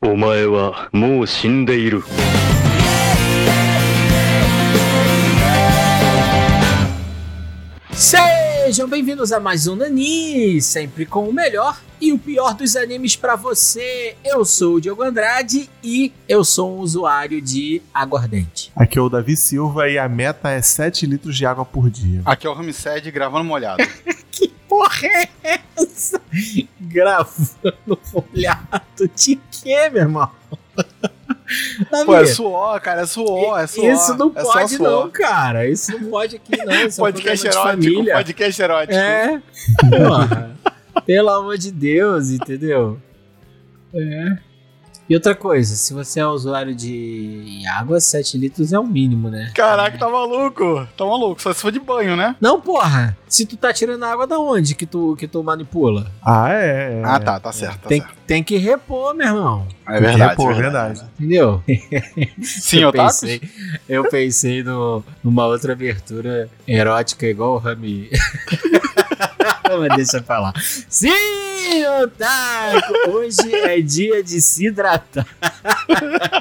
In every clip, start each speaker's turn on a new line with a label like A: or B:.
A: お前はもう死んでいる。
B: Sejam bem-vindos a mais um Nani, sempre com o melhor e o pior dos animes pra você. Eu sou o Diogo Andrade e eu sou um usuário de aguardente.
C: Aqui é o Davi Silva e a meta é 7 litros de água por dia.
D: Aqui é o Ramsed gravando molhado.
B: É Porra, é essa? Gravando folhado de quê, meu irmão? Davi,
D: Pô, é suor, cara, é suor, é suor.
B: isso não
D: é só
B: pode
D: suor.
B: não, cara. Isso não pode aqui não. Isso é um
D: Podcast
B: programa de
D: erótico,
B: família.
D: podcast erótico.
B: É. Porra. Pelo amor de Deus, entendeu? É. E outra coisa, se você é usuário de água, 7 litros é o mínimo, né?
D: Caraca, tá maluco, tá maluco, só se for de banho, né?
B: Não, porra! Se tu tá tirando água da onde que tu, que tu manipula?
C: Ah, é. é.
D: Ah, tá, tá certo, tá
B: tem,
D: certo.
B: tem que repor, meu irmão.
D: É
C: É, pô, verdade.
B: Entendeu?
D: Sim,
B: eu
D: Otakus?
B: pensei, eu pensei no, numa outra abertura erótica igual o Rami. Mas deixa eu falar. Sim, Otaku! Hoje é dia de se hidratar.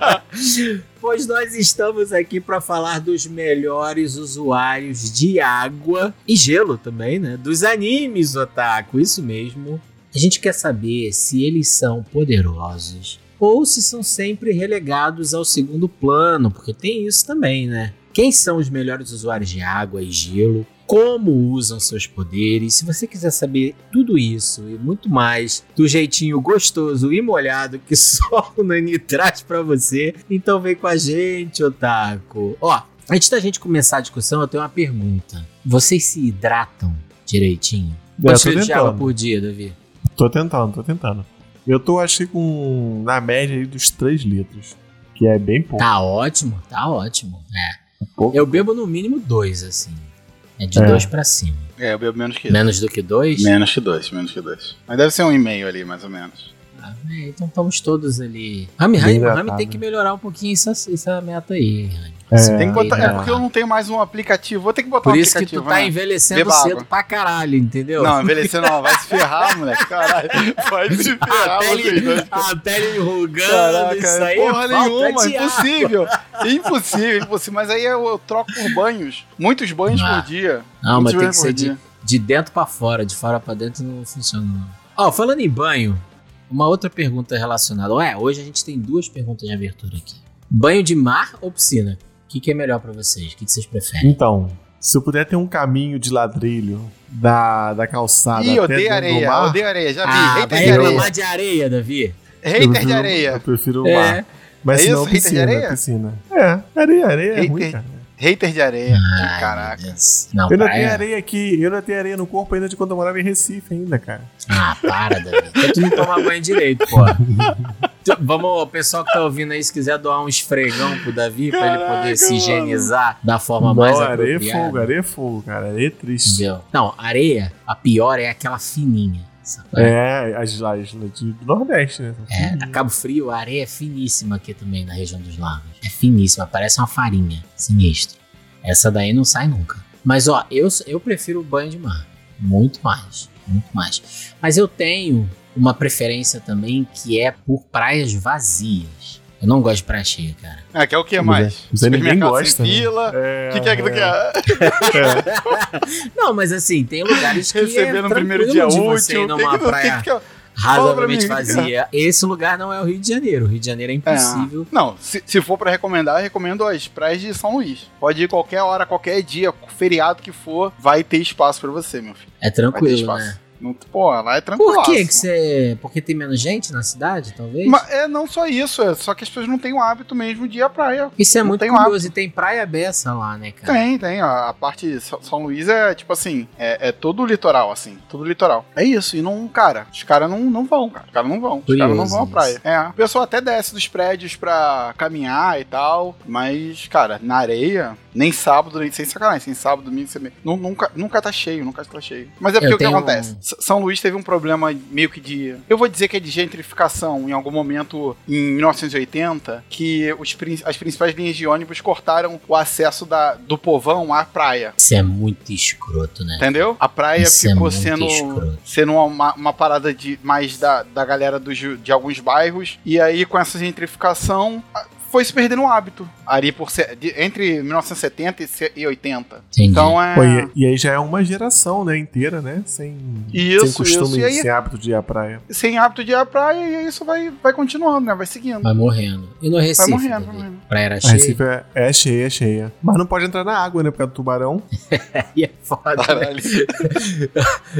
B: Pois nós estamos aqui para falar dos melhores usuários de água e gelo também, né? Dos animes, Otaku, isso mesmo. A gente quer saber se eles são poderosos ou se são sempre relegados ao segundo plano, porque tem isso também, né? Quem são os melhores usuários de água e gelo? Como usam seus poderes? Se você quiser saber tudo isso e muito mais do jeitinho gostoso e molhado que só o Nani traz pra você, então vem com a gente, Otaku. Ó, antes da gente começar a discussão, eu tenho uma pergunta. Vocês se hidratam direitinho?
C: Eu tô
B: Quantos litros de água
C: tentando.
B: por dia, Davi?
C: Tô tentando, tô tentando. Eu tô, achei, com na média aí dos 3 litros, que é bem pouco.
B: Tá ótimo, tá ótimo. É.
D: Um
C: pouco.
B: Eu bebo no mínimo dois, assim. É de
C: É.
B: dois pra cima.
D: É, eu bebo menos que isso.
B: Menos do que dois?
D: Menos que dois, menos que dois. Mas deve ser um e-mail ali, mais ou menos.
B: Ah, é, então estamos todos ali. Rami, Rami,
C: Hidratado.
B: Rami tem que melhorar um pouquinho essa, essa meta aí, Rami.
C: É.
B: Você
D: Tem que botar, é
B: melhorar.
D: porque eu não tenho mais um aplicativo, vou ter que botar
B: Por
D: um
B: isso que
D: aplicativo,
B: tu tá
D: né?
B: envelhecendo
D: Beba
B: cedo
D: água.
B: pra caralho, entendeu?
D: Não, envelhecer não, vai se ferrar, moleque, caralho. Vai se
B: a
D: ferrar, vocês
B: pele,
D: dois.
B: a pele enrugando,
D: é Caraca,
B: isso aí
D: porra
B: é falta
D: nenhuma,
B: de ar.
D: impossível, impossível, impossível. Mas aí eu, eu troco por banhos, muitos banhos
B: Ah.
D: por dia.
B: Não, mas tem
D: muitos
B: que
D: banhos
B: ser
D: por
B: de,
D: dia.
B: de dentro pra fora, de fora pra dentro não funciona não. Ó, falando em banho, uma outra pergunta relacionada. Ué, hoje a gente tem duas perguntas de abertura aqui. Banho de mar ou piscina? O que, que é melhor pra vocês? O que, que vocês preferem?
C: Então, se eu puder ter um caminho de ladrilho da, da calçada
D: Ih,
C: até
D: odeio
C: dentro do
D: areia,
C: mar,
D: odeio areia, já vi.
B: Ah,
D: hater
B: vai
D: de areia.
B: reclamar de areia, Davi.
C: eu
D: Hater de
C: prefiro- Eu
D: areia.
C: prefiro o
B: É.
C: mar. Mas
D: É
C: se
D: isso?
C: não,
D: Hater de
C: piscina,
D: areia?
C: piscina. É, areia, areia é ruim,
D: Hater-
B: Ah,
C: cara.
D: Hater de areia.
B: Ai,
D: Caraca.
B: meu Deus. Não,
C: Eu não
B: praia-
C: tenho areia aqui, eu não tenho areia no corpo ainda de quando eu morava em Recife ainda, cara.
B: Ah, para, Davi. Então tu não tomar banho direito, pô. Tu- Vamos, o pessoal que tá ouvindo aí, se quiser doar um esfregão pro Davi pra ele poder
D: Caraca,
B: se
D: mano.
B: higienizar da forma
C: Não,
B: mais
C: areia é
B: apropriada.
C: fogo, areia é fogo, cara. Areia é triste.
B: Entendeu? Não, areia, a pior é aquela fininha. sacou?
C: É, as lajes do Nordeste, né?
B: É, a Cabo Frio, a areia é finíssima aqui também na região dos lagos. É finíssima, parece uma farinha. Sinistro. Essa daí não sai nunca. Mas ó, eu, eu prefiro o banho de mar. Muito mais. Muito mais. Mas eu tenho uma preferência também que é por praias vazias. Eu não gosto de praia cheia, cara.
D: Ah, quer o que
C: Pois
D: mais?
C: é. Isso aí ninguém
D: Supermercado
C: gosta,
D: sem
C: né?
D: fila.
C: É,
D: O que, que é que tu quer?
C: é.
B: Não, mas assim, tem lugares que
D: Receber
B: é
D: no primeiro
B: tranquilo
D: dia
B: de você
D: útil.
B: ir
D: O
B: numa
D: que, que, tu-
B: praia
D: que, que, que
B: razoavelmente
D: Fala pra mim,
B: vazia. Esse lugar não é o Rio de Janeiro. O Rio de Janeiro é impossível.
D: Não, se, se for pra recomendar, eu recomendo as praias de São Luís. Pode ir qualquer hora, qualquer dia, feriado que for, vai ter espaço pra você, meu filho.
B: É,
D: Vai ter
B: tranquilo, né?
D: espaço. Não, pô, lá é tranquilo.
B: Por que que você... Porque tem menos gente na cidade, talvez?
D: Mas é não só isso, é só que as pessoas não têm o hábito mesmo de ir à praia.
B: Isso é
D: não
B: muito
D: tem
B: curioso. E tem praia beça lá, né, cara?
D: Tem, tem. A, a parte de São São Luís é tipo assim, é, é todo o litoral, assim, todo o litoral. É isso, e não, cara, os caras não, não vão, cara. Os caras não vão. Os caras não
B: Curioso
D: vão à
B: isso.
D: praia. É, o pessoal até desce dos prédios pra caminhar e tal, mas, cara, na areia, Nem sábado, nem sem sacanagem, sem sábado, domingo, sem... Nu- Nunca, nunca tá cheio, nunca tá cheio. Mas é porque
B: Eu
D: o que
B: tenho
D: acontece? S- São Luís teve um problema meio que de. Eu vou dizer que é de gentrificação em algum momento em 1980, que os, prin- as principais linhas de ônibus cortaram o acesso da, do povão à praia.
B: Isso é muito escroto, né?
D: Entendeu? A praia
B: Isso é
D: ficou
B: muito
D: sendo,
B: escroto.
D: sendo uma, uma parada de mais da, da galera dos, de alguns bairros. E aí, com essa gentrificação, a- foi se perdendo o hábito. Ali por, se- de- entre 1970 e se- e 80.
B: Entendi.
D: Então é.
C: Pô, e, e aí já é uma geração, né, inteira, né? Sem,
D: Isso,
C: sem costume,
D: isso, e aí-
C: sem hábito de ir à praia.
D: Sem hábito de ir à praia, e isso vai, vai continuando, né? Vai seguindo.
B: Vai morrendo. E no Recife?
D: morrendo, né?
B: Davi?
D: vai morrendo.
B: Praia era
C: A
B: cheia.
C: Recife é, é cheia, é cheia. Mas não pode entrar na água, né? Por causa do tubarão.
B: Aí é foda, né?
D: Caralho.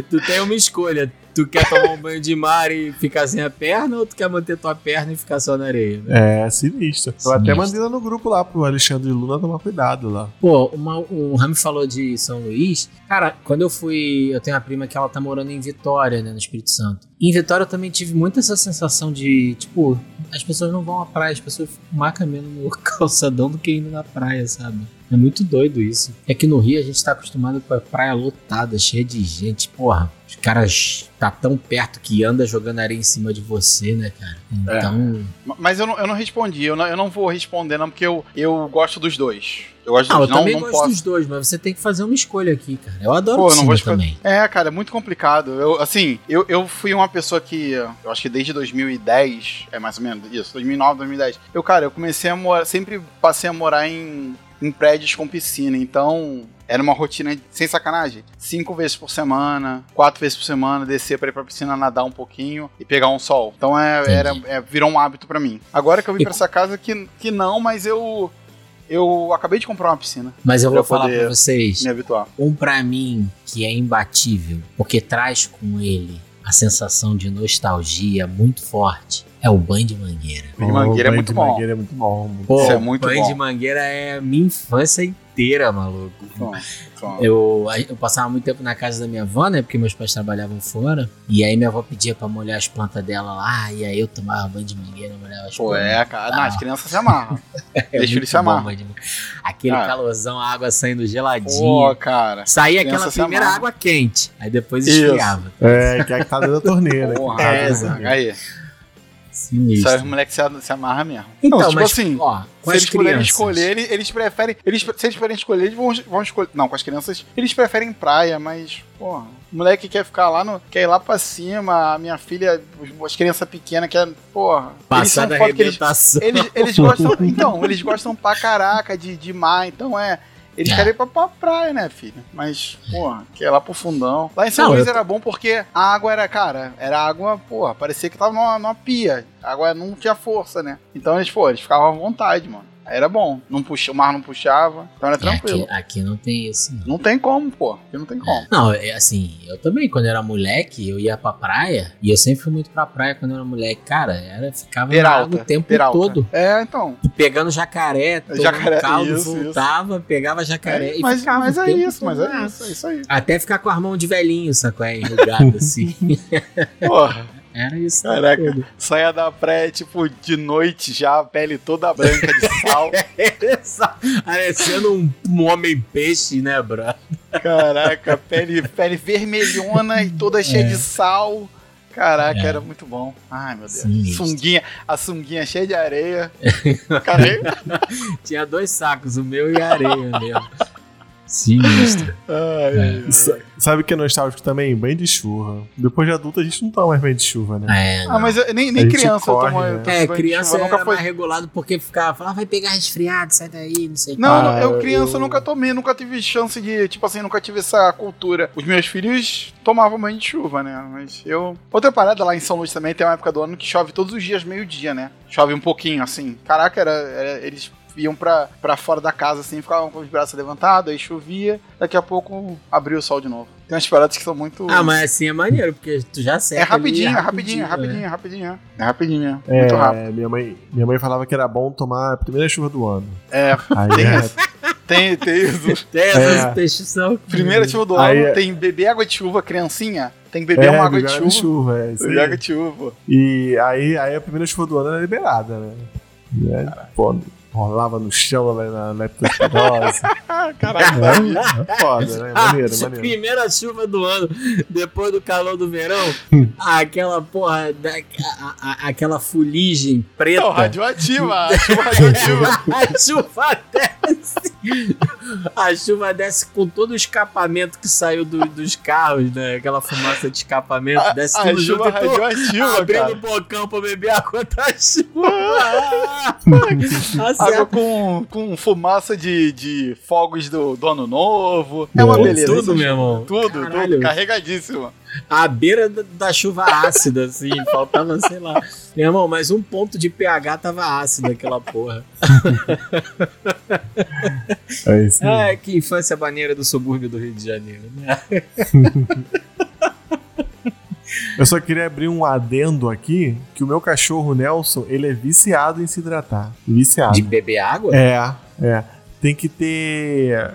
B: Tu tem uma escolha. Tu quer tomar um banho de mar e ficar sem a perna ou tu quer manter tua perna e ficar só na areia? né?
C: É sinistro. Eu até
B: Sinistro.
C: mandei lá no grupo lá pro Alexandre Luna tomar cuidado lá.
B: Pô, uma- o Rami falou de São Luís. Cara, quando eu fui. Eu tenho uma prima que ela tá morando em Vitória, né, no Espírito Santo. E em Vitória eu também tive muito essa sensação de, tipo, as pessoas não vão à praia, as pessoas ficam mais caminhando no calçadão do que indo na praia, sabe? É muito doido isso. É que no Rio a gente tá acostumado com a praia lotada, cheia de gente. Porra, os caras tá tão perto que anda jogando areia em cima de você, né, cara?
D: É.
B: Então.
D: Ma- Mas eu não, eu não respondi, eu não, eu não vou responder, não, porque eu, eu gosto dos dois. Eu gosto
B: Não, Ah, eu
D: dos não,
B: também
D: não
B: gosto
D: posso.
B: dos dois, mas você tem que fazer uma escolha aqui, cara. Eu adoro
D: Pô, eu não
B: piscina
D: vou escolher.
B: também.
D: É, cara, é muito complicado. Eu, assim, eu, eu fui uma pessoa que, eu acho que desde 2010, é mais ou menos isso, 2009, 2010. Eu, cara, eu comecei a morar, sempre passei a morar em, em prédios com piscina, então era uma rotina, sem sacanagem, cinco vezes por semana, quatro vezes por semana, descer pra ir pra piscina, nadar um pouquinho e pegar um sol. Então é,
B: Entendi.
D: era, é, virou um hábito pra mim. Agora que eu vim
B: E-
D: pra essa casa, que, que não, mas eu, eu acabei de comprar uma piscina,
B: Mas eu
D: Pra
B: vou falar
D: poder-
B: pra vocês,
D: me habituar.
B: um pra mim que é imbatível, porque traz com ele a sensação de nostalgia muito forte, é o banho de mangueira.
D: Banho de mangueira é
C: banho
D: muito
C: de
D: bom.
C: Mangueira é muito bom. muito
B: Pô,
D: Isso é muito
B: banho
D: bom.
B: de mangueira é a minha infância inteira, maluco.
D: Então, então-
B: Eu, eu passava muito tempo na casa da minha avó, né? Porque meus pais trabalhavam fora. E aí minha avó pedia pra molhar as plantas dela lá. E aí eu tomava banho de mangueira, molhava as
D: Pô,
B: plantas.
D: é, cara. Não,
B: Ah.
D: as crianças se amarram. Deixa
B: muito
D: ele se amarrar.
B: bom, banho de mangueira. Aquele
D: Ah.
B: calorzão, a água saindo geladinha.
D: Pô, cara.
B: Saía
D: criança
B: aquela
D: se
B: primeira
D: amarra.
B: água quente, aí depois
D: Isso.
B: esfriava.
C: É, que é a que tá dentro da torneira.
D: Porra,
C: que tá
B: é,
C: dentro da
B: exato.
C: torneira.
D: aí. Só os
B: Sinistro.
D: moleques se, se amarram mesmo.
B: Então,
D: não, tipo
B: mas,
D: assim,
B: ó, com
D: se
B: as
D: eles puderem
B: crianças.
D: escolher, ele- eles preferem. Eles, se eles puderem escolher, eles vão, vão escolher. Não, com as crianças, eles preferem praia, mas, porra, o moleque quer ficar lá no. Quer ir lá pra cima, a minha filha, os- as crianças pequenas, quer. Porra.
B: Passar da
D: eles são foda que eles, É,
B: arrebentação.
D: eles, eles gostam. Então, eles gostam pra caraca de, de mar, então é. Eles
B: É.
D: querem ir pra, pra praia, né, filho? Mas, porra, que é lá pro fundão. Lá em São
B: Não,
D: Luís
B: eu-
D: era bom porque a água era, cara, era água, porra, parecia que tava numa, numa pia. A água não tinha força, né? Então eles, pô, eles ficavam à vontade, mano. Aí era bom. Não puxa, o mar não puxava, então
B: É,
D: era
B: aqui,
D: tranquilo.
B: aqui não tem isso, não.
D: Não tem como, pô. Aqui não tem como.
B: Não, é assim, eu também, quando eu era moleque, eu ia pra praia, e eu sempre fui muito pra praia quando eu era moleque. Cara, era, ficava na água
D: Peralta.
B: É. o tempo
D: Peralta.
B: todo,
D: É, então.
B: pegando jacaré, tomando
D: Jacaré,
B: caldo,
D: isso, isso.
B: voltava, pegava jacaré
D: É,
B: e
D: mas
B: ficava
D: mas
B: o
D: é
B: tempo
D: isso, mas
B: todo
D: é
B: na
D: isso, é isso aí.
B: Até ficar com a mão de velhinho, sacou? É, enrugado assim.
D: Porra.
B: Era isso.
D: Caraca.
B: tudo.
D: Saia da praia, tipo, de noite já, a pele toda branca de sal.
B: Essa- Parecendo um, um homem peixe, né, bro?
D: Caraca, pele, pele vermelhona e toda cheia
C: É.
D: de sal. Caraca,
B: É.
D: era muito bom. Ai, meu Deus.
B: Sinistro.
D: Sunguinha, a sunguinha cheia de areia.
C: É.
D: Cara,
B: Tinha dois sacos, o meu e a areia mesmo. Sinistro.
D: ai,
C: Sa- Sabe o que é nostálgico também? Banho de chuva. Depois de adulto a gente não toma mais banho de chuva, né?
B: É,
D: Ah, mas eu- nem,
C: A
D: nem
C: gente
D: criança
C: corre,
D: eu tomo.
C: né?
D: eu tomo
B: É,
D: banho de
B: criança
D: chuva,
B: era
D: nunca foi.
B: mais regulado porque ficava, falava, "Ah, vai pegar resfriado, sai daí, não sei o
D: Não,
B: quê.
D: não, eu
C: Ah,
D: criança
C: eu-
D: nunca tomei, nunca tive chance de, tipo assim, nunca tive essa cultura. Os meus filhos tomavam banho de chuva, né? Mas eu. Outra parada lá em São Luís também tem uma época do ano que chove todos os dias, meio-dia, né? Chove um pouquinho, assim. Caraca, era, era- eles iam pra, pra fora da casa, assim, ficavam com os braços levantados, aí chovia, daqui a pouco abriu o sol de novo. Tem umas paradas que são muito.
B: Ah, mas assim é maneiro, porque tu já
D: é
B: seca
D: rapidinho,
B: ali, né?
D: é rapidinho, é rapidinho, é rapidinho. É rapidinho, mesmo.
C: É,
D: muito rápido.
C: minha mãe, minha mãe falava que era bom tomar a primeira chuva do ano.
D: É,
C: Aí, é,
D: tem, tem isso.
B: né? Tem essas
C: É.
B: peixes são...
D: Primeira chuva do
C: Aí
D: ano,
C: é-
D: tem beber água de chuva, criancinha. Tem que beber uma água de
C: beber
D: chuva.
C: chuva, é, isso aí.
D: Beber água de chuva.
C: E aí, aí a primeira chuva do ano era liberada, né? E aí, pô, rolava no chão lá na leptospirose.
D: Ah, caralho.
C: é, é foda, né? Maneiro,
B: Ah,
C: maneiro.
B: Primeira chuva do ano, depois do calor do verão, ah, aquela porra, da, a- a- aquela
C: É
B: fuligem preta.
D: Não, radioativa. a Chuva radioativa.
B: A chuva desce. A chuva desce com todo o escapamento que saiu do- dos carros, né? Aquela fumaça de escapamento
D: A,
B: desce
D: a
B: tudo junto
D: chuva
B: e tu
D: radioativa,
B: abrindo
D: cara.
B: o bocão pra beber água da chuva.
D: Água
B: Acerta
D: com, com fumaça de, de fogos do, do ano novo. É uma
C: Nossa.
D: beleza.
B: tudo, meu irmão.
D: Tudo,
B: Caralho.
D: tudo carregadíssimo.
B: à beira da, da chuva ácida, assim, faltava, sei lá. Meu irmão, mas um ponto de pH tava ácido aquela porra.
C: É
D: Hum.
C: isso aí.
B: Ah, que infância maneira do subúrbio do Rio de Janeiro, né?
C: Eu só queria abrir um adendo aqui, que o meu cachorro Nelson, ele é viciado em se hidratar.
D: Ah.
C: Viciado.
B: De beber água?
C: É, é. Tem que ter.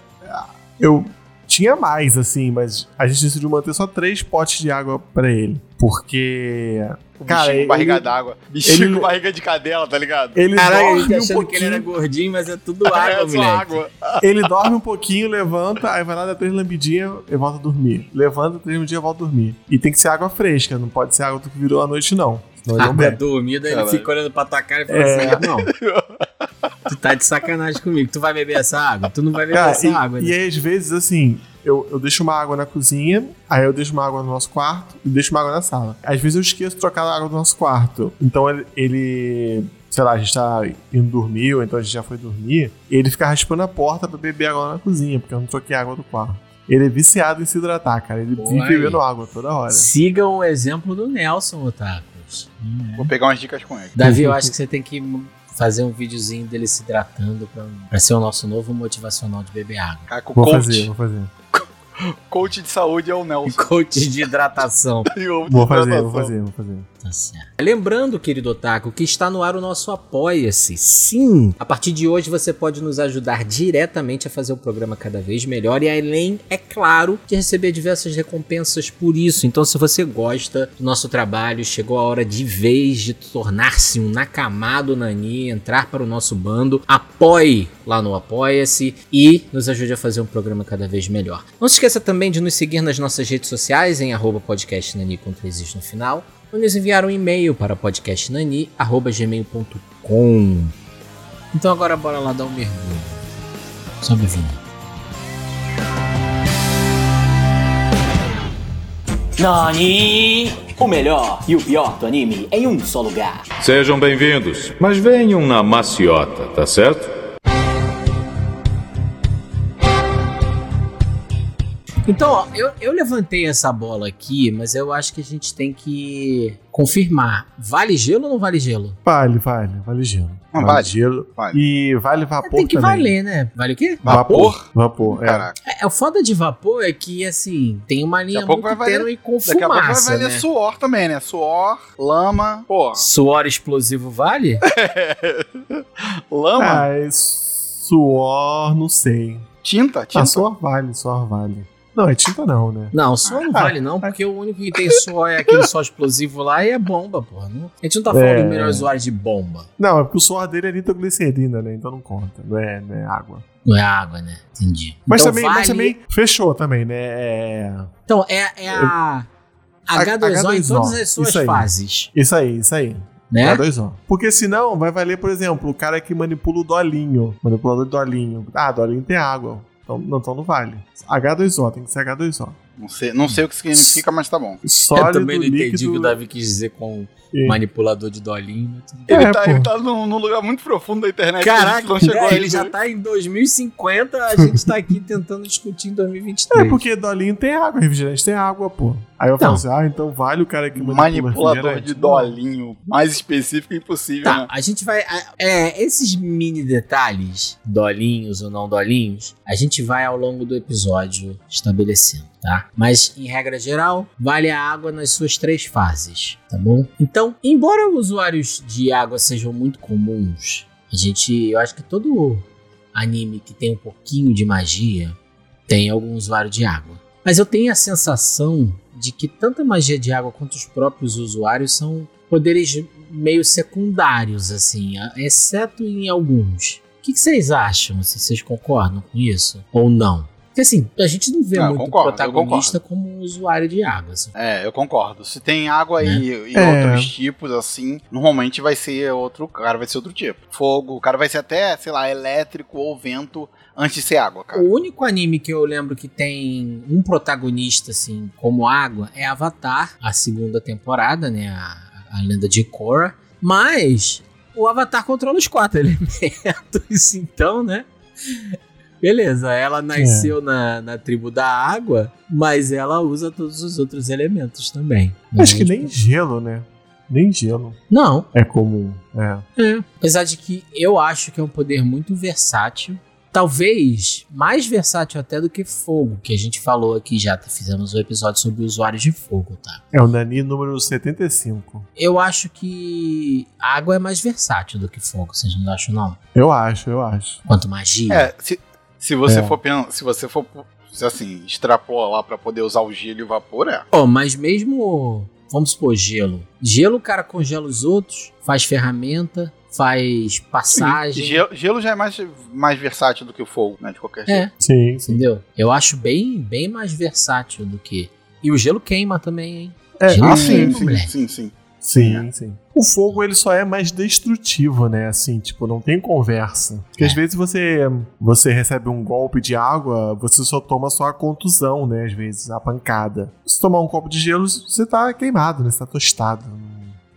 C: Eu tinha mais, assim, mas a gente decidiu manter só três potes de água pra ele. Porque.
D: O
C: Cara,
D: bichinho
C: ele-
D: com barriga d'água. Bichinho
C: ele-
D: com barriga de cadela, tá ligado?
C: Ele
B: Caraca, a gente
C: dorme um
B: achando que ele
C: pouquinho.
B: era gordinho, mas é tudo
D: é
B: água,
D: só
B: moleque.
D: água.
C: Ele dorme um pouquinho, levanta, aí vai lá, dá três lambidinhas e volta a dormir. Levanta, três lambidinhas e volta a dormir. E tem que ser água fresca, não pode ser água que virou à noite, não. Senão ele não
B: Água
C: bebe.
B: dormida, tá ele
D: Caralho.
B: fica olhando pra tua cara e fala
C: É.
B: assim, não, tu tá de sacanagem comigo, tu vai beber essa água? Tu não vai beber
C: Cara,
B: essa
C: e,
B: água, né?
C: e é aí, às vezes, assim, eu, eu deixo uma água na cozinha, aí eu deixo uma água no nosso quarto e deixo uma água na sala. Às vezes eu esqueço de trocar a água do nosso quarto. Então ele, ele- sei lá, a gente tá indo dormir, ou então a gente já foi dormir, e ele fica raspando a porta pra beber água lá na cozinha, porque eu não troquei a água do quarto. Ele é viciado em se hidratar, cara. Ele vive
B: Uai.
C: bebendo água toda hora.
B: Siga o exemplo do Nelson, Otakus.
D: Vou pegar umas dicas com ele.
B: Davi, eu acho que você tem que fazer um videozinho dele se hidratando pra, pra ser o nosso novo motivacional de beber água.
D: Cara, com
C: Vou
D: coach,
C: fazer, vou fazer.
D: coach de saúde é o
B: Um
D: Nelson.
B: coach de hidratação.
D: E o-
C: Vou fazer, vou
D: hidratação.
C: fazer, vou fazer.
B: Tá certo. Lembrando, querido Otaku, que está no ar o nosso Apoia-se. Sim! A partir de hoje você pode nos ajudar diretamente a fazer o programa cada vez melhor e além, é claro, de receber diversas recompensas por isso. Então, se você gosta do nosso trabalho, chegou a hora de vez de tornar-se um nakamado Nani, entrar para o nosso bando, apoie lá no Apoia-se e nos ajude a fazer um programa cada vez melhor. Não se esqueça também de nos seguir nas nossas redes sociais em arroba podcast Nani com três is no final ou nos enviar um e-mail para podcastnani.gmail.com. Então agora bora lá dar um mergulho. Sobe a vinheta.
E: Nani! O melhor e o pior do anime em um só lugar.
F: Sejam bem-vindos, mas venham na maciota, tá certo?
B: Então, ó, eu, eu levantei essa bola aqui, mas eu acho que a gente tem que confirmar. Vale gelo ou não vale gelo?
C: Vale, vale, vale gelo.
D: Ah,
C: Vale,
D: vale.
C: gelo.
D: Vale.
C: E vale vapor
B: tem que
C: também.
B: valer, né? Vale o quê?
C: Vapor? Vapor, é.
D: Caraca,
B: É, o foda de vapor é que, assim, tem uma linha
D: pouco
B: muito
D: vai valer-
B: tênue com
D: daqui a pouco vai
B: fumaça,
D: valer
B: né?
D: suor também, né? Suor, lama, pô,
B: Suor explosivo vale?
D: lama,
C: Ah, é suor, não sei.
D: tinta, tinta.
C: Ah, suor vale, suor vale. Não, é tinta não, né?
B: Não, suor não
C: Ah,
B: vale não, porque o único que tem suor é aquele suor explosivo lá e é bomba, porra. Não- A gente não tá falando
C: É.
B: dos melhores usuários de bomba.
C: Não, é porque o suor dele é nitroglicerina, né? Então não conta, não é, não é água.
B: Não é água, né? Entendi.
C: Mas,
B: Então
C: também, mas
B: vale-
C: também fechou também, né? É...
B: Então, é, é a
C: A-
B: H2O em
C: H2O,
B: todas as suas
C: isso aí.
B: fases,
C: Isso aí, isso aí.
B: né?
C: H2O. Porque senão vai valer, por exemplo, o cara que manipula o dolinho. Manipulador de dolinho. Ah, dolinho tem água. Então não, então não vale. H2O, tem que ser H2O.
D: Não sei, não sei o que significa, mas tá bom.
C: Sólido,
B: eu também não entendi o que o
C: líquido... É.
B: Davi quis dizer com
C: e-
B: manipulador de dolinho. né? mas tudo bem.
D: Ele
C: É,
D: tá,
C: pô.
D: ele tá num, num lugar muito profundo da internet. a gente
B: Caraca,
D: não chegou
B: é,
D: ainda.
B: ele já tá em 2050, a gente tá aqui tentando discutir em 2023.
C: É porque dolinho tem água, refrigerante tem água, pô. Aí eu
B: Então.
C: falo assim, ah, então vale o cara que manipula
D: Manipulador
C: refrigerante.
D: de dolinho. Mais específico impossível,
B: Tá,
D: né?
B: a gente vai. a- É, esses mini detalhes, dolinhos ou não dolinhos, a gente vai ao longo do episódio estabelecendo, tá? Mas, em regra geral, vale a água nas suas três fases, tá bom? Então, embora usuários de água sejam muito comuns, a gente. Eu acho que todo anime que tem um pouquinho de magia tem algum usuário de água. Mas eu tenho a sensação de que tanto a magia de água quanto os próprios usuários são poderes meio secundários, assim, a- exceto em alguns. que, que vocês acham? Assim, vocês concordam com isso? Ou não? Porque assim, a gente não vê
D: Ah, eu
B: muito
D: concordo, eu
B: protagonista como um usuário de água. assim.
D: É, eu concordo. Se tem água
B: Né?
D: e, e
C: É.
D: outros tipos, assim, normalmente vai ser outro. O cara vai ser outro tipo. Fogo, o cara vai ser até, sei lá, elétrico ou vento antes de ser água, cara.
B: O único anime que eu lembro que tem um protagonista, assim, como água, é Avatar, a segunda temporada, né? A, a lenda de Korra. Mas o Avatar controla os quatro elementos, então, né? Beleza, ela
C: É.
B: nasceu na, na tribo da água, mas ela usa todos os outros elementos também.
C: Acho
B: Né?
C: que nem gelo, né? Nem gelo
B: Não,
C: é comum. É.
B: é. Apesar de que eu acho que é um poder muito versátil. Talvez mais versátil até do que fogo, que a gente falou aqui já. tá? Fizemos um episódio sobre usuários de fogo, tá?
C: É o Nani número 75.
B: Eu acho que água é mais versátil do que fogo, vocês não acham, não?
C: Eu acho, eu acho.
B: Quanto magia.
D: É, se, se você
C: É.
D: for pen- se você for se, assim, extrapolar pra poder usar o gelo e o vapor, é.
B: Ó, mas mesmo, vamos supor, gelo. Gelo o cara congela os outros, faz ferramenta, faz passagem.
D: Ge- Gelo, já é mais, mais versátil do que o fogo, né? De qualquer jeito.
B: É,
C: Sim, sim.
B: entendeu? Eu acho bem, bem mais versátil do que. E o gelo queima também, hein?
C: É,
B: Gelo
D: Ah, sim,
B: queima,
D: sim,
B: moleque.
D: sim, sim.
C: Sim, sim. É. O fogo ele só é mais destrutivo, né? Assim, tipo, não tem conversa. Porque às
B: É.
C: vezes você você recebe um golpe de água, você só toma só a contusão, né? Às vezes, a pancada. Se tomar um copo de gelo, você tá queimado, né? Você tá tostado.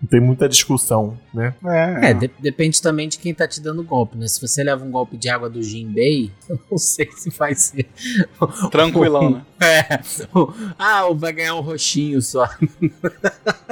C: Não tem muita discussão, né?
B: É, de- depende também de quem tá te dando golpe, né? Se você leva um golpe de água do Jinbei, eu não sei se vai ser.
D: Tranquilão, né?
B: É. Ah, vai ganhar um roxinho só.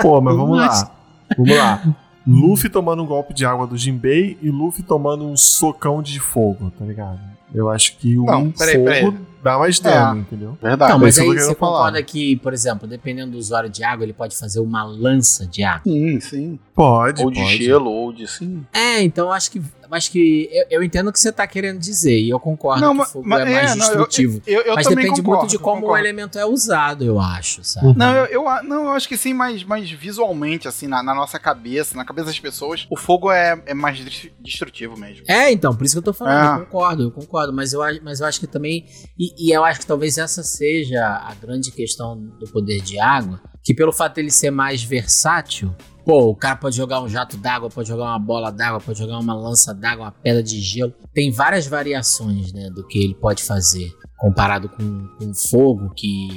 C: Pô, mas vamos
B: Mas-
C: lá. Vamos lá. Luffy tomando um golpe de água do Jinbei e Luffy tomando um socão de fogo, tá ligado? Eu acho que o
D: Não, peraí,
C: fogo
D: peraí. É.
C: dá mais dano, entendeu?
D: Verdade.
B: não, mas
C: isso eu
B: aí
C: tô
B: você
C: querendo falar.
B: concorda que, por exemplo, dependendo do usuário de água, ele pode fazer uma lança de água.
D: Sim, sim.
C: Pode,
D: Ou de
C: pode.
D: gelo, ou de sim.
B: É, então acho que. Acho que. Eu, eu entendo o que você tá querendo dizer, e eu concordo
D: Não,
B: que o
D: mas-
B: fogo
D: mas-
B: é mais
D: é, não, eu-
B: destrutivo.
D: Eu, eu
B: mas
D: também
B: depende
D: concordo,
B: muito de como o
D: concordo.
B: elemento é usado, eu acho, sabe?
C: Uhum.
D: Não, eu, eu a- não, eu acho que sim, mas, mas visualmente, assim, na, na nossa cabeça, na cabeça das pessoas, o fogo é, é mais destru- destrutivo mesmo.
B: É, então, por isso que eu tô falando,
D: Ah.
B: eu concordo, eu concordo, mas eu, acho- mas eu acho que também, e, e eu acho que talvez essa seja a grande questão do poder de água, que pelo fato dele ser mais versátil, pô, o cara pode jogar um jato d'água, pode jogar uma bola d'água, pode jogar uma lança d'água, uma pedra de gelo, tem várias variações, né, do que ele pode fazer, comparado com, com fogo, que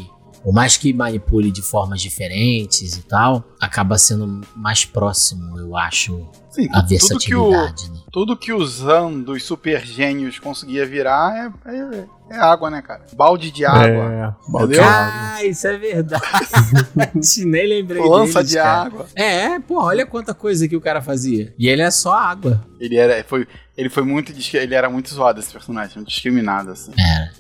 B: por mais que manipule de formas diferentes e tal, acaba sendo mais próximo, eu acho,
D: Sim,
B: a
D: tudo que o,
B: versatilidade, né?
D: tudo que o Zan dos super gênios conseguia virar é, é- é água, né, cara? Balde de água,
C: É, balde de
D: Entendeu?
C: água.
B: Ah, isso é verdade. Nem lembrei
D: lança
B: deles,
D: de
B: cara.
D: água.
B: É, porra, olha quanta coisa que o cara fazia. E ele é só água.
D: Ele era, foi, ele foi muito, disque- ele era muito zoado esse personagem, muito discriminado assim.
B: Era.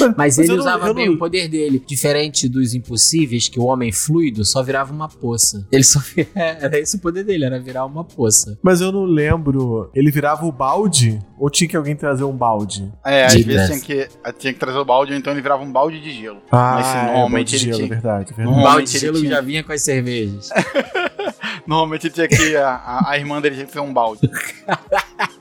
B: Mas
C: Mas
B: ele
C: eu não-
B: usava
C: eu
B: bem
C: não-
B: o poder dele. Diferente dos impossíveis, que o homem fluido só virava uma poça. Ele só Era esse o poder dele, era virar uma poça.
C: Mas eu não lembro. Ele virava o balde? Ou tinha que alguém trazer um balde?
D: É, às
B: De
D: vezes
B: graça.
D: tinha que, tinha que trazer o balde, ou então ele virava um balde de gelo. Mas se
C: é,
D: normalmente
C: balde de
D: ele
C: gelo,
D: tinha-
C: verdade,
B: O
C: verdade.
D: Normalmente
B: balde de
D: ele
B: gelo
D: tinha-
B: já vinha com as cervejas.
D: Normalmente tinha que a, a- a irmã dele tinha que ser um balde.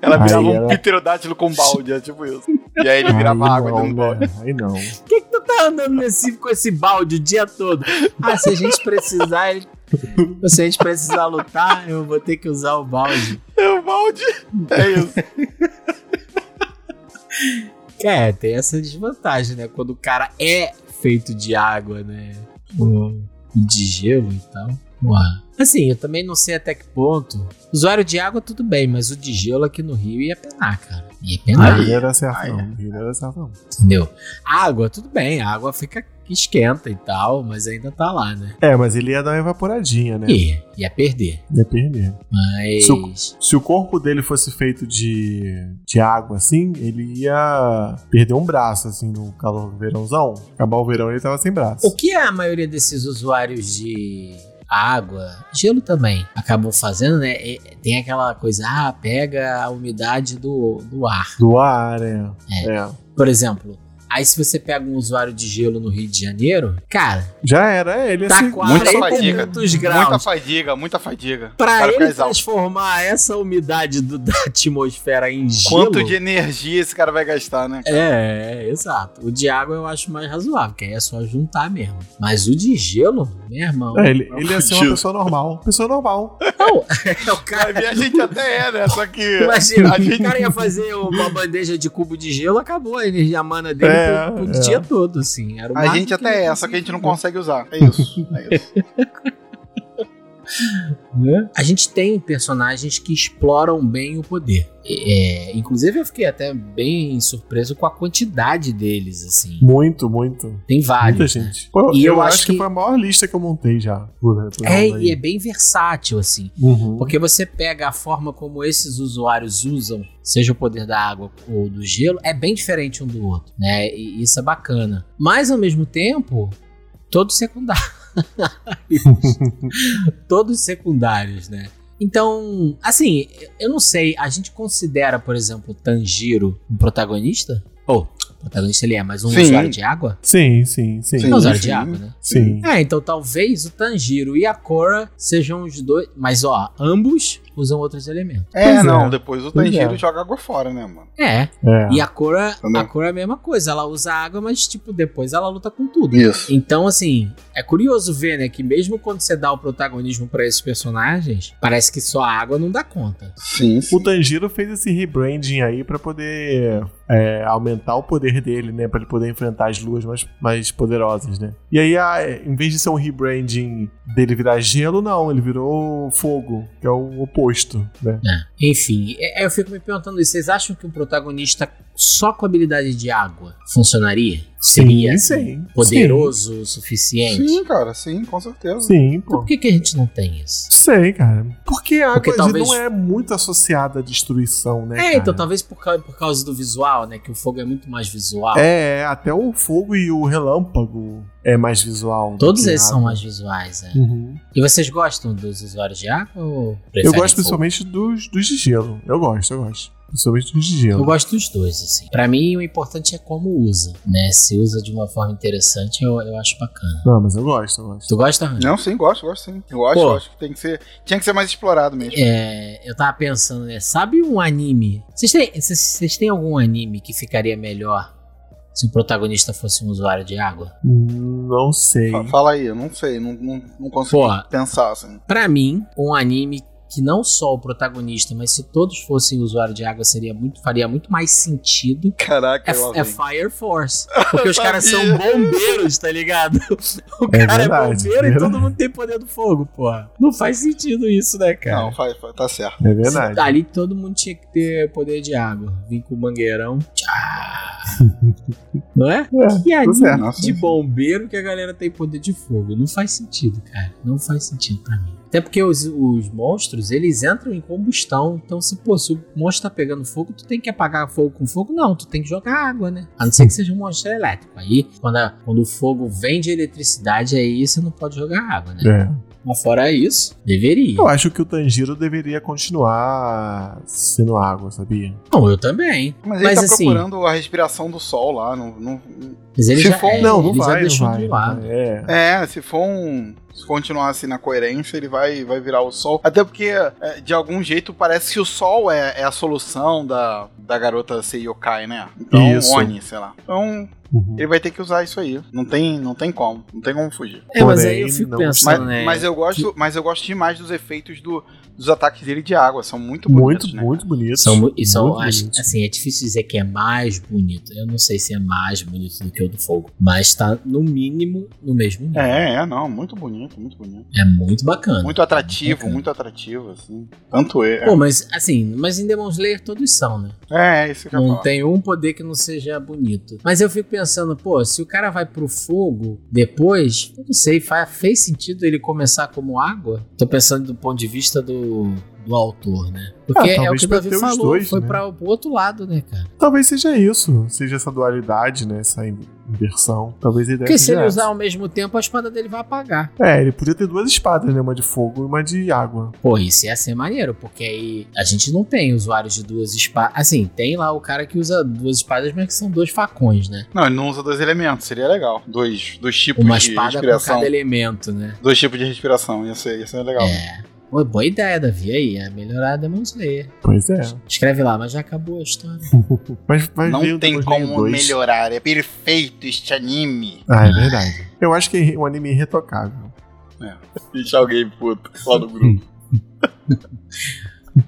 D: Ela
C: Aí
D: virava um
C: era-
D: pterodátilo com balde, é tipo isso. E aí ele virava
C: Aí
D: água
C: não,
D: dentro do balde.
C: né? Aí não.
B: Por que, que tu tá andando nesse, com esse balde o dia todo? Ah, se a gente precisar, ele- se a gente precisar lutar, eu vou ter que usar o balde.
D: É um balde. É isso.
B: É, tem essa desvantagem, né? Quando o cara é feito de água, né? Ou de gelo e tal. Ué. Assim, eu também não sei até que ponto. Usuário de água, tudo bem, mas o de gelo aqui no Rio ia penar, cara. Ia penar,
C: Aí era certo,
D: aí-
C: não. Aí era certo, não.
B: entendeu? Água, tudo bem, a água fica esquenta e tal, mas ainda tá lá, né?
C: É, mas ele ia dar uma evaporadinha, né?
B: Ia, ia perder.
C: Ia perder.
B: Mas.
C: Se o corpo dele fosse feito de, de água, assim, ele ia perder um braço, assim, no calor do verãozão. Acabar o verão, ele tava sem braço.
B: O que a maioria desses usuários de água, gelo também, acabam fazendo, né? E- Tem aquela coisa, ah, pega a umidade do, do ar.
C: Do ar, é.
B: É.
C: É.
B: Por exemplo, Aí se você pega um usuário de gelo no Rio de Janeiro, cara,
C: Já era, é, ele
B: tá
C: assim.
D: muita
B: 40 e
D: fadiga,
B: tantos
D: Muita
B: graus.
D: fadiga, muita fadiga. O
B: Pra
D: cara fica
B: ele tá
D: exausto.
B: transformar essa umidade do- da atmosfera em gelo.
D: Quanto de energia esse cara vai gastar, né?
B: É, é, exato. O de água eu acho mais razoável, que aí é só juntar mesmo. Mas o de gelo, meu irmão.
C: É, ele, ele ia ser uma
D: Fudido.
C: pessoa normal. Pessoa normal.
B: É o cara.
D: A gente até é, né? Só que.
B: Imagina,
D: A gente-
B: o cara ia fazer uma bandeja de cubo de gelo, acabou a energia mana dele
C: É,
B: pro, pro
C: é.
B: dia todo, assim. Era o
D: A
B: máximo
D: gente
B: ele
D: até é, só que a gente não consegue usar. É isso. É isso.
B: né? A gente tem personagens que exploram bem o poder. É, inclusive, eu fiquei até bem surpreso com a quantidade deles, assim.
C: Muito, muito.
B: Tem vários.
C: Muita
B: né?
C: gente. Pô,
B: E
C: eu,
B: eu
C: acho,
B: acho
C: que...
B: que-
C: foi a maior lista que eu montei já. por- por
B: É,
C: ano aí.
B: e é bem versátil, assim.
C: Uhum.
B: Porque você pega a forma como esses usuários usam, seja o poder da água ou do gelo, é bem diferente um do outro, né? E isso é bacana. Mas ao mesmo tempo, todos secundários. todos secundários, né? Então, assim, eu não sei, a gente considera, por exemplo, o Tanjiro um protagonista? Ou, protagonista ele é, mas um
D: Sim.
B: usuário de água?
C: Sim, sim, sim.
B: É um usuário
D: sim.
B: de água, né?
C: Sim.
B: É, então talvez o Tanjiro e a Korra sejam os dois. Mas ó, ambos usam outros elementos.
D: É,
C: Pois
D: não.
C: é.
D: Depois o
C: Pois
D: Tanjiro
C: é.
D: joga água fora, né, mano?
B: É.
C: É.
B: E a Korra,
D: Também.
B: a Korra é a mesma coisa. Ela usa água, mas tipo, depois ela luta com tudo.
D: Isso.
B: Então, assim, é curioso ver, né, que mesmo quando você dá o protagonismo pra esses personagens, parece que só a água não dá conta.
D: Sim,
C: O Tanjiro fez esse rebranding aí pra poder é, aumentar o poder dele, né? Pra ele poder enfrentar as luas mais, mais poderosas, né? E aí, a- em vez de ser um rebranding dele virar gelo, não. Ele virou fogo, que é o oposto, né?
B: Enfim, é- é, eu fico me perguntando isso. Vocês acham que um protagonista só com habilidade de água funcionaria? Seria assim,
C: sim.
B: poderoso o suficiente?
D: Sim, cara, sim, com certeza.
C: Sim, sim
B: Então
C: pô.
B: por que, que a gente não tem isso?
C: Sei, cara. Porque a água
B: Porque
C: de-
B: talvez-
C: não é muito associada à destruição, né?
B: É,
C: cara?
B: então talvez por, cau- por causa do visual, né? Que o fogo é muito mais visual.
C: É, é, até o fogo e o relâmpago é mais visual. do
B: Todos
C: que a
B: eles são
C: água.
B: mais visuais, né?
C: Uhum.
B: E vocês gostam dos usuários de água ou
C: Eu
B: preferem fogo?
C: gosto principalmente dos, dos de gelo. Eu gosto, eu gosto. Principalmente dos de
B: Eu
C: gelo.
B: gosto dos dois, assim. Pra mim, o importante é como usa, né? Se usa de uma forma interessante, eu, eu acho bacana.
C: Não, mas eu gosto, eu gosto.
B: Tu gosta, Rani?
D: Não, sim, gosto, gosto sim. Eu acho,
B: Pô.
D: eu acho que tem que ser. Tinha que ser mais explorado mesmo.
B: É, eu tava pensando, né? Sabe um anime? Vocês têm, vocês- vocês têm algum anime que ficaria melhor se o protagonista fosse um usuário de água?
C: Hum, Não sei.
D: Fa- Fala aí, eu não sei, não, não, não consigo
B: Pô.
D: pensar assim.
B: Pra mim, um anime que não só o protagonista, mas se todos fossem usuário de água, seria muito, faria muito mais sentido
D: Caraca,
B: É,
D: eu
B: é Fire Force. Porque os caras são bombeiros, tá ligado? O
C: É
B: cara é,
C: verdade,
B: bombeiro e
C: verdade.
B: todo mundo tem poder do fogo, porra. Não faz sentido isso, né, cara?
D: Não, faz, faz- tá certo.
C: É verdade.
B: Ali todo mundo tinha que ter poder de água. Vim com o mangueirão. Tchá. Não é?
C: É,
B: que anime
C: certo.
D: Nossa,
B: de
D: sim.
B: bombeiro que a galera tem poder de fogo. Não faz sentido, cara. Não faz sentido pra mim. Até porque os, os monstros, eles entram em combustão. Então, se, pô, se o monstro tá pegando fogo, tu tem que apagar fogo com fogo? Não, tu tem que jogar água, né? A não ser que seja um monstro elétrico. Aí, quando, a- quando o fogo vem de eletricidade, aí você não pode jogar água, né?
C: É.
B: Mas fora isso, deveria.
C: Eu acho que o Tanjiro deveria continuar sendo água, sabia?
B: Não, eu também.
D: Mas
B: Mas,
D: ele tá
B: assim,
D: procurando a respiração do sol lá. Não, não-
B: mas ele
D: se
B: já,
D: for-
B: é,
C: um, não, não
B: ele já
C: vai,
B: deixou
C: não vai.
B: de
C: não
B: lado.
C: vai. É.
D: É, se for um. Se continuar assim na coerência, ele vai, vai virar o sol. Até porque, é, de algum jeito, parece que o sol é, é a solução da, da garota ser yokai, né? Então,
C: Isso.
D: Oni, sei lá. Então,
C: Uhum.
D: ele vai ter que usar isso aí. Não tem, não tem como. Não tem como fugir.
B: É, mas aí
C: Porém,
B: eu fico
C: não-
D: Mas,
B: pensando, né?
D: mas eu gosto, mas eu gosto demais dos efeitos do, dos ataques dele de água. São muito bonitos,
C: Muito,
D: né?
C: muito bonito.
B: São, mu- e são,
C: muito
B: acho-
C: bonito.
B: assim, é difícil dizer que é mais bonito. Eu não sei se é mais bonito do que o do fogo, mas tá no mínimo no mesmo nível.
D: É, é, não, muito bonito, muito bonito.
B: É muito bacana.
D: Muito atrativo,
B: Bacana.
D: muito atrativo, assim. Tanto é.
B: Pô, mas assim, mas em Demon Slayer todos são, né?
D: É, é isso que eu ia
B: Não
D: falar.
B: tem um poder que não seja bonito. Mas eu fico pensando, pô, se o cara vai pro fogo depois, eu não sei, fa- fez sentido ele começar como água? Tô pensando do ponto de vista do, do autor, né? Porque é o
C: Ah, talvez
B: que o
C: pra
B: Davi
C: ter os
B: falou,
C: dois,
B: foi
C: né?
B: pra, pro outro lado, né, cara?
C: Talvez seja isso. Seja essa dualidade, né? Essa in- inversão. Talvez ele
B: Porque se ele usar
C: seja
B: um-
C: essa.
B: ao mesmo tempo, a espada dele vai apagar.
C: É, ele podia ter duas espadas, né? Uma de fogo e uma de água.
B: Pô, isso ia ser maneiro, porque aí a gente não tem usuários de duas espadas. Assim, assim, tem lá o cara que usa duas espadas, mas que são dois facões, né?
D: Não, ele não usa dois elementos, seria legal. Dois, dois tipos
B: Uma
D: de
B: espada com
D: respiração.
B: cada elemento, né?
D: Dois tipos de respiração, ia ser, ia ser legal.
B: É. Pô, boa ideia, Davi. Aí, a melhorada Demon Slayer.
C: Pois é.
B: Escreve lá, mas já acabou a história.
C: Mas um vai ver
D: Não
C: o
D: tem
C: Demon Slayer
D: como
C: 2.
D: melhorar, é perfeito este anime.
C: Ah, é verdade. Eu acho que é um anime irretocável.
D: Deixa alguém puto lá no grupo.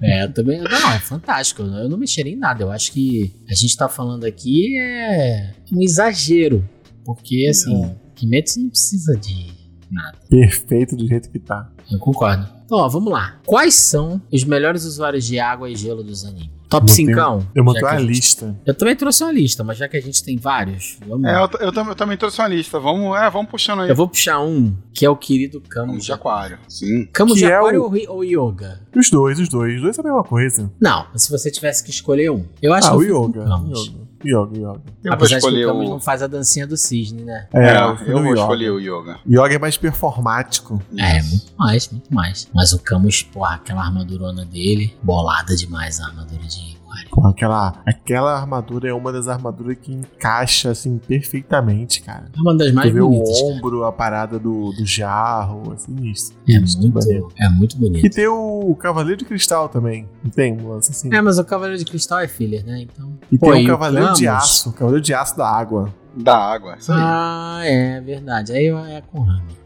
B: É, eu também. Não, é fantástico. Eu não- eu não mexeria em nada. Eu acho que a gente tá falando aqui é um exagero. Porque,
C: É.
B: assim, Kimetsu não precisa de nada.
C: Perfeito do jeito que tá.
B: Eu concordo. Então, ó, vamos lá. Quais são os melhores usuários de água e gelo dos animes? Top um,
C: Eu
B: 5?
C: Eu mandei a lista.
B: Eu também trouxe uma lista, mas já que a gente tem vários, vamos
D: É,
B: lá.
D: eu, t- eu tam- eu também trouxe uma lista. Vamos, é, vamos puxando aí.
B: Eu vou puxar um, que é o querido Camo
D: Vamos de
B: de
D: aquário. Sim.
B: Camo
C: Que
B: de
C: é
B: Aquário
C: o-
B: ou, ri- ou Yoga?
C: Os dois, os dois. Os dois são a mesma coisa.
B: Não, se você tivesse que escolher um. Eu acho
C: ah,
B: que
C: o
B: eu fico
C: Yoga.
B: com Camus.
C: Yoga. Yoga, Yoga.
D: Eu vou
B: Apesar de que
D: escolher
B: o Camus
D: o.
B: não faz a dancinha do cisne, né?
D: É,
C: eu fui
D: eu
C: no
D: vou
C: Yoga.
D: escolher o yoga.
C: Yoga é mais performático.
B: É, muito mais, muito mais. Mas o Camus, porra, aquela armadurona dele, bolada demais a armadura de Aquário.
C: Pô, aquela, aquela armadura é uma das armaduras que encaixa, assim, perfeitamente, cara.
B: É uma das mais
C: tu vê
B: bonitas.
C: o
B: cara.
C: ombro, a parada do, do jarro, assim, isso.
B: É
C: Isso, maneiro.
B: muito, é muito
C: E
B: bonito.
C: tem o Cavaleiro de Cristal também. Não tem um lance assim.
B: É, mas o Cavaleiro de Cristal é filler, né? Então.
C: E
B: Pô,
C: tem
B: e o
C: o Cavaleiro de
B: Camus?
C: Aço, o Cavaleiro de Aço da Água.
D: Da água. Isso aí.
B: Ah, é verdade. Aí é com Rami.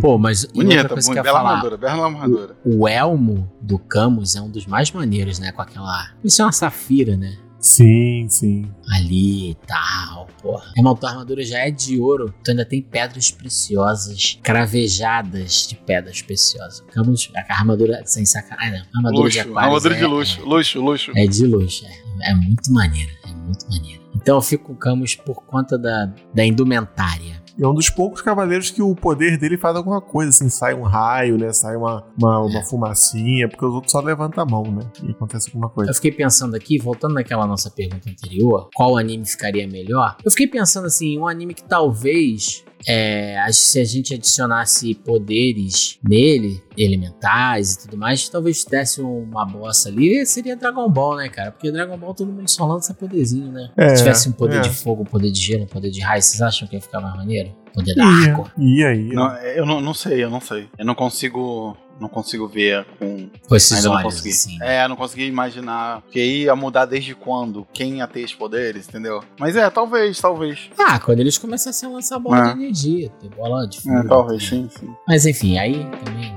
B: Pô, mas e outra
D: Bonita,
B: coisa que
D: bonita.
B: eu ia
D: Bela
B: falar.
D: armadura, bela armadura.
B: O elmo do Camus é um dos mais maneiros, né? Com aquela. Isso é uma safira, né?
C: Sim, sim.
B: Ali e tal, porra. Irmão, tua armadura já é de ouro. Tu ainda tem pedras preciosas, cravejadas de pedras preciosas. Camus, a armadura sem sacanagem. não. A Armadura de
D: Luxo,
B: aquário.
D: armadura de
B: é-
D: luxo, luxo, luxo.
B: É de luxo, é. É muito maneiro, é muito maneiro. Então eu fico com o Camus por conta da, da indumentária.
C: E é um dos poucos cavaleiros que o poder dele faz alguma coisa, assim, sai um raio, né? Sai uma, uma, uma fumacinha, porque os outros só levantam a mão, né? E acontece alguma coisa.
B: Eu fiquei pensando aqui, voltando naquela nossa pergunta anterior, qual anime ficaria melhor? Eu fiquei pensando assim, um anime que talvez é, a- se a gente adicionasse poderes nele, elementais e tudo mais, talvez desse uma bossa ali, seria Dragon Ball, né, cara? Porque Dragon Ball todo mundo só lança poderzinho, né?
C: É,
B: se tivesse um poder
C: é.
B: de fogo, um poder de gelo, um poder de raio, vocês acham que ia ficar mais maneiro? Poder É da
C: Ia,
B: água.
C: ia, ia.
D: Não, é, eu não, não sei, eu não sei. Eu não consigo. Não consigo ver com.
B: Com esses
D: Ainda não
B: olhos,
D: consegui.
B: assim.
D: É, não consegui imaginar. Porque ia mudar desde quando? Quem ia ter os poderes, entendeu? Mas é, talvez, talvez.
B: Ah, quando eles começassem a lançar bola
D: É.
B: de energia, ter bola de fogo. né?
D: É, talvez, sim, sim.
B: Mas enfim, aí também.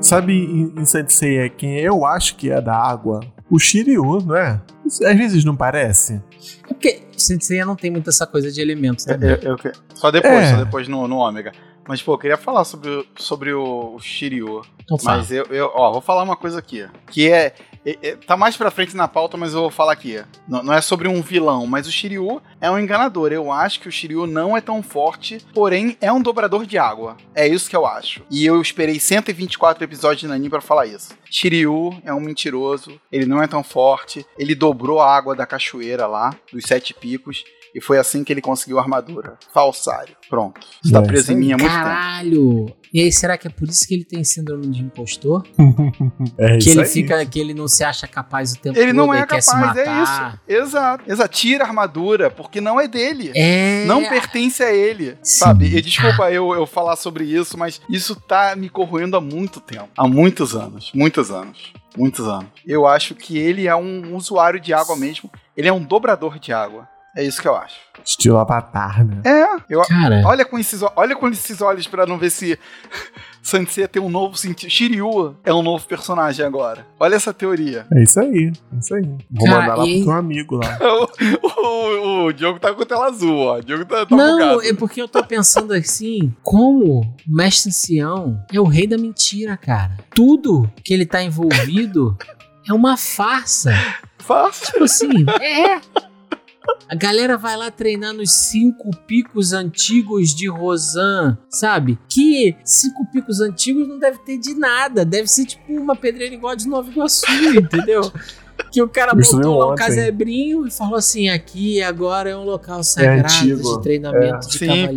C: Sabe em em Sensei é quem eu acho que é da água? O Shiryu, não é? Às vezes não parece.
B: É porque Sensei não tem muito essa coisa de elementos né?
D: Eu-
B: também.
D: eu- eu que- só depois,
C: É.
D: só depois no, no ômega. Mas, pô, eu queria falar sobre, o- sobre o, o Shiryu.
B: Então fala.
D: Mas eu, eu, ó, vou falar uma coisa aqui. Que é, é- é- Tá mais pra frente na pauta, mas eu vou falar aqui. Não, não é sobre um vilão, mas o Shiryu é um enganador. Eu acho que o Shiryu não é tão forte, porém é um dobrador de água. É isso que eu acho. E eu esperei 124 episódios de Nani pra falar isso. Shiryu é um mentiroso, ele não é tão forte. Ele dobrou a água da cachoeira lá, dos sete picos. E foi assim que ele conseguiu a armadura. Falsário. Pronto. Está
C: Nossa.
D: preso em mim há é muito tempo.
B: Caralho! E aí, será que é por isso que ele tem síndrome de impostor?
C: É
B: que
C: isso
B: ele
C: aí.
B: fica, que ele não se acha capaz o tempo
D: Ele
B: todo,
D: não é
B: aí quer se
D: capaz, é
B: matar.
D: isso. Exato. Exato. Tira a armadura, porque não é dele.
B: É.
D: Não pertence a ele,
B: Sim.
D: sabe? E desculpa eu, eu falar sobre isso, mas isso tá me corroendo há muito tempo. Há muitos anos. Muitos anos. Muitos anos. Eu acho que ele é um usuário de água mesmo. Ele é um dobrador de água. É isso que eu acho.
C: Estilo Avatar, né?
D: É, eu,
B: Cara,
D: olha com esses, o- olha com esses olhos pra não ver se Sansei tem um novo sentido. Shiryu é um novo personagem agora. Olha essa teoria.
C: É isso aí, é isso aí. Vou
B: Cara,
C: mandar lá
B: e-
C: pro teu amigo lá.
D: O, Então, o, o Diogo tá com tela azul, ó. O Diogo tá, tá
B: não,
D: bugado.
B: é porque eu tô pensando assim, como o mestre ancião é o rei da mentira, cara. Tudo que ele tá envolvido é uma farsa.
D: Fácil.
B: Tipo assim, é. A galera vai lá treinar nos cinco picos antigos de Rosan, sabe? Que cinco picos antigos não deve ter de nada. Deve ser tipo uma pedreira igual a de Nova Iguaçu, entendeu? Que o cara
C: Destruiu
B: botou lá um
C: ontem.
B: casebrinho e falou assim: aqui agora é um local sagrado
C: antigo,
B: de treinamento de
D: Sim,
B: cavaleiros.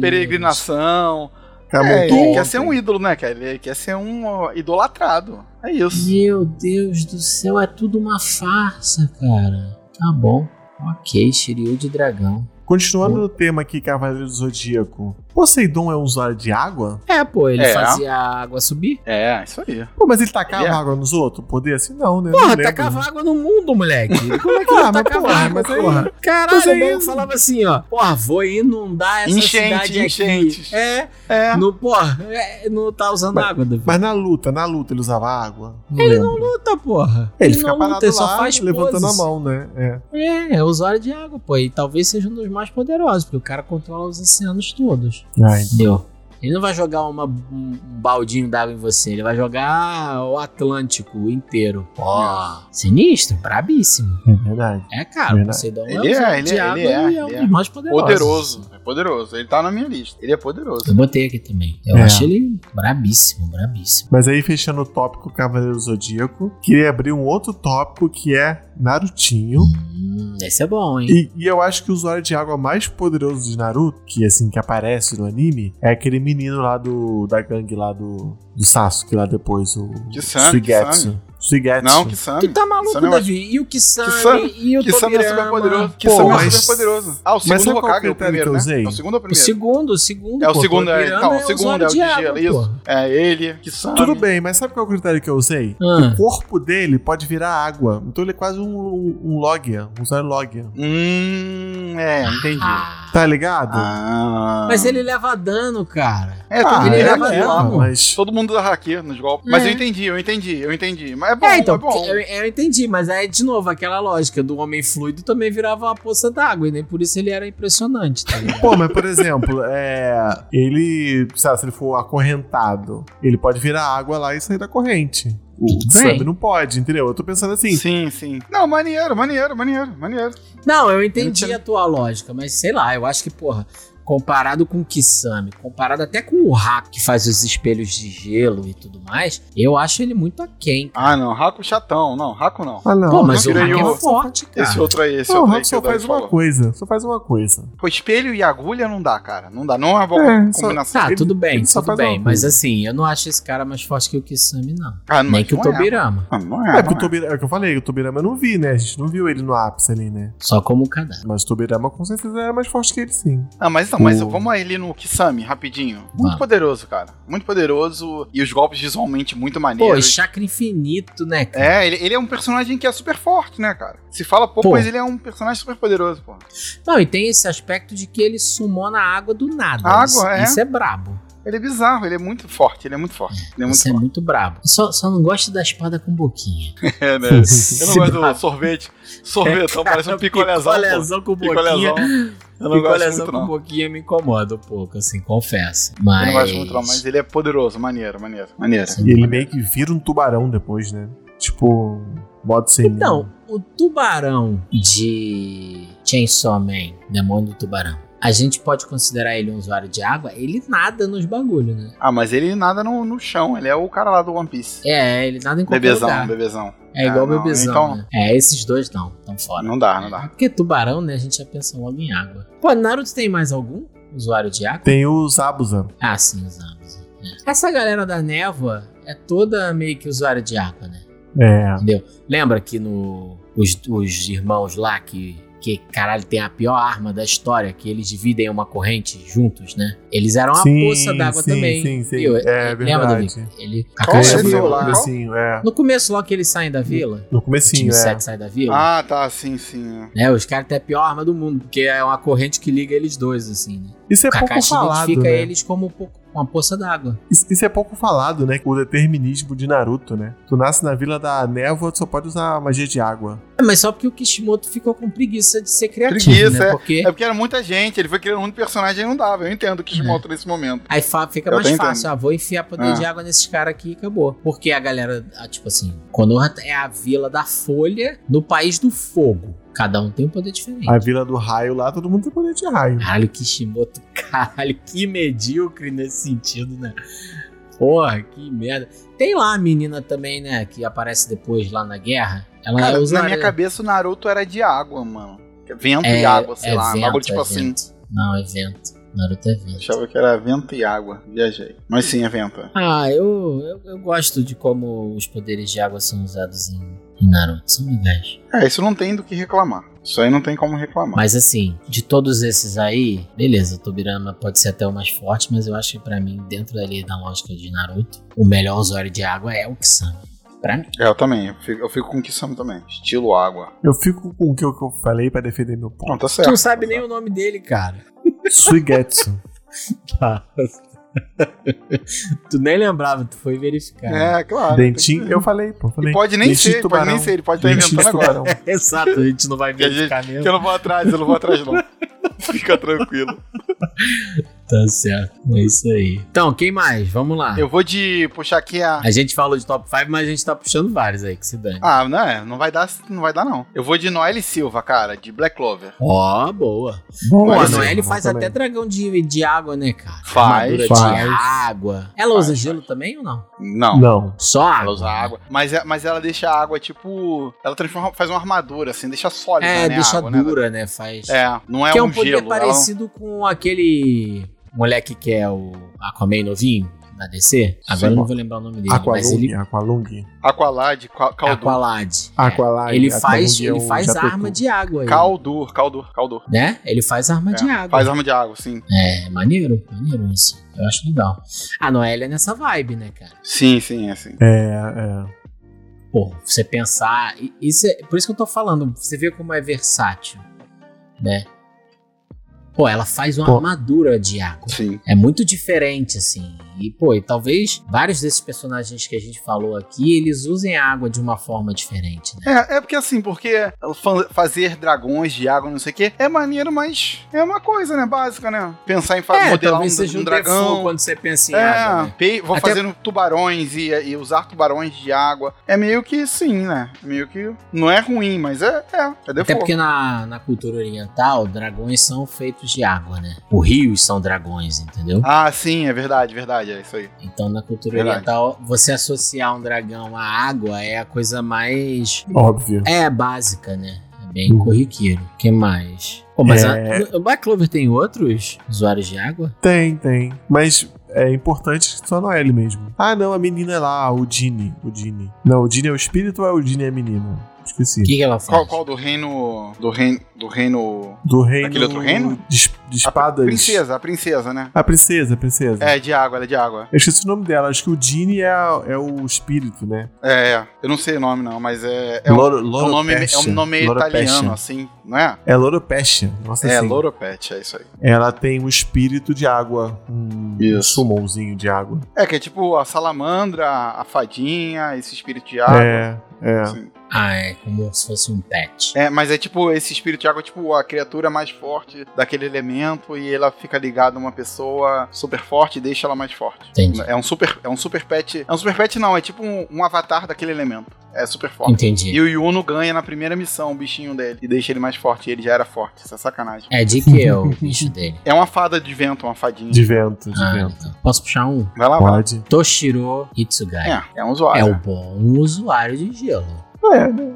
D: peregrinação. É,
C: Acabou
D: ele
C: é,
D: quer ser um ídolo, né, cara? Ele quer ser um ó, idolatrado. É isso.
B: Meu Deus do céu, é tudo uma farsa, cara. Tá bom. Ok, Shiryu de dragão.
C: Continuando no tema aqui, Cavaleiro do Zodíaco. Poseidon é um usuário de água?
B: É, pô, ele
D: É.
B: fazia a água subir.
D: É, isso aí.
C: Pô, mas ele tacava
D: Ele é.
C: água nos outros? Poder assim? Não, né? Não
B: Porra,
C: lembro.
B: tacava água no mundo, moleque. Como é que
C: Ah,
B: ele
C: mas
B: tacava
C: porra,
B: água?
C: mas aí- porra. é
B: Caralho,
C: Mas aí-
B: o maluco falava assim, ó. Porra, vou inundar essa
D: Enchente,
B: cidade aqui.
D: enchentes.
B: É,
D: É.
B: no, porra, é, não tá usando água, Davi.
C: Mas na luta, na luta ele usava água? ele não luta.
B: Puta porra.
C: Ele fica
B: não
C: parado
B: luta, ele
C: lá,
B: só faz
C: levantando
B: poses.
C: a mão, né? É.
B: É, é usuário de água, pô. E talvez seja um dos mais poderosos, porque o cara controla os oceanos todos. Entendeu? Ele não vai jogar uma- um um baldinho d'água em você, ele vai jogar o Atlântico inteiro. Ó, sinistro, brabíssimo.
C: É verdade.
B: É, cara,
C: Verdade.
B: você dá um
D: Ele é,
B: usuário
D: ele
B: de
D: é,
B: água
D: ele
B: e
D: é,
B: é um
D: ele
B: dos
D: é.
B: mais poderosos.
D: Poderoso. É poderoso. Ele tá na minha lista. Ele é poderoso.
B: Eu botei aqui também. Eu
C: É.
B: acho ele brabíssimo, brabíssimo.
C: Mas aí, fechando o tópico Cavaleiro do Zodíaco, queria abrir um outro tópico que é Narutinho.
B: Hum, esse é bom, hein?
C: E, e eu acho que o usuário de água mais poderoso de Naruto, que assim, que aparece no anime, é aquele menino lá do. da gangue lá do. do Sasuke lá depois, o.
D: Kisame,
C: Suigetsu. Suigetsu.
D: Não, que
B: Tu
D: Sami.
B: tá maluco,
D: Kisame é
B: Davi? E o Kisame,
D: Kisame-
B: e o
D: Que Sami é
B: Tobirama?
D: super poderoso. Que
C: Pô,
D: Sami é
C: mas-
D: super poderoso. Ah, o segundo
C: sabe qual
D: Hokage é
C: critério
D: o
C: que
D: primeiro,
C: eu
D: né?
C: usei?
D: É o segundo ou o
B: O
D: primeiro?
B: segundo, o segundo.
D: É o
B: pô,
D: segundo, é.
B: Tobirama
D: Não, o
B: um
D: segundo é o de
B: usuário
D: gelo,
B: água,
D: isso.
B: pô.
D: É ele, que Sami.
C: Tudo bem, mas sabe qual é o critério que eu usei?
B: Ah,
C: O corpo dele pode virar água. Então ele é quase um, um, um Logia, um usuário Logia.
D: Hum, é, entendi.
C: Tá ligado?
D: Ah.
B: Mas ele leva dano, cara.
D: É,
C: tá
D: todo mundo
B: ele
D: dá
B: era
D: haki
B: vilão.
D: lá.
C: né? mas.
D: Todo mundo dá haki nos golpes. Mas
B: É.
D: eu entendi, eu entendi, eu entendi. Mas é bom,
B: É, então,
D: é bom.
B: eu, eu entendi, mas é de novo aquela lógica do homem fluido também virava uma poça d'água, e nem por isso ele era impressionante, tá ligado?
C: Pô, mas por exemplo, é. Ele. Sei lá, se ele for acorrentado, ele pode virar água lá e sair da corrente. O
B: Bem.
C: Sam não pode, entendeu? Eu tô pensando assim.
D: Sim, sim. Não, maneiro, maneiro, maneiro, maneiro.
B: Não, eu entendi
D: Entendi.
B: a tua lógica, mas sei lá, eu acho que, porra, comparado com o Kisame, comparado até com o Haku, que faz os espelhos de gelo e tudo mais, eu acho ele muito aquém.
D: Ah, não, Raco chatão. Não, Raco não.
C: Ah, não.
B: Pô, mas o
D: virei
B: Haku é
D: o-
B: forte, cara.
D: Esse outro aí, esse
C: Não, o
D: outro aí
C: Rafa
D: que o
C: só
D: Dani
C: faz uma
D: falou.
C: coisa. Só faz uma coisa.
D: Pô, espelho e agulha não dá, cara. Não dá, não é uma boa
C: É, só-
D: combinação.
B: Tá,
C: Ele-
B: tudo bem,
C: ele só
B: tudo
C: faz uma
B: bem. Mas
C: coisa.
B: assim, eu não acho esse cara mais forte que o Kisame, não.
D: Ah, mas
B: Nem que o
D: não
B: Tobirama.
D: É. Ah, não é,
C: É, porque o
D: não é.
C: Tobirama, é o que eu falei, o Tobirama eu não vi, né? A gente não viu ele no ápice ali, né?
B: Só como o Kadá.
C: Mas o Tobirama com certeza era mais forte que ele, sim.
D: Ah, mas não, mas
C: O-
D: vamos ali no Kisame, rapidinho. Muito
B: Vamos.
D: poderoso, cara. Muito poderoso e os golpes visualmente muito
B: Pô, e
D: maneiros.
B: chakra infinito, né, cara?
D: É, ele, ele é um personagem que é super forte, né, cara? Se fala pouco,
B: Pô.
D: mas ele é um personagem super poderoso, pô.
B: Não, e tem esse aspecto de que ele sumou na água do nada.
D: Água,
B: isso,
D: é.
B: Isso é brabo.
D: Ele é bizarro, ele é muito forte, ele é muito forte. Ele é muito
B: Isso é muito brabo. Só, só não gosto da espada com boquinha.
D: forte. É, né? Eu não gosto do sorvete. Sorvetão, parece um picolezão. pô.
B: Picolezão com boquinha.
D: Picolezão. Eu não gosto
B: Picolezão
D: muito,
B: com
D: não.
B: boquinha me incomoda um pouco, assim, confesso.
D: Eu
B: Mas...
D: não gosto muito, não, mas ele é poderoso, maneiro, maneiro, maneiro.
B: Sim.
C: E ele meio que vira um tubarão depois, né? Tipo, modo sem.
B: Então, o tubarão de Chainsaw Man, Demônio do Tubarão, a gente pode considerar ele um usuário de água? Ele nada nos bagulhos, né?
D: Ah, mas ele nada no, no chão, ele é o cara lá do One Piece.
B: É, ele nada em qualquer
D: Bebezão,
B: lugar.
D: bebezão.
B: É igual
D: Ah, não,
B: bebezão,
D: então-
B: né? É, esses dois não, estão fora.
D: Não dá, não dá.
B: Porque tubarão, né, a gente já pensa logo em água. Pô, Naruto tem mais algum usuário de água?
C: Tem o Zabuza.
B: Ah, sim, os ambos. né? Essa galera da névoa é toda meio que usuário de água, né?
C: É.
B: Entendeu? Lembra que no, os, os irmãos lá que, que, caralho, tem a pior arma da história, que eles dividem uma corrente juntos, né? Eles eram uma poça d'água
C: sim,
B: também.
C: Sim, sim,
B: Viu?
C: É
B: Lembra, Davi?
C: verdade.
B: Ele, a
D: Qual
B: caixa
D: é
C: eu
D: esse
B: voou
C: lembro,
D: lá?
B: lá.
C: no comecinho, é.
B: No começo, logo que eles saem da vila,
C: No
B: o time
C: comecinho, é.
B: 7 sai da vila,
D: Ah, tá, sim, sim. é.
B: né? Os caras têm a pior arma do mundo, porque é uma corrente que liga eles dois, assim, né?
C: Isso é
B: o
C: pouco
B: Kakashi
C: falado,
B: identifica
C: né?
B: eles como um pouco- uma poça d'água.
C: Isso isso é pouco falado, né? O determinismo de Naruto, né? Tu nasce na Vila da Névoa, tu só pode usar magia de água.
B: É, Mas só porque o Kishimoto ficou com preguiça de ser criativo,
D: Preguiça,
B: né? Porque
D: É porque era muita gente, ele foi criando muito personagem e não dava. Eu entendo o
B: É.
D: Kishimoto nesse momento.
B: Aí fa- fica
D: Eu
B: mais
D: tô entendendo.
B: fácil, ah, vou enfiar poder
D: Ah.
B: de água nesses caras aqui e acabou. Porque a galera, ah, tipo assim, Konoha é a vila da folha no país do fogo. Cada um tem um poder diferente.
C: A Vila do Raio lá, todo mundo tem poder de raio.
B: Caralho, Kishimoto, caralho, que medíocre nesse sentido, né? Porra, que merda. Tem lá a menina também, né? Que aparece depois lá na guerra. Ela é
D: Cara,
B: usa
D: na minha cabeça o Naruto era de água, mano. Vento e água, sei
B: é
D: lá. um bagulho
B: vento,
D: tipo
B: é
D: assim.
B: vento. Não, é vento. Naruto é vento.
D: Achava que era vento e água. Viajei. Mas sim, é vento.
B: Ah, eu, eu, eu gosto de como os poderes de água são usados em, em Naruto. São legais.
D: É, isso não tem do que reclamar. Isso aí não tem como reclamar.
B: Mas assim, de todos esses aí, beleza, o Tobirama pode ser até o mais forte, mas eu acho que pra mim, dentro ali da lógica de Naruto, o melhor usuário de água é o Kisama. Pra mim.
D: É, Eu também. Eu fico, eu fico com Kisame também. Estilo água.
C: Eu fico com o que eu que eu falei pra defender meu
D: Não,
C: ponto.
D: tá certo.
B: Tu não sabe nem o nome dele, cara.
C: Suigetsu.
D: Ah.
B: Tá. tu nem lembrava, tu foi verificar.
D: É, claro.
C: Dentinho.
D: Tem que-
C: Eu falei, pô. Falei.
D: E pode nem
C: Dente de
D: ser, pode
C: tubarão.
D: nem ser. Ele pode estar
C: Dente de
D: inventando agora.
C: tubarão.
B: Exato, a gente não vai
D: Que a gente-
B: verificar
D: Que
B: mesmo.
D: eu não vou atrás, eu não vou atrás, não. Fica tranquilo.
B: Tá certo, é isso aí. Então, quem mais? Vamos lá.
D: Eu vou de puxar aqui a.
B: A gente falou de top 5, mas a gente tá puxando vários aí, que se dane.
D: Ah, não, é, não vai dar, não vai dar, não. Eu vou de Noelle Silva, cara, de Black Clover.
B: Ó, boa.
C: Bom,
B: Pô, a
D: Mas
C: esse é
B: Noelle
C: bom
B: faz
C: também.
B: até dragão de, de água, né, cara?
D: Faz,
B: Armadura
C: faz.
B: de água. Ela
D: Faz,
B: usa
D: faz.
B: gelo também ou não?
D: Não.
C: Não.
B: Só água.
D: Ela usa água. Mas, é- mas ela deixa a água, tipo. Ela transforma, faz uma armadura, assim, deixa sólida,
B: É,
D: né? a
B: deixa
D: água, né?
B: dura, né? Faz.
D: É, não é
B: que é
D: um,
B: um poder
D: gelo. ela não-
B: parecido com aquele moleque que é o Aquaman novinho da DC. Agora eu não vou lembrar o nome dele, mas
D: É
C: Aqualung,
B: ele
C: Aqualung.
D: Aqualad, Ca- Caldur.
B: Aqualad.
C: Aqualung.
B: Ele
C: Aqualung
B: faz,
C: é
D: um
B: ele
C: o
B: faz
C: Japetu.
B: arma de água aí,
D: Caldur, Caldur, Caldur.
B: né? Ele faz arma de
D: É,
B: água.
D: Faz arma de água, sim.
B: É, maneiro, maneiro isso. Eu acho legal. A Noélia é nessa vibe, né, cara?
D: Sim, sim, é assim.
C: É, é.
B: Pô, você pensar. i- Isso é, por isso que eu tô falando, você vê como é versátil, né? Pô, ela faz uma
C: Pô.
B: armadura de água.
D: Sim.
B: É muito diferente, assim. E, pô, e talvez vários desses personagens que a gente falou aqui, eles usem a água de uma forma diferente, né?
D: É, é porque assim, porque fa- fazer dragões de água, não sei o quê, é maneiro, mas é uma coisa, né? Básica, né? Pensar em fa-
B: É,
D: modelar um, um dragão.
B: quando você pensa em
D: É,
B: água, né?
D: pei- vou
B: Até-
D: fazendo tubarões e, e usar tubarões de água. É meio que sim, né? Meio que. Não é ruim, mas é. É, é
B: Até
D: default.
B: porque na, na cultura oriental, dragões são feitos de água, né? Os rios são dragões, entendeu?
D: Ah, sim, é verdade, verdade, é isso aí.
B: Então, na cultura
D: Verdade.
B: oriental, você associar um dragão à água é a coisa mais.
C: Óbvio.
B: É básica, né? É bem
C: Uhum.
B: corriqueiro. O que mais? Pô, mas
C: É.
B: a- o Black Clover tem outros usuários de água?
C: Tem, tem. Mas é importante que só não é ele mesmo. Ah, não, a menina é lá, o Dini. O Dini. Não, o Dini é o espírito ou é o Dini é a menina? Esqueci.
B: O que, que ela faz?
D: Qual, qual do reino. Do reino. Do reino.
C: Do reino.
D: Daquele outro reino?
C: De, es- de espadas.
D: A princesa, a princesa, né?
C: A princesa, a princesa.
D: É, de água, ela é de água.
C: Eu esqueci o nome dela, acho que o Dini é, a- é o espírito, né?
D: É, é. Eu não sei o nome, não, mas é. É um,
C: Loro-
D: é um nome, é
C: Loropestia.
D: um nome
C: Loropestia.
D: italiano, assim, não é?
C: É Loropestia. Nossa
D: É,
C: assim.
D: Loropet, é isso aí.
C: Ela tem um espírito de água. Um
D: Isso.
C: sumonzinho de água.
D: É, que é tipo a salamandra, a fadinha, esse espírito de água.
C: É, é.
D: assim.
B: Ah, é como se fosse um pet.
D: É, mas é tipo, esse espírito de água é tipo a criatura mais forte daquele elemento e ela fica ligada a uma pessoa super forte e deixa ela mais forte.
B: Entendi.
D: É um super, é um super pet. É um super pet não, é tipo um, um avatar daquele elemento. É super forte.
B: Entendi.
D: E o Yuno ganha na primeira missão o bichinho dele e deixa ele mais forte. E ele já era forte. Isso é sacanagem.
B: É de que é o bicho dele?
D: É uma fada de vento, uma fadinha.
C: De vento, de
B: Ah,
C: vento.
B: então. Posso puxar um?
D: Vai lá, vai.
C: Pode.
B: Toshiro Itsugai.
D: É, é um
B: É
D: usuário.
B: o bom usuário de gelo.
C: É, né?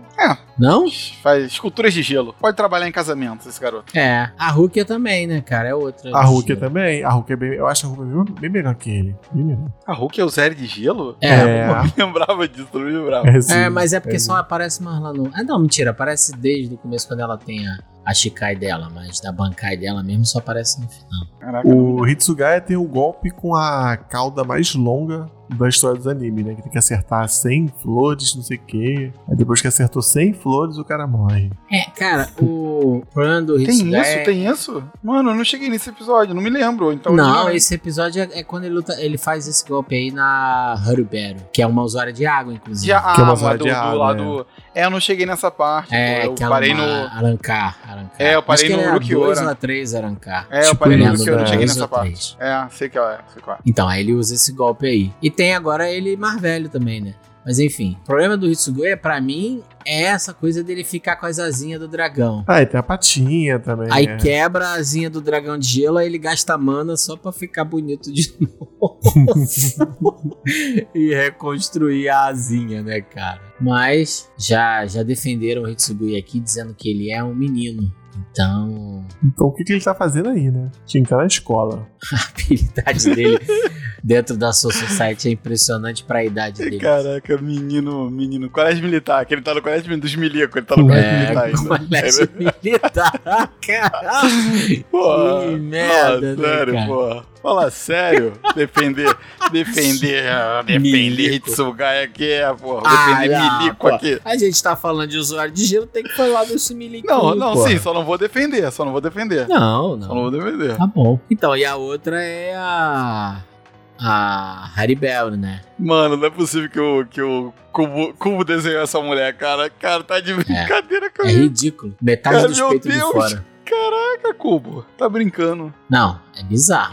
B: Não?
D: Faz esculturas de gelo. Pode trabalhar em casamentos, esse garoto.
B: É. A Rukia também, né, cara? É outra.
C: A
B: de
C: Hulk
B: gelo.
C: também. A Hulk é bem. Eu acho a Hulk bem, bem melhor que ele. Bem melhor.
D: A Hulk é o Zé de gelo?
B: É.
D: Eu
C: Ah.
D: não lembrava disso, não lembrava.
C: sim.
B: É, mas é porque
C: É.
B: só aparece mais lá no. Ah, não, mentira. Aparece desde o começo quando ela tem a, a Shikai dela, mas da Bankai dela mesmo só aparece no final.
D: Caraca.
C: O Hitsugaya tem o golpe com a cauda mais longa da história dos animes, né? Que tem que acertar 100 flores, não sei o quê. Aí depois que acertou 100 flores, o cara morre.
B: É, cara, o plano do
D: Tem
B: Hitsugai
D: isso?
B: é-
D: Tem isso? Mano, eu não cheguei nesse episódio, não me lembro. Então
B: Não,
D: eu-
B: esse episódio é, é quando ele, luta- ele faz esse golpe aí na Haruberu, que é uma usuária de água, inclusive.
D: De, ah,
C: Que é uma
D: mas
C: zoada
D: do,
C: de
D: do
C: água,
D: lado. É. eu não cheguei nessa parte.
B: né? É,
D: pô, eu
B: que ela
D: parei
B: é
D: no.
B: uma Arancar, Arancar.
D: É, eu
B: Acho
D: parei
B: que
D: no
B: ela era
D: Urukiora.
B: dois ou três Arancar.
D: É, eu
C: tipo,
D: parei no
C: né,
D: que eu não
C: no-
D: cheguei
B: dois
D: nessa
B: ou três.
D: parte. É, sei que é, sei qual é.
B: Então, aí ele usa esse golpe aí. E tem agora ele mais velho também, né? Mas enfim, o problema do Hitsugoi, é, pra mim, é essa coisa dele ficar com as asinhas do dragão.
C: Ah, e tem a patinha também.
B: Aí
C: é.
B: quebra a asinha do dragão de gelo, aí ele gasta mana só pra ficar bonito de novo. e reconstruir a asinha, né, cara? Mas já, já defenderam o Hitsugui aqui, dizendo que ele é um menino. Então,
C: Então o que, que ele tá fazendo aí, né? Tinha que estar na escola.
B: a habilidade dele dentro da sua society é impressionante pra idade dele.
D: Caraca, menino, menino, colégio militar, que ele tá no colégio militar dos milico, ele tá no colégio
B: É,
D: militar ainda. né?
B: colégio militar, caralho.
D: Porra,
B: Que merda, né,
D: fala ah, sério,
B: cara?
D: porra. Fala sério, defender, defender, ah, defender
B: Milico.
D: Hitsugai aqui é, porra,
B: Ah,
D: defender
B: não,
D: milico
B: pô.
D: aqui.
B: A gente tá falando de usuário de gelo, tem que falar desse milico.
D: Não, não,
B: pô.
D: sim, só não vou defender, só não vou defender.
B: Não, não.
D: Só não vou defender.
B: Tá bom. Então, e a outra é a. A Haribel, né?
D: Mano, não é possível que o, que o Cubo, Cubo desenhou essa mulher, cara. Cara, tá de brincadeira
B: É
D: comigo.
B: ridículo. Metade
D: Cara,
B: dos
D: meu
B: peitos de
D: Deus.
B: fora.
D: Caraca, Cubo, tá brincando.
B: Não, é bizarro.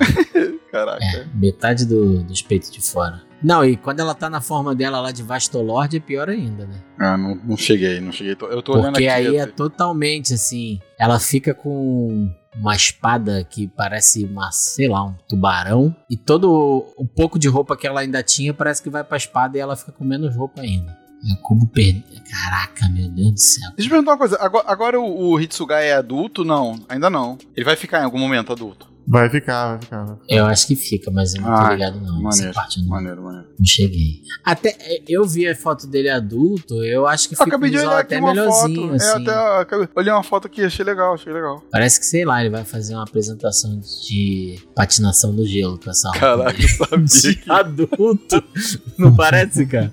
D: Caraca.
B: É, metade do, dos peitos de fora. Não, e quando ela tá na forma dela lá de Vastolord é pior ainda, né?
D: Ah, não, não cheguei, não cheguei. Tô- Eu tô olhando
B: Porque
D: aqui.
B: aí
D: eu-
B: é totalmente assim. Ela fica com uma espada que parece uma, sei lá, um tubarão. E todo o, o pouco de roupa que ela ainda tinha parece que vai pra espada e ela fica com menos roupa ainda. É como perder. Caraca, meu Deus do céu.
D: Deixa eu perguntar uma coisa. Agora, agora o, o Hitsugai é adulto? Não, ainda não. Ele vai ficar em algum momento adulto.
C: Vai ficar, vai ficar. vai ficar.
B: Eu acho que fica, mas eu não tô
D: Ah,
B: ligado, não. Essa
D: maneiro,
B: parte eu não,
D: maneiro, maneiro.
B: não cheguei. Até eh, eu vi a foto dele adulto, eu acho que
D: Eu
B: fica
D: acabei de
B: um visual
D: olhar aqui
B: até
D: uma
B: melhorzinho,
D: foto.
B: assim.
D: É, até, acabei- olhei uma foto aqui, achei legal, achei legal.
B: Parece que, sei lá, ele vai fazer uma apresentação de patinação no gelo com essa roupa.
D: Caraca, eu sabia
B: de
D: que...
B: adulto. Não parece, cara?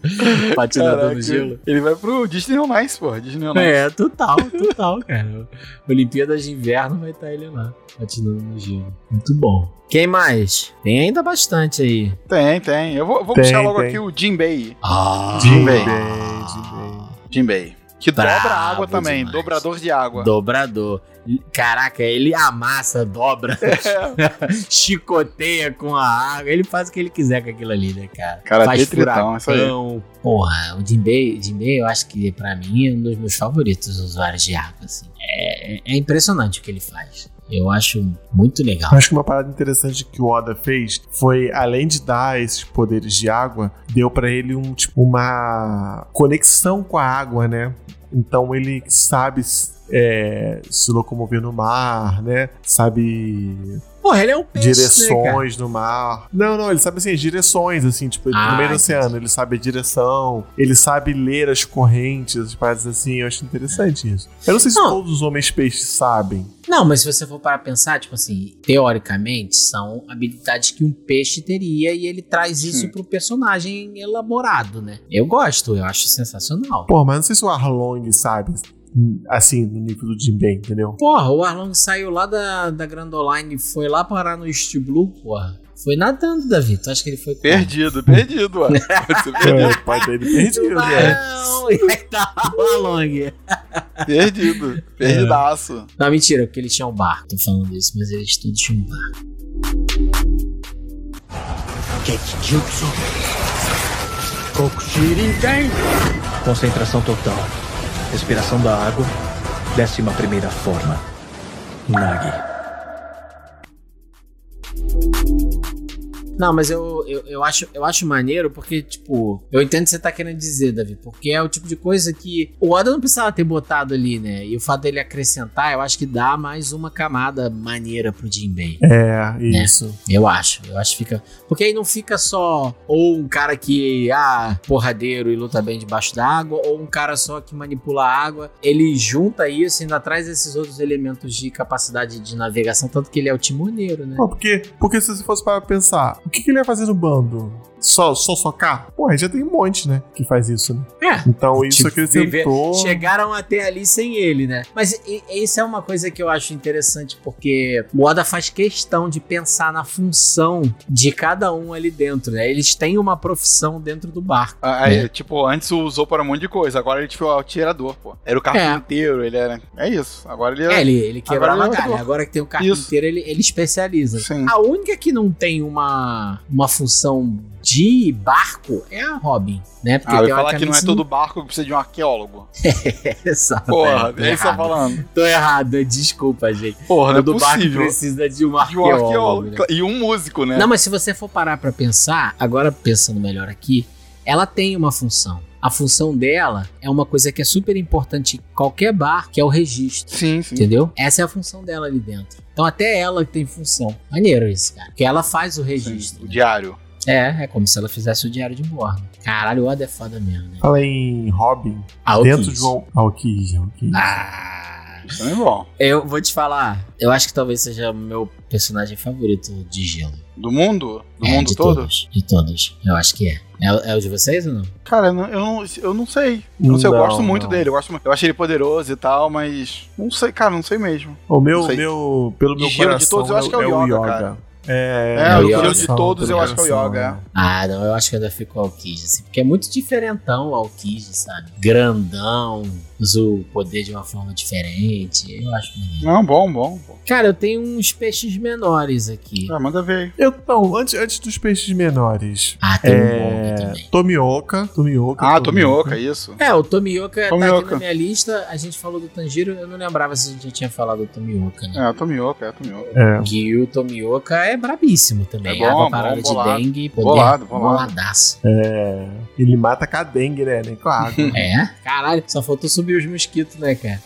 B: Patinador
D: Caraca,
B: no gelo.
D: ele vai pro Disney On Ice, pô. Disney On Ice.
B: É, total, total, cara. Olimpíadas de Inverno vai estar ele lá, patinando no gelo. Muito bom. Quem mais? Tem ainda bastante aí.
D: Tem, tem. Eu vou, vou
C: Tem,
D: puxar logo
C: tem.
D: aqui o Jinbei.
B: Ah,
D: Jinbei.
C: Jinbei,
D: Jinbei. Que
B: Brabo
D: dobra água também,
B: demais.
D: dobrador de água.
B: Dobrador. Caraca, ele amassa, dobra,
D: É.
B: chicoteia com a água. Ele faz o que ele quiser com aquilo ali, né, cara?
D: Cara,
B: faz
D: detritão, é isso aí.
B: furacão. Porra, o Jinbei, Jinbei, eu acho que pra mim é um dos meus favoritos usuários de água, assim. É, é impressionante o que ele faz. Eu acho muito legal.
C: Acho que uma parada interessante que o Oda fez foi, além de dar esses poderes de água, deu pra ele um tipo uma conexão com a água, né? Então ele sabe é, se locomover no mar, né? Sabe
B: Porra, ele é um peixe, né, cara?
C: direções no mar. Não, não, ele sabe assim, as direções, assim, tipo,
B: Ah,
C: no meio do
B: entendi.
C: oceano, ele sabe a direção, ele sabe ler as correntes, as paradas assim, eu acho interessante isso. Eu não sei se
B: Não.
C: todos os homens peixes sabem.
B: Não, mas se você for para pensar, tipo assim, teoricamente, são habilidades que um peixe teria e ele traz isso
D: Sim.
B: pro personagem elaborado, né? Eu gosto, eu acho sensacional.
C: Pô, mas não sei se o Arlong sabe, assim, no nível do Jinbei, entendeu?
B: Porra, o Arlong saiu lá da, da Grand Online e foi lá parar no East Blue, porra. Foi nadando, Davi. Tu acha que ele foi como?
D: Perdido, perdido, ó. Pode ser perdido,
C: É, pode ter ido perdido, né?
B: Não, e aí tá lá o Arlong. É.
D: perdido, perdidaço.
B: Não, mentira, porque eles tinham um barco. Tô falando isso, mas eles todos tinham um barco.
G: Concentração total. Respiração da água. Décima primeira forma. Nagi.
B: Não, mas eu, eu, eu acho, eu acho maneiro porque, tipo, eu entendo o que você tá querendo dizer, Davi, porque é o tipo de coisa que o Oda não precisava ter botado ali, né? E o fato dele acrescentar, eu acho que dá mais uma camada maneira pro Jinbei.
C: É, isso.
B: Eu acho, eu acho que fica. Porque aí não fica só ou um cara que, ah, porradeiro e luta bem debaixo da água, ou um cara só que manipula a água. Ele junta isso e ainda traz esses outros elementos de capacidade de navegação, tanto que ele é o timoneiro, né?
C: Pô, porque, porque se você fosse para pensar, o que, que ele ia fazer no bando? Só, só socar? Pô, aí já tem um monte, né? Que faz isso, né?
B: É.
C: Então isso
B: Tipo,
C: acrescentou.
B: viver- Chegaram até ali sem ele, né? Mas i- isso é uma coisa que eu acho interessante, porque o Oda faz questão de pensar na função de cada um ali dentro, né? Eles têm uma profissão dentro do barco.
D: Ah, aí,
B: É.
D: Tipo, antes usou para um monte de coisa, agora ele tipo, é o atirador, pô. Era o carpinteiro, ele era. É isso, agora ele
B: É, ele, ele quebrava
D: Agora
B: a
D: ele é
B: galha.
D: outro.
B: Agora que tem o carpinteiro, ele, ele especializa.
D: Sim.
B: A única que não tem uma, uma função de barco é a Robin, né?
D: Ah, eu ia falar que
B: teoricamente,
D: não é
B: se
D: todo barco que precisa de um arqueólogo.
B: Exato,
D: Porra,
B: é, tô
D: é isso que você tá
B: errado.
D: falando.
B: Tô errado, desculpa, gente.
D: Porra, não é
B: Todo barco
D: possível.
B: precisa de um
D: De um
B: arqueólogo. né?
D: arqueólogo. E um músico, né?
B: Não, mas se você for parar pra pensar, agora pensando melhor aqui, ela tem uma função. A função dela é uma coisa que é super importante em qualquer bar, que é o registro.
D: Sim, sim.
B: Entendeu? Essa é a função dela ali dentro. Então até ela tem função. Maneiro isso, cara. Porque ela faz o registro.
D: O
B: né?
D: diário.
B: É, é como se ela fizesse o diário de bordo. Caralho, o Oda é foda mesmo, né?
C: Fala em Robin.
B: Ah, o
C: dentro
B: Kiss.
C: de um. Ah, o Kiss, o Kiss.
B: Ah,
D: Isso também é bom.
B: eu vou te falar. Eu acho que talvez seja o meu personagem favorito de gelo.
D: Do mundo? Do
B: É,
D: mundo
B: de
D: todo?
B: Todos, de todos. Eu acho que é. é. é o de vocês ou não?
D: Cara, eu não, eu não, eu não sei. Eu não sei, eu
C: Não,
D: gosto muito
C: não.
D: dele. Eu, gosto, muito- eu achei ele poderoso e tal, mas. Não sei, cara, não sei mesmo.
C: O meu,
D: Não sei.
C: meu, pelo meu
D: De gelo
C: coração,
D: de todos, eu acho que é o Yoga, cara.
C: É,
D: É,
B: o
C: meu
B: gelo de
C: coração,
D: todos,
C: pelo
D: eu acho que é o
C: coração,
D: Yoga,
C: né?
B: Ah, não, eu acho que eu ainda fico com o Alkid, assim, porque é muito diferentão o Alkid, sabe? Grandão, usa o poder de uma forma diferente. Eu acho maneiro.
D: Não, bom, bom. bom.
B: Cara, eu tenho uns peixes menores aqui.
D: Ah, manda ver aí.
C: Eu, não, antes, antes dos peixes menores.
B: Ah, tem um bom aqui
C: É.
B: também.
C: Tomioka. Tomioka.
D: Ah, Tomioka, isso.
B: É, o Tomioka, tá aqui
D: Tomioka.
B: na minha lista. A gente falou do Tanjiro, eu não lembrava se a gente já tinha falado do Tomioka, né?
D: É, Tomioka, é Tomioka.
C: É.
B: Que o Tomioka é brabíssimo também.
D: É bom,
B: Água
D: bom,
B: parada de
D: bolado.
B: dengue, poder
D: Bolado, bolado.
B: boladaço.
C: É, ele mata com a dengue, né? Nem com a água.
B: É? Caralho, só faltou subir os mosquitos, né, cara?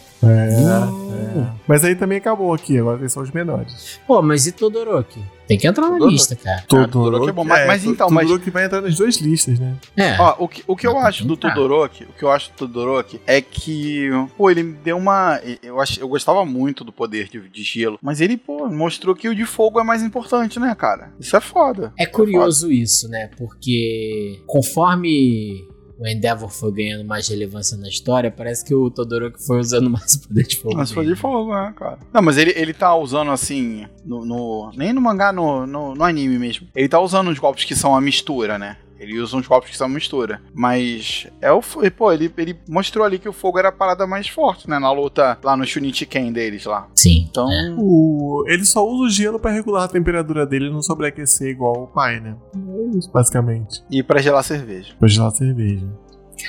C: É,
D: Hum.
C: é. Mas aí também acabou aqui, agora tem só os menores.
B: Pô, mas e Todoroki? Tem que entrar na
D: Todoroki?
B: lista, cara.
D: Todo- Todoroki é bom, mas- mas então, mas-
C: Todoroki vai entrar nas duas listas, né?
B: É.
D: Ó, o que, o que eu
B: Mas
D: acho do
B: tá.
D: Todoroki, o que eu acho do Todoroki é que, pô, ele me deu uma. Eu, ach, eu gostava muito do poder de, de gelo, mas ele, pô, mostrou que o de fogo é mais importante, né, cara? Isso é foda.
B: É curioso isso, né? Porque conforme o Endeavor foi ganhando mais relevância na história, parece que o Todoroki foi usando mais o poder de fogo.
D: Mas foi
B: dele.
D: de fogo, né, cara? Não, mas ele, ele tá usando assim. No, no- nem no mangá, no, no, no anime mesmo. Ele tá usando uns golpes que são a mistura, né? Ele usa uns golpes que são mistura. Mas é o. fo- Pô, ele, ele mostrou ali que o fogo era a parada mais forte, né? Na luta lá no Shunichiken deles lá.
B: Sim.
D: Então.
B: é.
C: O- ele só usa o gelo pra regular a temperatura dele e não sobreaquecer igual o pai, né? É isso, basicamente.
D: E pra gelar cerveja.
C: Pra gelar cerveja.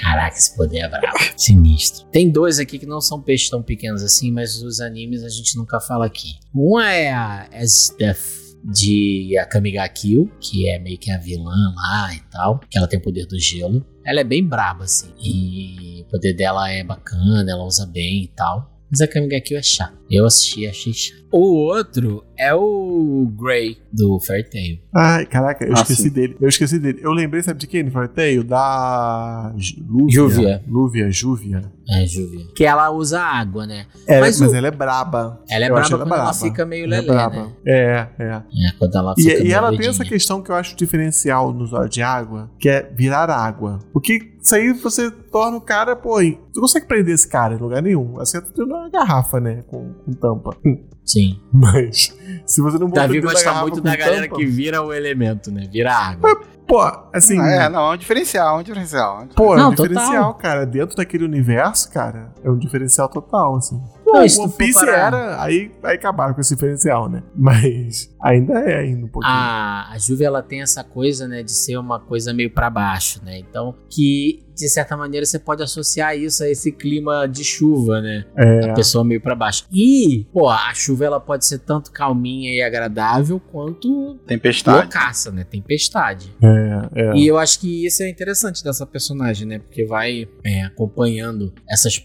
B: Caraca, esse poder é brabo. Sinistro. Tem dois aqui que não são peixes tão pequenos assim, mas os animes a gente nunca fala aqui. Uma é a As Death de Akame ga Kill, que é meio que a vilã lá e tal, que ela tem o poder do gelo. Ela é bem braba, assim, e o poder dela é bacana, ela usa bem e tal. Mas a Kamiga Kill é chata. Eu assisti, achei chata. O outro é o Grey, do Fairytale.
C: Ai, caraca, eu
D: Ah,
C: esqueci
D: sim.
C: dele. Eu esqueci dele. Eu lembrei, sabe de quem? No sorteio? Da. Ju-
B: Júvia.
C: Lúvia, Júvia.
B: É, Júlia. Que ela usa água, né?
C: É,
B: Mas
C: mas,
B: o-
C: ela é braba.
B: Ela é
C: Eu
B: braba
C: acho
B: quando ela fica meio
C: Ela é
B: lelé, né?
C: braba. É, é.
B: É, quando ela
C: E,
B: fica
C: e
B: meio
C: ela tem
B: doidinha.
C: essa questão que eu acho diferencial no usuário de água, que é virar água. Porque isso aí você torna o cara, pô, e- você não consegue prender esse cara em lugar nenhum. Assim, tu tem uma garrafa, né? Com, com tampa.
B: Sim.
C: Mas, se você não botar
B: Davi
C: dentro
B: gosta
C: garrafa
B: muito
C: com
B: da galera
C: tampa,
B: que vira o elemento, né? Vira a água.
C: Pô, assim.
D: Ah, é, não, é um diferencial, é um diferencial.
C: Pô, é
B: Não,
C: um
B: total.
C: diferencial, cara. Dentro daquele universo, cara, é um diferencial total, assim.
B: Não,
C: o
B: se tu né?
C: One
B: for
C: Piece
B: parar-
C: era, aí, aí acabaram com esse diferencial, né? Mas ainda é ainda um pouquinho.
B: A, a Juve, ela tem essa coisa, né, de ser uma coisa meio pra baixo, né? Então, que de certa maneira você pode associar isso a esse clima de chuva, né?
C: é,
B: A pessoa meio pra baixo. E, pô, a chuva ela pode ser tanto calminha e agradável quanto
D: Tempestade.
B: loucaça, né? Tempestade.
C: é, é.
B: E eu acho que isso é interessante dessa personagem, né? Porque vai é, acompanhando essas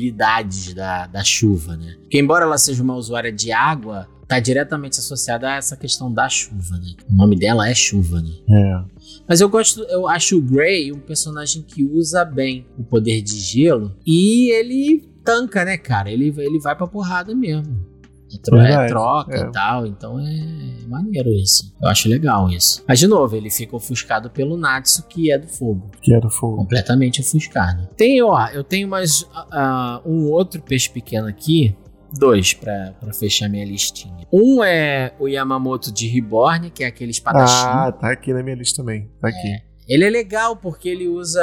B: possibilidades da, da chuva, né? Porque embora ela seja uma usuária de água, tá diretamente associada a essa questão da chuva, né? O nome dela é chuva, né?
C: É.
B: Mas eu gosto, eu acho o Grey um personagem que usa bem o poder de gelo e ele tanca, né, cara? Ele, ele vai pra porrada mesmo. É, tro- é
C: Verdade,
B: troca
C: é.
B: e tal, então é maneiro isso. Eu acho legal isso. Mas de novo, ele fica ofuscado pelo Natsu, que é do fogo.
C: Que era o fogo.
B: Completamente ofuscado. Tem, ó, eu tenho mais ah, ah, um outro peixe pequeno aqui. Dois pra pra fechar minha listinha. Um é o Yamamoto de Reborn, que é aquele espadachim.
C: Ah, tá aqui na minha lista também. Tá aqui.
B: Ele é legal porque ele usa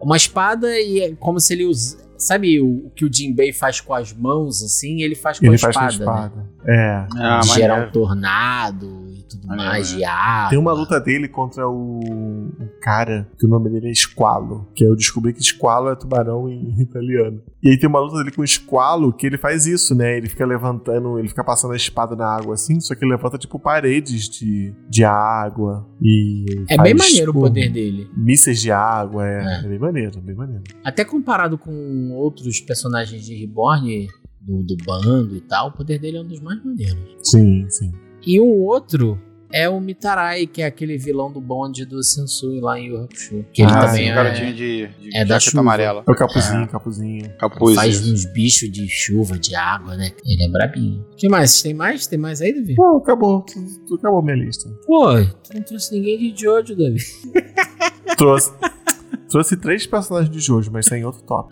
B: uma espada e é como se ele us- Sabe o, o que o Jinbei faz com as mãos, assim? Ele faz com a
C: Ele faz
B: espada,
C: com a
B: né?
C: espada. É.
D: Ah,
B: De gerar um
D: maneiro.
B: tornado e tudo
D: Maneiro,
B: mais,
D: né?
B: de água.
C: Tem uma luta dele contra o um cara que o nome dele é Esqualo, que aí eu descobri que Esqualo é tubarão em italiano. E aí tem uma luta dele com o Esqualo que ele faz isso, né? Ele fica levantando, ele fica passando a espada na água assim, só que ele levanta tipo paredes de, de água e
B: É
C: faz,
B: bem maneiro
C: tipo,
B: o poder dele.
C: Mísseis de água, é,
B: É.
C: é bem maneiro, bem maneiro.
B: Até comparado com outros personagens de Reborn, do, do bando e tal, o poder dele é um dos mais maneiros.
C: Sim, sim.
B: E o outro é o Mitarai, que é aquele vilão do bonde do Sensui lá em Yu Hakusho. Que ele
C: Ah,
D: Ah,
B: também
D: sim,
B: é,
D: o garotinho de, de
B: é da
D: jaqueta
B: chuva.
D: amarela.
C: É o capuzinho, capuzinho.
D: Capuz.
B: faz
D: isso.
B: uns bichos de chuva, de água, né? Ele é brabinho. O que mais? Tem mais? Tem mais aí, Davi?
C: Não, acabou. Tu- tu- Acabou minha lista.
B: Pô, tu não trouxe ninguém de Jojo, Davi.
C: Trouxe, trouxe três personagens de Jojo, mas sem outro top.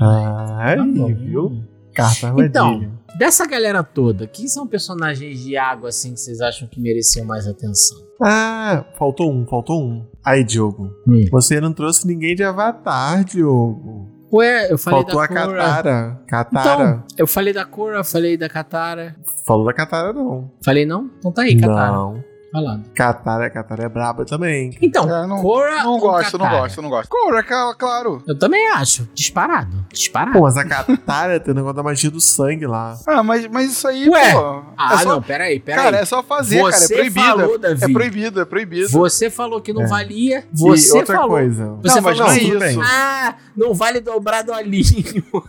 B: Ah.
D: É,
C: Ah,
B: tá bom.
C: aí, viu? Carta
B: Então,
C: armadilha.
B: Dessa galera toda, quem são personagens de água assim que vocês acham que mereciam mais atenção?
C: Ah, faltou um, faltou um. Aí, Diogo.
B: Hum.
C: Você não trouxe ninguém de Avatar, Diogo.
B: Ué, é, eu falei
C: faltou
B: da Então.
C: a
B: Cora.
C: Katara. Katara.
B: Eu falei da Cora, falei da Katara.
C: Falou da Katara, não.
B: Falei não? Então tá aí, Katara.
C: Não.
B: Falando.
C: Katara, Katara é braba também.
B: Então,
D: É, não-
B: Cora
D: Não
B: ou
D: gosto, não
B: Katara?
D: gosto, não gosto. Cora, cla- claro.
B: Eu também acho. Disparado. Disparado.
C: Pô, mas a Katara tem o negócio da magia do sangue lá.
D: Ah, mas, mas isso aí,
B: Ué.
D: pô.
B: ah,
D: é só,
B: não, peraí, peraí.
D: cara, é só fazer, cara. É
B: Você
D: proibido.
B: falou,
D: é
B: Davi.
D: proibido, é proibido.
B: Você falou que não
C: É.
B: valia. Você
C: e outra
B: falou.
C: coisa.
B: Você
D: não,
B: falou,
D: mas não é
C: tudo
D: isso.
C: bem.
B: Ah, não vale dobrar do alinho.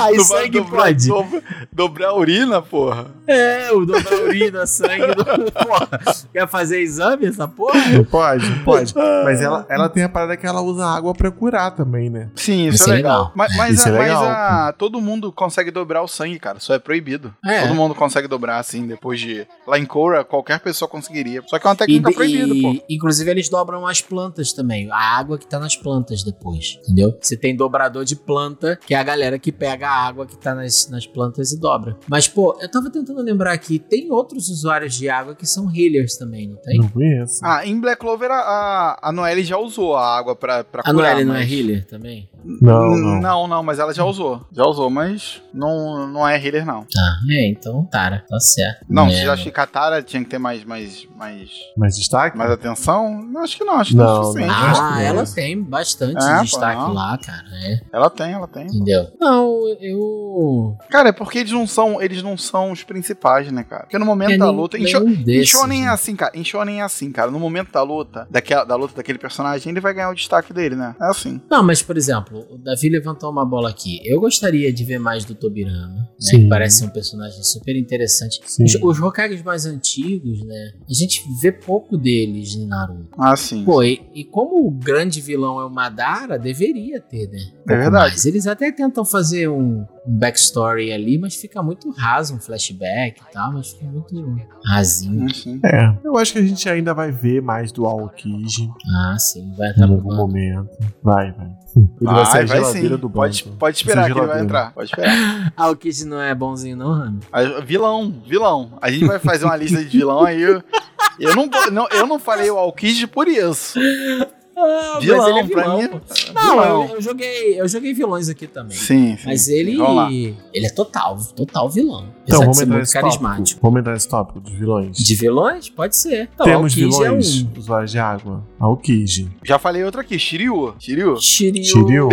B: Aí
D: Tu vai
B: sangue
D: dobrar-
B: pode.
D: dobra- dobrar a urina, porra.
B: É, o dobrar urina, sangue. do- Porra, quer fazer exame essa porra?
C: Pode, pode.
B: Ah.
C: Mas ela, ela tem a parada que ela usa água pra curar também, né?
D: Sim, isso,
B: Isso
D: é
B: é
D: legal.
B: legal.
D: Mas, mas
C: Isso
D: a-
C: é legal.
D: mas a- todo mundo consegue dobrar o sangue, cara. Só é proibido.
B: É.
D: Todo mundo consegue dobrar, assim, depois de. Lá em Cora, qualquer pessoa conseguiria. Só que é uma
B: E,
D: técnica proibida,
B: e-
D: pô.
B: inclusive eles dobram as plantas também, a água que tá nas plantas depois, entendeu? Você tem dobrador de planta, que é a galera que pega a água que tá nas, nas plantas e dobra. Mas, pô, eu tava tentando lembrar aqui, tem outros usuários de água que são healers também, não tem?
C: Não conheço.
D: Ah, em Black Clover a, a, a Noelle já usou a água pra, pra
B: A
D: curar.
B: Noelle não é
D: mas-
B: healer também?
C: Não,
B: Hum.
C: não.
D: Não, não, mas ela já usou. Já usou, mas não, não é healer, não.
B: Tá, é, então, cara, tá certo.
D: Não,
B: é,
D: vocês acham que Katara tinha que ter mais, mais, mais,
C: Mais destaque?
D: mais atenção? Não, acho que não, acho que não, é
C: Não,
D: suficiente.
C: não. acho
B: Ah,
C: que
B: ela
C: é.
B: tem bastante
D: É, pô,
B: destaque
D: não.
B: lá, cara, é,
D: Ela tem, ela tem.
B: entendeu? Não, eu...
D: Cara, é porque eles não são, eles não são os principais, né, cara? Porque no momento
B: É,
D: da
B: nem-
D: luta, em,
B: nenhum
D: sho- em
B: desses,
D: Shonen é
B: né?
D: assim, cara. Em Shonen é assim, cara. No momento da luta, daquela, da luta daquele personagem, ele vai ganhar o destaque dele, né? É assim.
B: Não, mas por exemplo, o Davi levantou uma bola aqui. Eu gostaria de ver mais do Tobirama. Né?
C: Sim.
B: Que parece um personagem super interessante.
C: Sim.
B: Os, os Hokages mais antigos, né? A gente vê pouco deles em Naruto.
D: Ah, sim.
B: Pô, e, e como o grande vilão é o Madara, deveria ter, né?
D: é verdade.
B: Mas eles até tentam fazer um, um backstory ali, mas fica muito raso, um flashback e tal, mas fica muito rasinho.
D: Sim, sim.
C: É. Eu acho que a gente ainda vai ver mais do Aokiji em
B: Ah, sim, vai estar
D: Hum.
C: algum
B: bom.
C: momento. Vai, vai. Ele vai, ser a geladeira do
D: pode,
C: bando.
D: pode
C: Vai
D: esperar
C: ser
D: que ele vai
C: geladeira.
D: entrar. Pode esperar.
B: Ah, o Kid não é bonzinho, não, Rami?
D: Ah, Vilão, vilão. A gente vai fazer uma lista de vilão aí. Eu, eu não, vou- não- eu não falei o Alkid por isso.
B: Ah,
D: mas Vilão, ele é pra vilão, mim, pô.
B: Não,
D: Vilão.
B: eu, eu joguei, eu joguei vilões aqui também.
D: Sim, sim.
B: Mas ele,
D: Vamos lá.
B: ele é total, total vilão. Apesar
C: Então,
B: de
C: vamos
B: ser
C: entrar
B: muito
C: nesse tópico.
B: é carismático.
C: Vamos entrar nesse tópico dos vilões.
B: De vilões? Pode ser. Então,
C: Temos
B: Aokiji
C: vilões,
B: É
C: usuários de água. Aokiji.
D: Já falei outro aqui, Shiryu. Shiryu.
B: um. Shiryu.
C: Shiryu.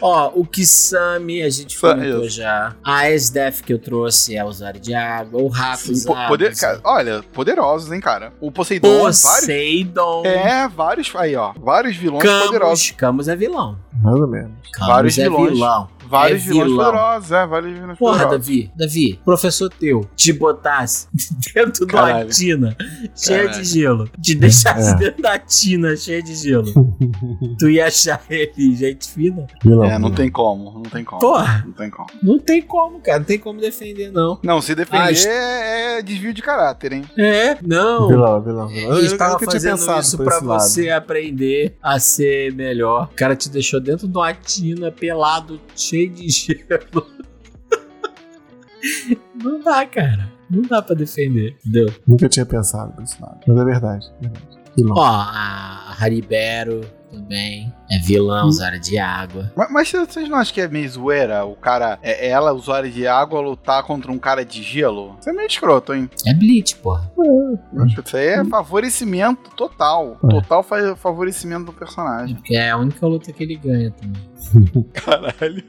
B: Ó, o Kisame a gente
D: Sa-
B: comentou
D: isso.
B: já. A SDF que eu trouxe é usário de água. O
D: Sim,
B: Rakuza.
D: po- poder- cara, olha, poderosos, hein, cara. O Poseidon, vários.
B: Poseidon.
D: É, vários. Aí, ó. Vários vilões poderosos.
B: Camus. Camus é vilão.
C: Mais ou menos.
B: Camus
D: Vários
B: é
D: vilões.
B: vilão.
D: Vários
B: É
D: vilões
B: vilão.
D: poderosos. É, vários vilões
B: Porra,
D: poderosos.
B: Davi, Davi, professor teu te botasse dentro de uma
D: Caralho.
B: tina cheia
D: Caralho.
B: de gelo, te deixasse
C: É.
B: dentro da tina cheia de gelo, tu ia achar ele gente fina?
C: Vilão.
D: É, não tem como. Não tem como.
B: Porra,
D: Não tem como.
B: não tem como, cara, não tem como defender, não.
D: Não, se defender
B: Ah, est-
D: é é desvio de caráter, hein?
B: É, não.
C: Vilão, vilão, vilão.
B: Ele estava
C: nunca tinha
B: fazendo
C: pensado
B: isso
C: por
B: pra
C: esse lado.
B: você aprender a ser melhor. O cara te deixou dentro de uma tina, pelado, cheio de gelo. Não dá, cara. Não dá pra defender. Entendeu?
C: Nunca tinha pensado por esse lado. Mas é verdade. é verdade. vilão.
B: Ó, a Haribero também é vilã, usuária de água.
D: Mas, mas vocês não acham que é meio zoeira o cara, é ela, usuária de água, lutar contra um cara de gelo? Isso é meio escroto, hein?
B: É Bleach, porra.
D: Eu acho que Isso aí é favorecimento total.
C: Uhum. É.
D: Total fa- favorecimento do personagem.
B: Porque é a única luta que ele ganha também.
D: Caralho.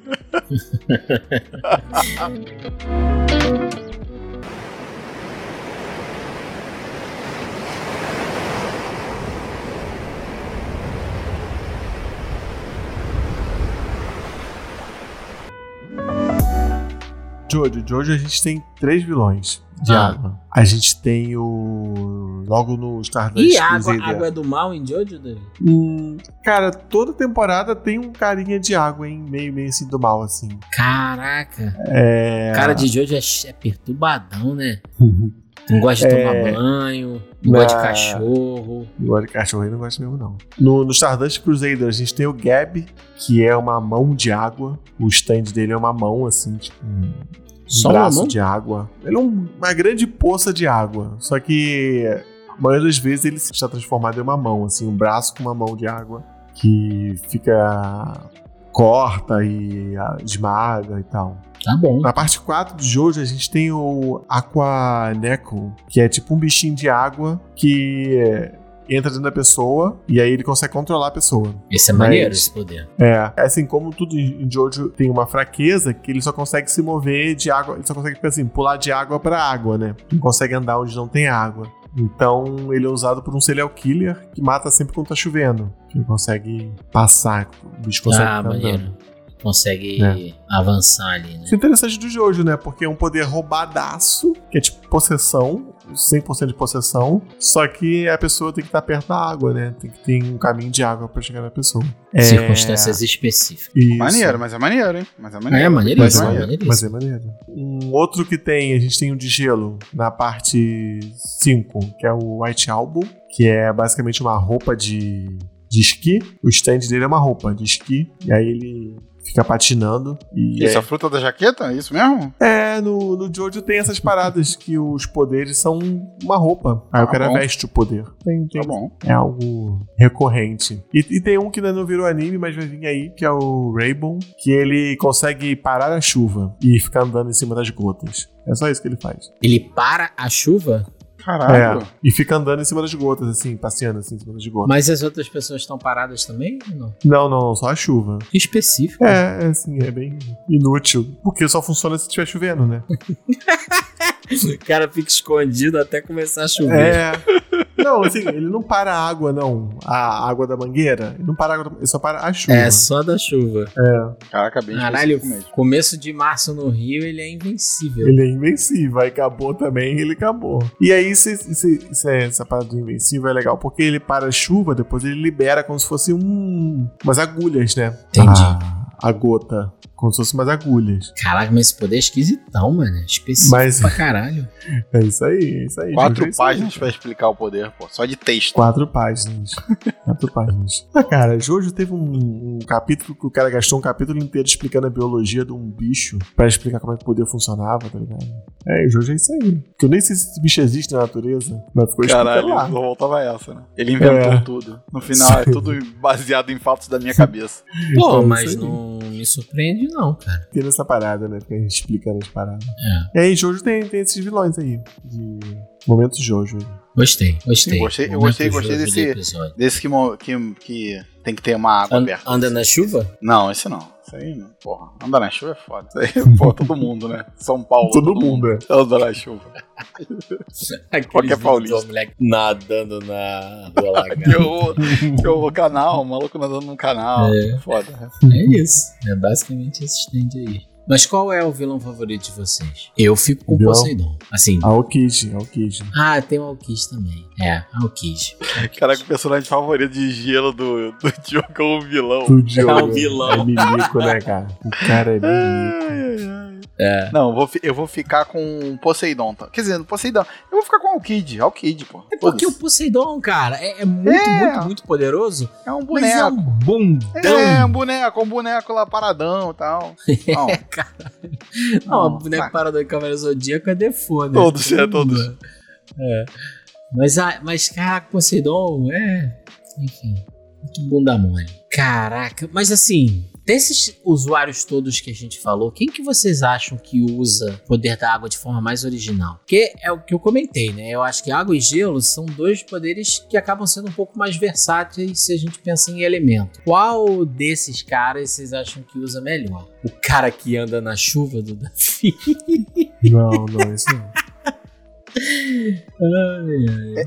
C: Jojo, Jojo a gente tem três vilões de
B: Ah.
C: água. A gente tem o. Logo no Stardust
B: E água,
C: Crusader.
B: água é do mal em Jojo, David?
C: Hum, cara, toda temporada tem um carinha de água, hein? Meio, meio assim do mal, assim.
B: Caraca.
C: É.
B: O cara de Jojo é, ch- é perturbadão, né? Não gosta de
C: É.
B: tomar banho, não
C: na-
B: gosta de cachorro.
C: Não gosto de cachorro, eu não gosto mesmo, não. No, no Stardust Crusader, a gente tem o Gab, que é uma mão de água. O stand dele é uma mão, assim, tipo. Um
B: Só uma
C: braço
B: mão?
C: de água. Ele é um- uma grande poça de água. Só que a maioria das vezes ele está transformado em uma mão, assim, um braço com uma mão de água que fica. corta e ah, esmaga e tal.
B: Tá bom.
C: Na parte 4 de Jojo, a gente tem o Aquaneco, que é tipo um bichinho de água que é, entra dentro da pessoa e aí ele consegue controlar a pessoa.
B: Esse é maneiro,
C: Mas-
B: esse poder.
C: É, assim como tudo em em Jojo tem uma fraqueza, que ele só consegue se mover de água, ele só consegue, tipo assim, pular de água pra água, né? Não consegue andar onde não tem água. Então ele é usado por um serial killer que mata sempre quando tá chovendo. Que ele consegue passar, o bicho consegue
B: ah,
C: ficar andando.
B: maneiro. Consegue
C: É.
B: avançar ali, né?
C: Isso é interessante do Jojo, né? Porque é um poder roubadaço, que é tipo possessão, 100% de possessão, só que a pessoa tem que estar perto da água, né? Tem que ter um caminho de água pra chegar na pessoa. É,
B: Circunstâncias específicas.
C: Isso.
D: Maneiro, mas é maneiro, hein? Mas é
B: É,
D: maneiro.
B: maneiríssimo,
C: Mas é,
B: maneiríssimo.
C: maneiro, mas é maneiro. Um outro que tem, a gente tem o de gelo na parte 5, que é o White Album, que é basicamente uma roupa de, de esqui. O stand dele é uma roupa de esqui, e aí ele fica patinando. E
D: Isso,
C: é
D: a fruta da jaqueta? É isso mesmo?
C: é, no, no Jojo tem essas paradas que os poderes são uma roupa. Aí o
D: Tá
C: cara
D: bom.
C: veste o poder. Ah, Tem, tem.
D: Tá bom.
C: É algo recorrente. E, e tem um que ainda não virou anime, mas vai vir aí, que é o Raybon, que ele consegue parar a chuva e ficar andando em cima das gotas. É só isso que ele faz.
B: Ele para a chuva,
D: Caralho.
C: É, e fica andando em cima das gotas, assim, passeando assim, em cima das gotas.
B: mas as outras pessoas estão paradas também? ou Não.
C: Não, não, não, só a chuva.
B: Que específico.
C: É, é assim, é bem inútil. Porque só funciona se estiver chovendo, né?
B: O cara fica escondido até começar a chover.
C: É. Não, assim, ele não para a água, não. A água da mangueira. Ele não para a água, da- ele só para a chuva. É.
B: É, só da chuva.
D: Caraca, bem
B: Caralho,
D: específico mesmo.
B: começo de março no Rio, ele é invencível.
C: Ele é invencível, aí acabou também, ele acabou. E aí, se- se- se- essa parada do invencível é legal, porque ele para a chuva, depois ele libera como se fosse um, umas agulhas, né?
B: Entendi.
C: A, a gota. Como se fosse umas agulhas.
B: Caraca, mas esse poder é esquisitão, mano. É Específico
C: Mas-
B: pra caralho.
C: É isso aí, é isso aí. Jojo, é
D: Quatro
C: isso aí.
D: páginas pra explicar o poder, pô. Só de texto.
C: Quatro páginas. Quatro páginas. Ah, cara, Jojo teve um, um capítulo que o cara gastou um capítulo inteiro explicando a biologia de um bicho pra explicar como é que o poder funcionava, tá ligado? É, Jojo é isso aí. Que eu nem sei se esse bicho existe na natureza, mas ficou explicando lá.
D: não voltava essa, né? Ele inventou
C: É.
D: tudo. No final, é tudo baseado em fatos da minha cabeça.
B: Pô,
C: Então,
B: mas
C: isso aí.
B: não me surpreende, não, cara.
C: Tendo essa parada, né? Porque a gente explicando as paradas.
B: É.
C: E aí, Jojo tem, tem esses vilões aí. De momentos Jojo.
B: Gostei, gostei.
D: Eu gostei- eu
B: Momento
D: gostei- gostei
B: Jojo
D: desse-
B: do episódio.
D: Desse que, mo- que, que tem que ter uma água
B: An-
D: aberta.
B: anda na chuva?
D: Não, esse não. Isso aí, não. porra. Andar na chuva é foda. Isso aí, porra, todo mundo, né? São Paulo.
C: Todo mundo, é.
D: Anda na chuva.
B: Aqueles vídeos
D: paulista.
B: do moleque nadando na rua
D: Que
B: largada.
D: horror, que horror, canal, o maluco nadando num canal.
B: É.
D: Foda.
B: É isso. É basicamente esse stand aí. Mas qual é o vilão favorito de vocês? Eu fico com o
C: Vilão?
B: Poseidon. Assim.
C: A Okid, a Okid.
B: Ah, tem o Alkis também. É, Alkis.
D: Caraca, o personagem favorito de gelo do, do Diogo é um vilão.
C: Do Jojo.
B: É um vilão.
C: É milico, né, cara? O cara é milico.
B: É.
D: Não, eu vou, fi- eu vou ficar com o Poseidon. tá? Quer dizer, no Poseidon, eu vou ficar com o Alkid. Alkid, pô.
B: É porque o
D: Foda-se.
B: Poseidon, cara, é, é muito,
D: É.
B: muito, muito poderoso,
D: é um
B: mas é
D: boneco.
B: um bundão.
D: É, um boneco, um boneco lá paradão e tal. Não,
B: Não,
D: Não,
B: o boneco
D: tá.
B: paradão de Cavaleiro Zodíaco é default, né?
D: Todos, é, todos.
B: É. Mas, a- mas caraca, Poseidon é. Enfim, muito bunda mole. Caraca, mas assim, desses usuários todos que a gente falou, quem que vocês acham que usa o poder da água de forma mais original? Porque é o que eu comentei, né? Eu acho que água e gelo são dois poderes que acabam sendo um pouco mais versáteis se a gente pensa em elemento. Qual desses caras vocês acham que usa melhor? O cara que anda na chuva do Davi?
C: Não, não, isso não.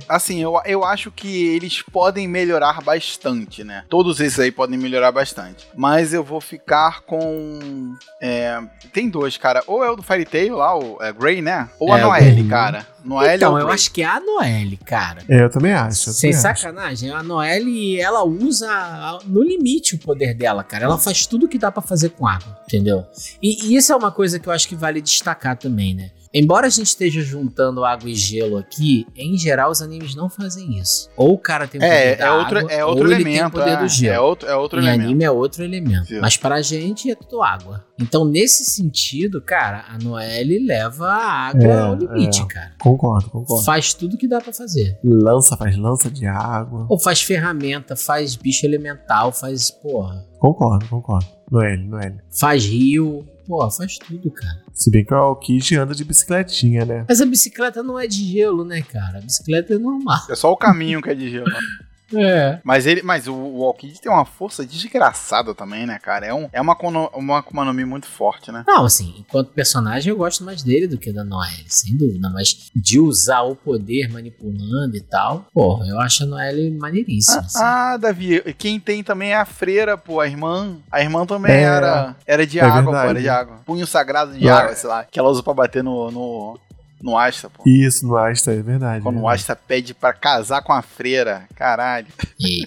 D: Assim, eu, eu acho que eles podem melhorar bastante, né? Todos esses aí podem melhorar bastante. Mas eu vou ficar com. é, tem dois, cara. Ou é o do Fairy Tail lá, o é, Grey, né? Ou a
B: É, o
C: Grey.
D: Noelle, cara. Noelle é
B: então,
D: o
B: eu
D: Grey.
B: acho que é a Noelle, cara.
C: É, eu também acho. Eu
B: Sem
C: também acho.
B: sacanagem, a Noelle, ela usa a- no limite o poder dela, cara. Ela faz tudo que dá pra fazer com água, entendeu? E, e isso é uma coisa que eu acho que vale destacar também, né? Embora a gente esteja juntando água e gelo aqui, em geral os animes não fazem isso. Ou o cara tem o poder
D: É,
B: da
D: é outro,
B: água,
D: é outro
B: ou ele tem o
D: elemento.
B: poder
D: É,
B: do gelo.
D: é outro, é outro
B: Em
D: elemento.
B: anime é outro elemento.
D: Sim.
B: Mas pra gente é tudo água. Então, nesse sentido, cara, a Noelle leva a água
C: É,
B: ao limite,
C: é.
B: cara.
C: Concordo, concordo.
B: Faz tudo que dá pra fazer.
C: Lança, faz lança de água.
B: Ou faz ferramenta, faz bicho elemental, faz, porra,
C: Concordo, concordo. Noelle, Noelle.
B: faz rio, porra, faz tudo, cara.
C: Se bem que é o Aokiji anda de bicicletinha, né?
B: Mas a bicicleta não é de gelo, né, cara? A bicicleta é normal.
D: É só o caminho que é de gelo.
B: É.
D: Mas ele, mas o, o Alkid tem uma força desgraçada também, né, cara? É, um, é uma, kono- uma Akuma no Mi muito forte, né?
B: Não, assim, enquanto personagem eu gosto mais dele do que da Noelle, sem dúvida. Mas de usar o poder manipulando e tal, porra, eu acho a Noelle maneiríssima. assim.
D: Ah, ah, Davi, quem tem também é a freira, pô, a irmã. A irmã também
C: É.
D: era, era de
C: É
D: água, pô,
C: verdade.
D: era de água. Punho sagrado de
C: Lá.
D: água, sei lá, que ela usa pra bater no, no, no Asta, pô.
C: Isso, no Asta, é verdade.
D: Quando o
C: verdade.
D: Asta pede pra casar com a freira, caralho.
B: Ei.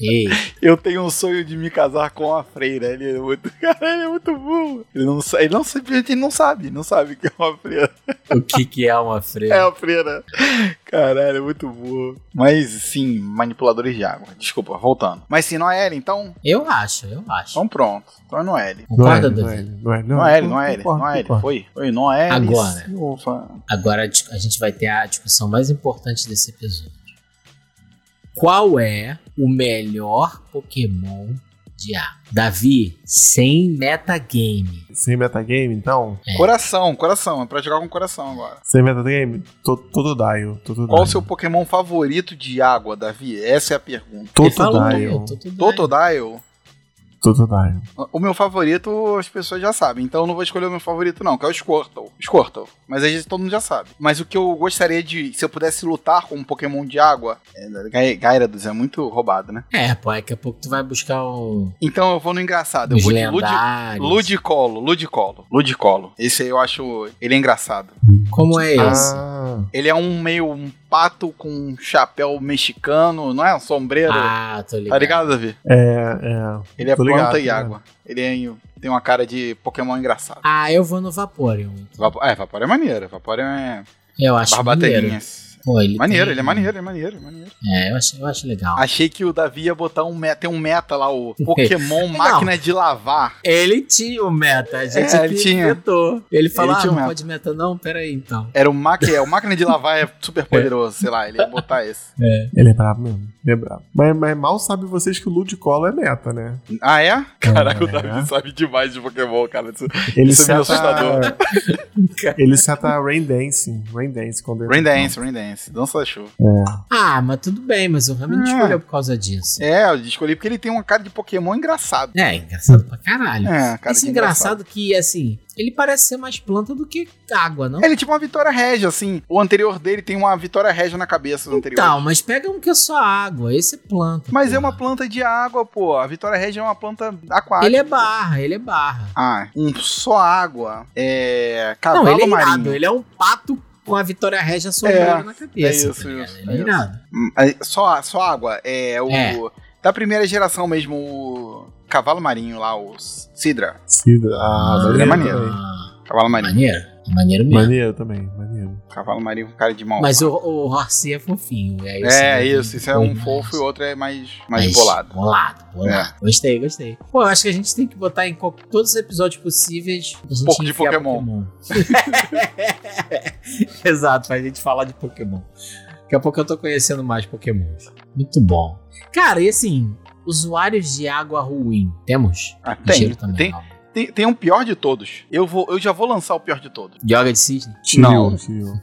B: Ei.
D: Eu tenho um sonho de me casar com a freira. Ele é muito, cara, ele é muito burro. Ele não, sa- ele não, simplesmente ele não sabe, não sabe que é uma freira.
B: O que, que é uma freira?
D: É a freira. Caralho, é muito boa. Mas sim, manipuladores de água. Desculpa, voltando. Mas sim, Noelle, então.
B: Eu acho, eu acho.
D: Então pronto. Então é Noelle.
B: Concorda, Davi?
C: Noelle, Noelle, Noelle,
D: Noelle,
C: Noelle,
D: Noelle,
C: concordo,
D: Noelle.
C: concordo.
D: é Foi? Foi é Noelle.
B: Agora.
D: Silva.
B: Agora a dis- a gente vai ter a discussão mais importante desse episódio. Qual é o melhor Pokémon de água? Davi, sem metagame.
C: Sem metagame, então?
D: Coração, coração. É pra jogar com coração agora.
C: Sem metagame? To- Totodile. Totodile.
D: Qual o seu Pokémon favorito de água, Davi? Essa é a pergunta.
B: Ele falou,
C: Totodile.
B: eu tô tudo bem.
D: Totodile?
C: Totodile.
D: O meu favorito as pessoas já sabem, então eu não vou escolher o meu favorito não, que é o Squirtle. Squirtle. Mas aí todo mundo já sabe. Mas o que eu gostaria de, se eu pudesse lutar com um Pokémon de água, é, Gai- Gyarados é muito roubado, né?
B: É, pô, daqui a pouco tu vai buscar o...
D: Então eu vou no engraçado, eu
B: os
D: vou de Ludi,
B: lendários.
D: Ludicolo, Ludicolo, Ludicolo. Esse aí eu acho, ele é engraçado.
B: Como é esse?
C: Ah,
D: Ele é um meio um pato com um chapéu mexicano, não é? Um sombreiro.
B: Ah, tô ligado.
D: Tá ligado, Davi?
C: é, é.
D: Ele é
C: Tô
D: planta
C: ligado,
D: e
C: tô
D: água. Ele é- tem uma cara de Pokémon engraçado.
B: Ah, eu vou no Vaporeon. então.
D: Vapo- É, Vapor é maneiro. Vapor é
B: Eu acho maneiro.
D: barbateirinhas.
B: Pô, ele
D: Maneiro,
B: tem-
D: ele é maneiro, ele é maneiro, ele é maneiro.
B: É, eu acho, eu acho legal.
D: Achei que o Davi ia botar um meta, tem um meta lá, o Pokémon Máquina de Lavar.
B: Ele tinha o meta, a gente
D: É, ele
B: que
D: tinha.
B: inventou. Ele falou,
D: Ele
B: ah,
D: tinha o
B: não
D: meta.
B: pode meta não? Pera aí, então.
D: Era o máquina, o Máquina de Lavar é super poderoso, sei lá, ele ia botar esse.
C: Ele é brabo mesmo. Ele é brabo. Mas, mas mal sabem vocês que o Ludicolo é meta, né?
D: Ah, é? Caraca, o
C: É.
D: Davi sabe demais de Pokémon, cara. Isso-
C: Ele
D: Isso é meio
C: seta- Ele seta Rain Dance. Rain Dance. Quando ele- tá
D: Rain Dance, Rain Dance, dança da chuva.
B: Ah, mas tudo bem, mas o Rami não
D: É.
B: escolheu por causa disso.
D: É, eu escolhi porque ele tem uma cara de Pokémon engraçado.
B: É, engraçado pra caralho.
D: É, cara
B: Esse
D: de
B: engraçado que, assim, ele parece ser mais planta do que água, não?
D: Ele é tipo uma Vitória Regia, assim. O anterior dele tem uma Vitória Regia na cabeça do anterior.
B: Então, mas pega um que é só água, esse é planta.
D: Mas é
B: porra.
D: uma planta de água, pô. A Vitória Regia é uma planta aquática.
B: Ele é barra, ele é barra.
D: Ah, um só água. É. Cavalo
B: Não, ele é irado,
D: marinho.
B: ele é um pato com a vitória régia sombreira
D: É,
B: na cabeça.
D: é isso,
B: tá ligado?
D: isso,
B: Ele
D: é
B: é
D: isso.
B: irado.
D: Hum, aí, Só, só água. É o.
B: É.
D: Da primeira geração mesmo, o. Cavalo marinho lá, o Sidra.
C: Cida- Ah,
D: mas ele é
C: maneiro.
D: maneiro.
C: também.
B: Ah,
D: Cavalo marinho.
B: maneiro. Maneiro mesmo.
C: Maneiro também, maneiro.
D: Cavalo marinho com cara de mal.
B: Mas o, o Horsi é fofinho. É, isso,
D: É,
B: né?
D: isso. Isso é um
B: Mas-
D: fofo e o outro é mais, mais bolado. É.
B: Bolado, bolado. Gostei, gostei. Pô, eu acho que a gente tem que botar em co- todos os episódios possíveis. A gente
D: Um pouco de
B: enfiar
D: Pokémon.
B: Exato, pra gente falar de Pokémon. Daqui a pouco eu tô conhecendo mais pokémons. Muito bom. Cara, e assim, usuários de água ruim, temos?
D: Ah, tem,
B: Gelo também, né?
D: tem.
B: não.
D: Tem, tem um pior de todos. Eu, vou, eu já vou lançar o pior de todos.
B: Yoga de cisne?
D: Não.
C: Shiryu.
D: Não,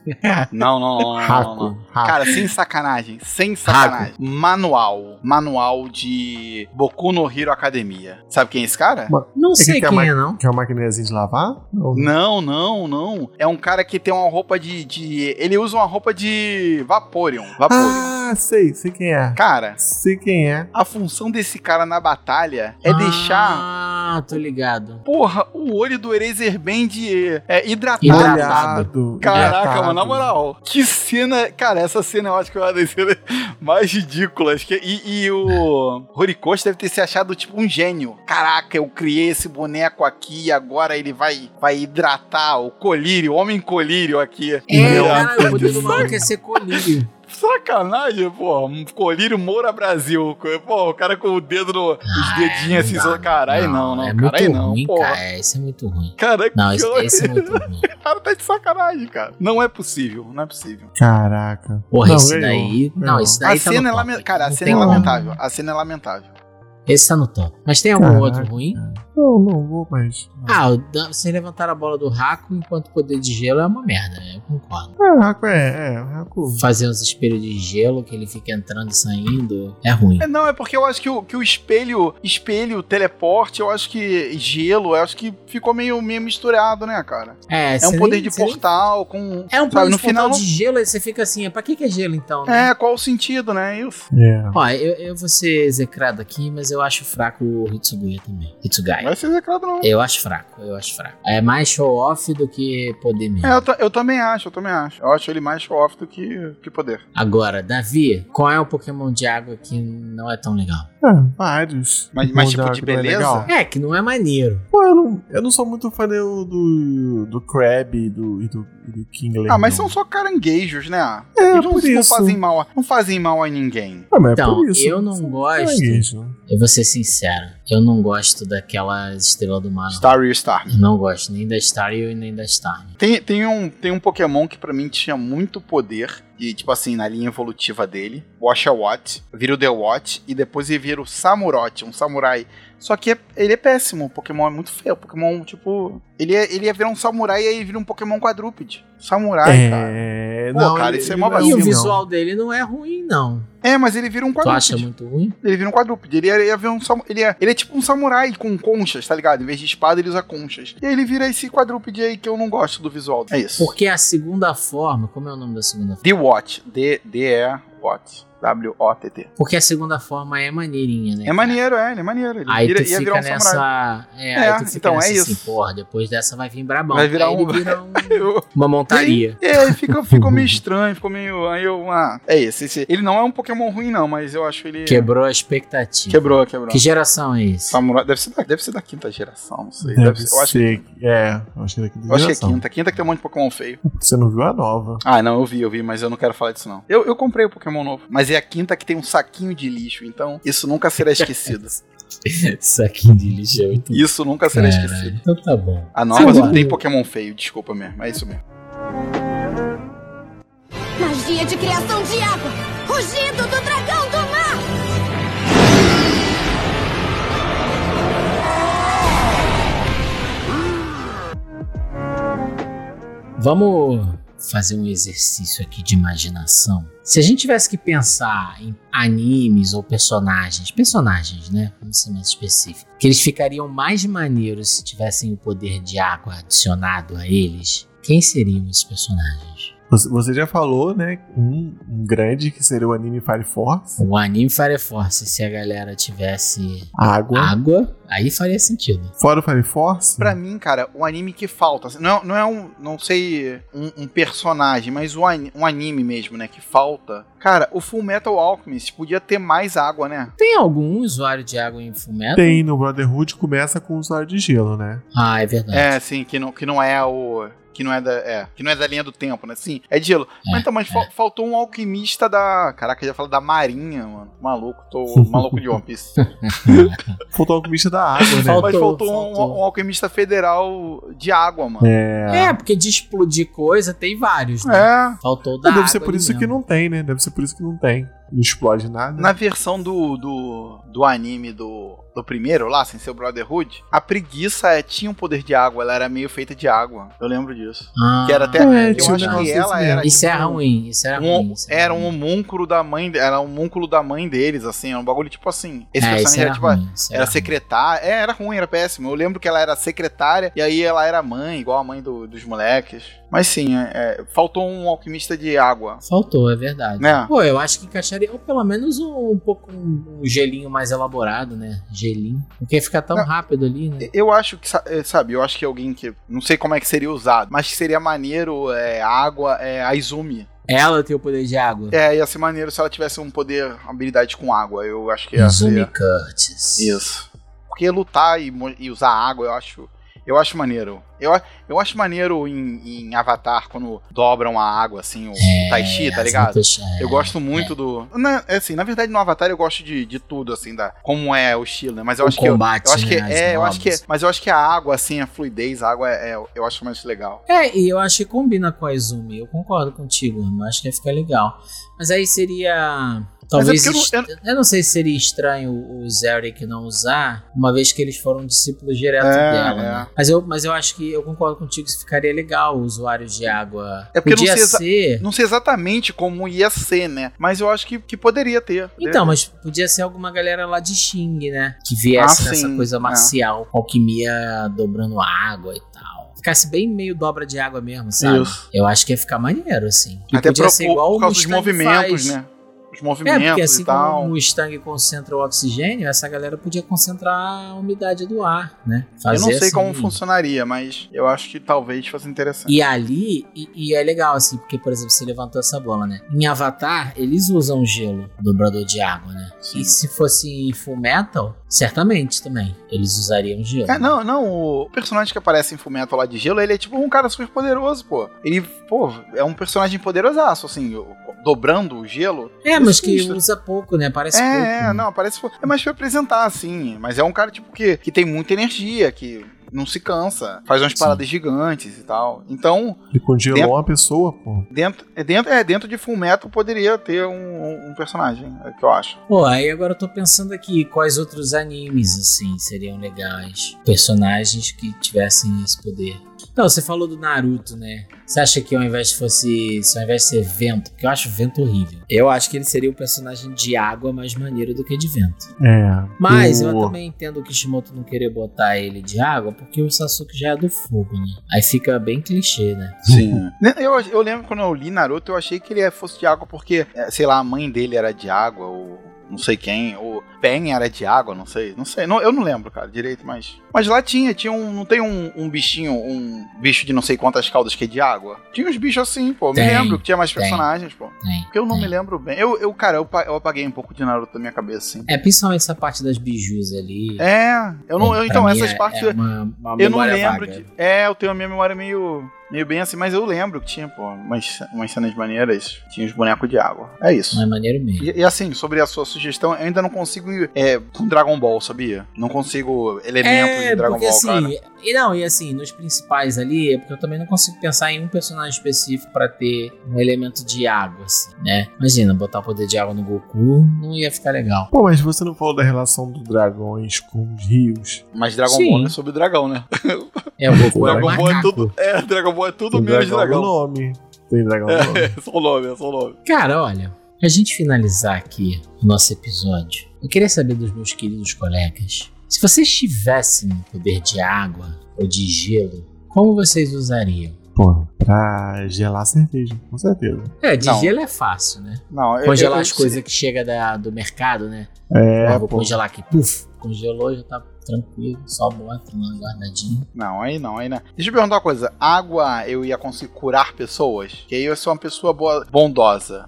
D: não, não, não, não,
C: Raco.
D: não.
C: Raco.
D: Cara, sem sacanagem, sem sacanagem. Manual. Manual de Boku no Hero Academia. Sabe quem é esse cara?
B: Não
C: que
B: sei
C: tem a
B: quem
C: ma-
B: é, não.
C: Quer uma maquininhazinha de lavar? Não.
D: Não, não, não. É um cara que tem uma roupa de. de- ele usa uma roupa de Vaporeon. Vaporeon.
C: Ah, sei, sei quem é.
D: Cara,
C: Sei quem é.
D: a função desse cara na batalha é deixar.
B: Ah, tô ligado.
D: Porra, o olho do Eraser Band é, hidratado.
B: Hidratado.
D: Caraca,
C: Hidratado.
D: mano, na moral. Que cena. Cara, essa cena eu acho que é uma das cenas mais ridículas. Que, e, e o Horikoshi deve ter se achado tipo um gênio. Caraca, eu criei esse boneco aqui e agora ele vai, vai hidratar o colírio, o homem colírio aqui.
B: É,
C: Não.
B: cara, o poder do maluco é ser colírio.
D: Sacanagem, pô. Um colírio Moura Brasil. Co- Pô, o cara com o dedo no. Os dedinhos assim, só. Caralho, não, não.
B: É
D: Caralho,
B: muito
D: não.
B: ruim,
D: Porra.
B: cara. Esse é muito ruim.
D: Caraca,
B: Não,
D: que
B: esse,
D: ódio.
B: esse é muito ruim.
D: O cara tá de sacanagem, cara. Não é possível, não é possível.
C: Caraca.
B: Porra,
C: Não,
B: esse
C: ganhou,
B: daí.
C: ganhou.
B: Não, esse daí
D: A
B: tá
D: cena, é
B: no top.
D: lame- cara, a
B: Não
D: cena
B: tem
D: é
B: como.
D: lamentável. A cena é lamentável.
B: Esse tá no top. Mas tem algum
C: Caraca.
B: outro ruim?
C: Não, não vou mais.
B: Ah, o da- vocês levantaram a bola do Raco enquanto o poder de gelo é uma merda, né? Eu concordo.
C: É, o Raku é, é, o Raku.
B: Fazer uns espelhos de gelo que ele fica entrando e saindo é ruim.
D: É, não, é porque eu acho que o, que o espelho, espelho, teleporte, eu acho que gelo, eu acho que ficou meio, meio misturado, né, cara?
B: É,
D: É um
B: você
D: poder
B: nem-
D: de
B: você nem-
D: portal com.
B: É um
D: sabe,
B: poder
D: no
B: de final
D: final
B: de gelo, aí você fica assim, é pra que que é gelo então, né?
D: É, qual o sentido, né? Isso.
C: É.
B: Ó, eu, eu vou ser execrado aqui, mas eu acho fraco o Hitsuguya também.
D: Não
B: Hitsugaya.
D: vai ser execrado, não.
B: Eu acho fraco, eu acho fraco. É mais show-off do que poder mesmo.
D: É, eu, ta- eu também acho, eu também acho. Eu acho ele mais show-off do que, que poder.
B: Agora, Davi, qual é o Pokémon de água que não é tão legal?
C: É, vários.
D: Mas- mas tipo
C: Bom,
D: de
C: Draco, não é
D: beleza?
C: legal?
B: É, que não é maneiro.
C: Pô, eu não, eu não sou muito fã do, do, do Krab e do, e do, e do Kingler.
D: Ah, mas
C: não.
D: são só caranguejos, né?
C: É,
D: Eles não,
C: por
D: não
C: isso.
D: fazem mal a, não fazem mal a ninguém.
C: Ah, mas é
B: Então,
C: por isso. é
B: eu não gosto.
C: gosto.
B: Eu vou ser sincero, eu não gosto daquelas estrelas do mar. não.
D: Starry Star.
B: Eu não gosto nem da Staryu e nem da Starmie.
D: Tem, tem, um, tem um Pokémon que pra mim tinha muito poder. E, tipo assim, na linha evolutiva dele. Washa Watt, vira o The Watch. E depois ele vira o Samurote, um samurai. Só que é- ele é péssimo. O Pokémon é muito feio. O Pokémon, tipo. Ele ia, ele ia virar um samurai e aí vira um Pokémon quadrúpede. Samurai, cara.
C: É,
D: Ah, tá. Pô,
C: não,
D: cara,
C: ele-
D: isso é
C: ele
D: mó
B: e
C: não
D: vacilo.
B: o
C: assim,
B: visual dele não é ruim, não.
D: É, mas ele vira um
B: Tu acha
D: quadrúpede.
B: muito ruim?
D: Ele vira um quadrúpede. Ele ia, ia virar um samu- ele, ia- ele é tipo um samurai com conchas, tá ligado? Em vez de espada, ele usa conchas. E aí ele vira esse quadrúpede aí que eu não gosto do visual. É isso.
B: Porque a segunda forma, como é o nome da segunda forma?
D: The Watch. D- D-E Watch. W-O-T-T.
B: Porque a segunda forma é maneirinha, né?
D: É maneiro, é, ele é maneiro. Ele
B: Aí
D: vira-
B: tu
D: ia
B: fica
D: virar um samurai.
B: nessa. É,
D: É,
B: aí tu fica
D: então
B: nessa
D: é
B: assim,
D: isso.
B: porra, depois dessa vai vir brabão.
D: Vai virar
B: Aí ele
D: um-
B: vira um-
D: Eu-
B: uma montaria.
D: É, ele fica, ficou meio estranho, ficou meio. Aí eu. Ah, é esse, esse. Ele não é um Pokémon ruim, não, mas eu acho ele.
B: Quebrou a expectativa.
D: Quebrou, Tá. quebrou.
B: é Que geração é esse?
D: Samurai. Deve ser, da, deve ser da quinta geração, não sei.
C: Deve,
D: Deve ser- eu acho,
C: ser. É, eu acho que daqui
D: eu acho que é quinta. Quinta que tem um monte de Pokémon feio.
C: Você não viu a nova.
D: Ah, não, eu vi, eu vi, mas eu não quero falar disso, não. Eu, eu comprei o Pokémon novo, mas é a quinta que tem um saquinho de lixo, então isso nunca será esquecido.
B: Saquinho de lixo é muito
D: Isso nunca será
B: Caralho.
D: esquecido.
B: Então tá bom.
D: A nova
B: Agora.
D: não tem Pokémon feio, desculpa mesmo. É isso mesmo.
H: Magia de criação de água! Rugido do dragão do mar!
B: Vamos fazer um exercício aqui de imaginação. Se a gente tivesse que pensar em animes ou personagens, personagens, né? Vamos ser mais específico. Que eles ficariam mais maneiros se tivessem o poder de água adicionado a eles. Quem seriam esses personagens?
C: Você, você já falou, né? Um, um grande que seria o anime Fire Force.
B: O anime Fire Force, se a galera tivesse
C: Água.
B: água, aí faria sentido.
C: Fora o Fire Force.
D: Pra mim, cara, o anime que falta. assim, Não, é- não é um. Não sei. Um, um personagem, mas um, ani- um anime mesmo, né? Que falta. Cara, o Full Metal Alchemist podia ter mais água, né?
B: Tem algum usuário de água em Fullmetal?
C: Tem no Brotherhood, começa com o usuário de gelo, né?
B: Ah, é verdade.
D: É, assim, que não, que não é o. que não é da, é, que não é da linha do tempo, né? Sim, é de gelo. Mas então, mas fal- faltou um alquimista da, caraca, eu já falei da marinha, mano. Maluco, tô maluco de One Piece.
C: Faltou o alquimista da água, né?
D: mas
B: Faltou,
D: faltou, um-
B: faltou.
D: Um, alquimista federal de água, mano.
C: É.
B: É, porque de explodir coisa tem vários, né?
D: É.
B: Faltou o da
C: Deve
B: água
C: ser por
B: ali
C: isso que
B: mesmo.
C: não tem, né? Deve ser por isso que não tem. Não explode nada.
D: Na versão do, do, do anime do, do primeiro, lá, sem ser o Brotherhood, a preguiça é, tinha um poder de água, ela era meio feita de água. Eu lembro disso.
B: Ah,
D: Que era até.
C: é,
D: eu
C: tinha um
D: acho
C: negócio
D: que
C: desse
D: ela
C: mesmo.
D: era.
B: Isso é
D: tipo,
B: ruim, isso era
D: um-
B: ruim. isso
D: era um
B: ruim.
D: homúnculo da mãe. Era um homúnculo da mãe deles, assim. Era um bagulho tipo assim. Esse
B: É, isso
D: personagem
B: era
D: era, tipo.
B: ruim, isso
D: Era
B: ruim.
D: secretária. É, era ruim, era péssimo. Eu lembro que ela era secretária e aí ela era mãe, igual a mãe do- dos moleques. Mas sim, é, é, faltou um alquimista de água.
B: Faltou, é verdade.
D: Né?
B: Pô, eu acho que encaixaria, ou pelo menos um, um pouco um, um gelinho mais elaborado, né? Gelinho. Porque fica tão
D: Não.
B: rápido ali, né?
D: Eu acho que, sa- é, sabe, eu acho que alguém que. Não sei como é que seria usado, mas que seria maneiro é, a água, é, a Izumi.
B: Ela tem o poder de água.
D: É, ia ser maneiro se ela tivesse um poder, uma habilidade com água. Eu acho que
C: É.
D: ia
B: Izumi
D: ser.
B: Curtis.
D: Isso. Porque lutar e, mo- e usar água, eu acho. Eu acho maneiro. Eu, a- eu acho maneiro em, em Avatar quando dobram a água, assim, o, o Tai Chi, tá
B: as
D: ligado?
B: lutas- é.
D: Eu gosto muito do. Na, é assim, na verdade, no Avatar eu gosto de, de tudo, assim, da, como é o estilo, né? Mas eu
B: O
D: acho que. Eu,
B: combate,
D: eu acho que.
B: né, as
D: É, eu acho que.
B: novas.
D: Mas eu acho que a água, assim, a fluidez, a água é, é- eu acho mais legal.
B: É, e eu acho que combina com a Izumi. Eu concordo contigo, eu acho que ia ficar legal. Mas aí seria. Talvez.
D: é porque eu não-
B: est- eu, não, sei se seria estranho o o Zarek não usar, uma vez que eles foram discípulos direto
D: É,
B: dela.
D: é.
B: né? Mas, eu, mas eu acho que eu concordo contigo que ficaria legal o usuário de água.
D: É porque eu não
B: Podia
D: sei exa-
B: ser.
D: Não sei exatamente como ia ser, né? Mas eu acho que, que poderia ter. Poderia
B: Então,
D: ter.
B: mas podia ser alguma galera lá de Xing, né? Que viesse
D: Ah,
B: nessa
D: sim,
B: coisa
D: é.
B: marcial, com alquimia dobrando água e tal. Ficasse bem meio dobra de água mesmo, sabe?
D: Isso.
B: Eu acho que ia ficar maneiro, assim. E
D: Até
B: podia
D: por,
B: ser
D: por-
B: igual
D: por
B: o
D: causa dos
B: Mustang
D: movimentos,
B: faz.
D: né? Os
B: É,
D: movimentos
B: porque assim
D: e tal.
B: como o Mustang concentra o oxigênio, essa galera podia concentrar a umidade do ar, né?
D: Eu não
B: Fazer,
D: sei
B: assim,
D: como funcionaria, mas eu acho que talvez fosse interessante.
B: E ali, e, e é legal, assim, porque, por exemplo, você levantou essa bola, né? Em Avatar, eles usam gelo, dobrador de água, né?
D: Sim.
B: E se fosse em Full Metal, certamente também. Eles usariam gelo.
D: É, não, não, o personagem que aparece em Fumeto lá de gelo, ele é tipo um cara super poderoso, pô. Ele, pô, é um personagem poderosaço, assim, o- dobrando o gelo.
B: É, mas
D: Isso,
B: que
D: isso.
B: usa pouco, né? Parece pouco.
D: É,
B: né?
D: é, não, parece. É mais pra apresentar, assim. Mas é um cara, tipo, que, que tem muita energia, que não se cansa, faz umas
B: Sim.
D: paradas gigantes e tal. Então,
C: E congelou
D: Dentro-
C: uma pessoa, pô.
D: dentro, é, dentro, é, dentro de Fullmetal poderia ter um, um- um personagem, é o que eu acho.
B: Pô, aí agora eu tô pensando aqui quais outros animes, assim, seriam legais. Personagens que tivessem esse poder. Não, você falou do Naruto, né? Você acha que ao invés de fosse. Se ao invés de ser vento, porque eu acho vento horrível. Eu acho que ele seria um personagem de água mais maneiro do que de vento.
C: É.
B: Mas
C: o-
B: eu também entendo o Kishimoto não querer botar ele de água, porque o Sasuke já é do fogo, né? Aí fica bem clichê, né?
D: Sim. Eu, eu lembro quando eu li Naruto, eu achei que ele fosse de água porque, é, sei lá, a mãe dele era de água, ou não sei quem, ou Pen era de água, não sei. Não sei, não- eu não lembro, cara, direito, mas. Mas lá tinha, tinha um. Não tem um, um bichinho, um bicho de não sei quantas caudas que é de água? Tinha uns bichos assim, pô.
B: Tem,
D: me lembro que tinha mais
B: tem.
D: personagens, pô.
B: Tem,
D: Porque eu não
B: tem.
D: me lembro bem. Eu, eu cara, eu, pa- eu apaguei um pouco de Naruto da minha cabeça, assim.
B: É, principalmente essa parte das bijus ali.
D: É, eu não. eu-
B: Pra
D: então,
B: mim
D: essas
B: é-
D: partes.
B: é uma- uma
D: Eu não
B: memória
D: lembro
B: vaga.
D: de. É, eu tenho a minha memória meio, meio bem assim, mas eu lembro que tinha, pô, umas, umas cenas maneiras, tinha os bonecos de água. É isso.
B: Não é maneiro mesmo.
D: E, e assim, sobre a sua sugestão, eu ainda não consigo ir é, com Dragon Ball, sabia? Não consigo elementos É, de Dragon Ball, cara.
B: É, assim, e não, e assim, nos principais ali, é porque eu também não consigo pensar em um personagem específico pra ter um elemento de água, assim, né? Imagina, botar o poder de água no Goku, não ia ficar legal.
C: Pô, mas você não falou da relação dos dragões com os rios.
D: Mas Dragon
B: Sim.
D: Ball não é sobre dragão, né?
B: É, o Goku é um
D: Dragon Ball é
B: macaco.
D: tudo. É, Dragon Ball é tudo
C: Tem
D: menos
C: dragão no
D: dragão.
C: nome. Tem dragão no nome.
D: É só o nome, é só o nome.
B: Cara, olha, pra gente finalizar aqui o nosso episódio, eu queria saber dos meus queridos colegas, se vocês tivessem o poder de água ou de gelo, como vocês usariam?
C: Pô, pra gelar cerveja, com certeza.
B: É, de
D: Não.
B: gelo é fácil, né?
D: Não, eu-
B: Congelar
D: eu-
B: as coisas que chega da- do mercado, né?
C: É,
B: Ah, vou
C: pô.
B: congelar aqui. Puf, congelou, já tá tranquilo, só bota lá guardadinho.
D: Não, aí não, aí não. Deixa eu perguntar uma coisa. Água eu ia conseguir curar pessoas? Que aí eu sou uma pessoa boa, bondosa.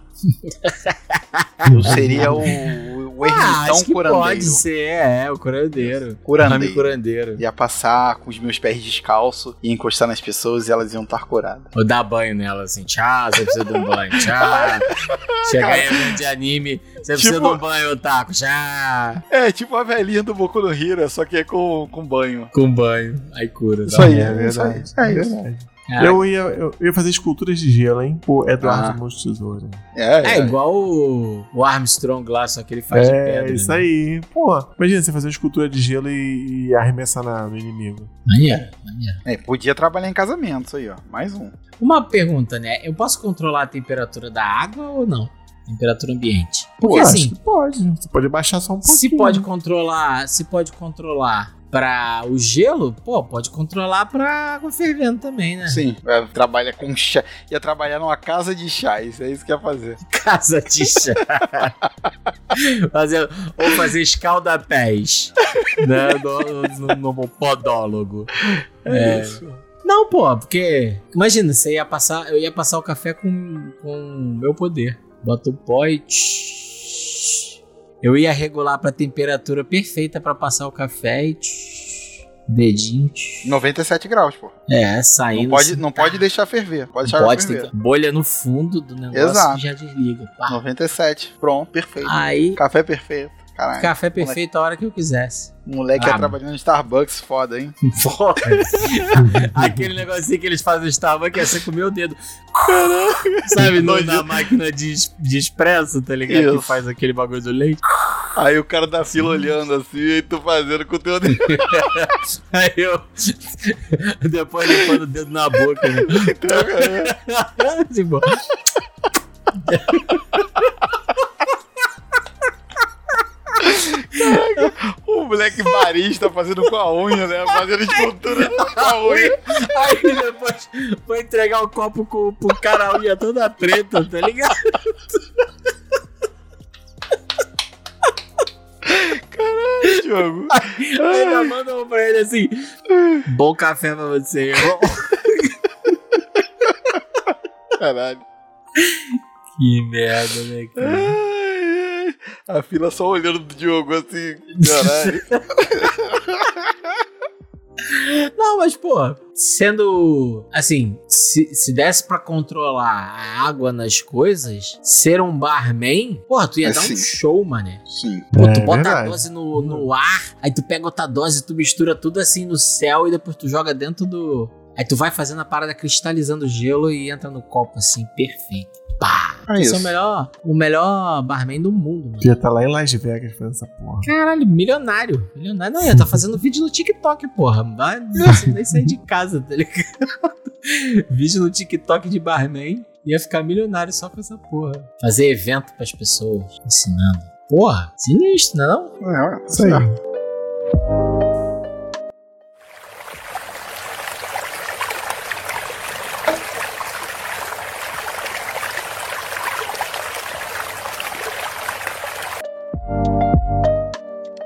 D: eu seria o, o, o Um ermitão
B: Ah, acho que
D: curandeiro.
B: pode ser, é, o curandeiro.
D: Curandeiro.
B: Nome curandeiro.
D: Ia passar com os meus pés descalços e encostar nas pessoas e elas iam estar curadas.
B: Ou dar banho nela, assim, tchau, você precisa de um banho, tchau. Chegar em evento de anime, você precisa
D: Tipo-
B: de um banho, Otaku, tchau.
D: É, tipo a velhinha do Boku no Hero, só que é com, com banho.
B: Com banho, aí cura.
D: Isso
B: dá um
D: aí,
B: banho.
D: é verdade. É isso.
B: Caraca.
C: Eu ia, eu, eu ia fazer esculturas de gelo, hein? O Eduardo
D: Ah.
C: Mons Tesoura.
D: É,
B: É
D: é.
B: igual o, o Armstrong lá, só que ele faz de
C: É,
B: pedra.
C: isso
B: né?
C: aí. Pô, imagina você fazer uma escultura de gelo e, e arremessar na- no inimigo.
B: Maneiro.
D: É, podia trabalhar em casamento, isso aí, ó. Mais um.
B: Uma pergunta, né? Eu posso controlar a temperatura da água ou não? Temperatura ambiente.
C: Pô,
B: Porque
C: acho
B: assim,
C: que pode. Você pode baixar só um pouquinho.
B: se pode controlar, se pode controlar pra o gelo, pô, pode controlar pra água fervendo também, né?
D: Sim, é, trabalha com chá. Ia trabalhar numa casa de chás, é isso que ia fazer.
B: Casa de chá. fazer, ou fazer escaldapés. né? No, no, no podólogo. É. Não, pô, porque. Imagina, você ia passar. Eu ia passar o café com com o meu poder. Bota o pó e. tsh. Eu ia regular pra temperatura perfeita pra passar o café e. tsh. Dedinho. tsh.
D: 97 graus, pô.
B: É, saindo.
D: Não pode,
B: assim,
D: não
B: tá.
D: pode deixar ferver. Pode deixar
B: Pode
D: ferver.
B: ter bolha no fundo do negócio
D: Exato.
B: e já desliga. Pá.
D: 97. Pronto, perfeito.
B: Aí,
D: Café perfeito. Caralho.
B: café perfeito a hora que eu quisesse.
D: Moleque ia
B: Ah,
D: trabalhando no Starbucks, foda, hein?
B: Aquele negocinho que eles fazem no Starbucks é você comer o dedo. Sabe, no, na máquina de, es- de expresso, tá ligado?
D: Isso.
B: Que faz aquele bagulho do leite.
D: Aí o cara da fila olhando assim, e tu fazendo com o teu dedo.
B: Aí eu. Depois limpando o dedo na boca, né? tipo.
D: O moleque barista fazendo com a unha, né? Fazendo escultura com a unha.
B: Aí depois foi entregar o copo com, pro cara a unha toda preta, tá ligado?
D: Diogo.
B: Ainda manda um pra ele assim. Bom café pra você, irmão.
D: Caralho.
B: Que merda, né, cara?
D: Ai, ai. A fila só olhando pro Diogo assim. Caralho.
B: Não, mas, pô, sendo. Assim, se, se desse pra controlar a água nas coisas, ser um barman, porra, tu ia
D: É
B: dar
D: sim.
B: um show, mané.
D: Sim.
B: Pô, tu
C: É
B: bota a
C: verdade.
B: dose no, no ar, aí tu pega outra dose, tu mistura tudo assim no céu e depois tu joga dentro do. Aí tu vai fazendo a parada cristalizando o gelo e entra no copo assim, perfeito. Pá!
D: É
B: Esse é
D: isso.
B: o melhor, o melhor barman do mundo, mano.
C: Podia estar tá lá em Las Vegas fazendo essa porra.
B: Caralho, milionário. Milionário não ia tá fazendo vídeo no TikTok, porra. Vai, nossa, nem sair de casa, tá ligado? vídeo no TikTok de barman. Ia ficar milionário só com essa porra. Fazer evento pras pessoas, ensinando. Porra, sinistro, não é não?
D: É,
C: Isso aí.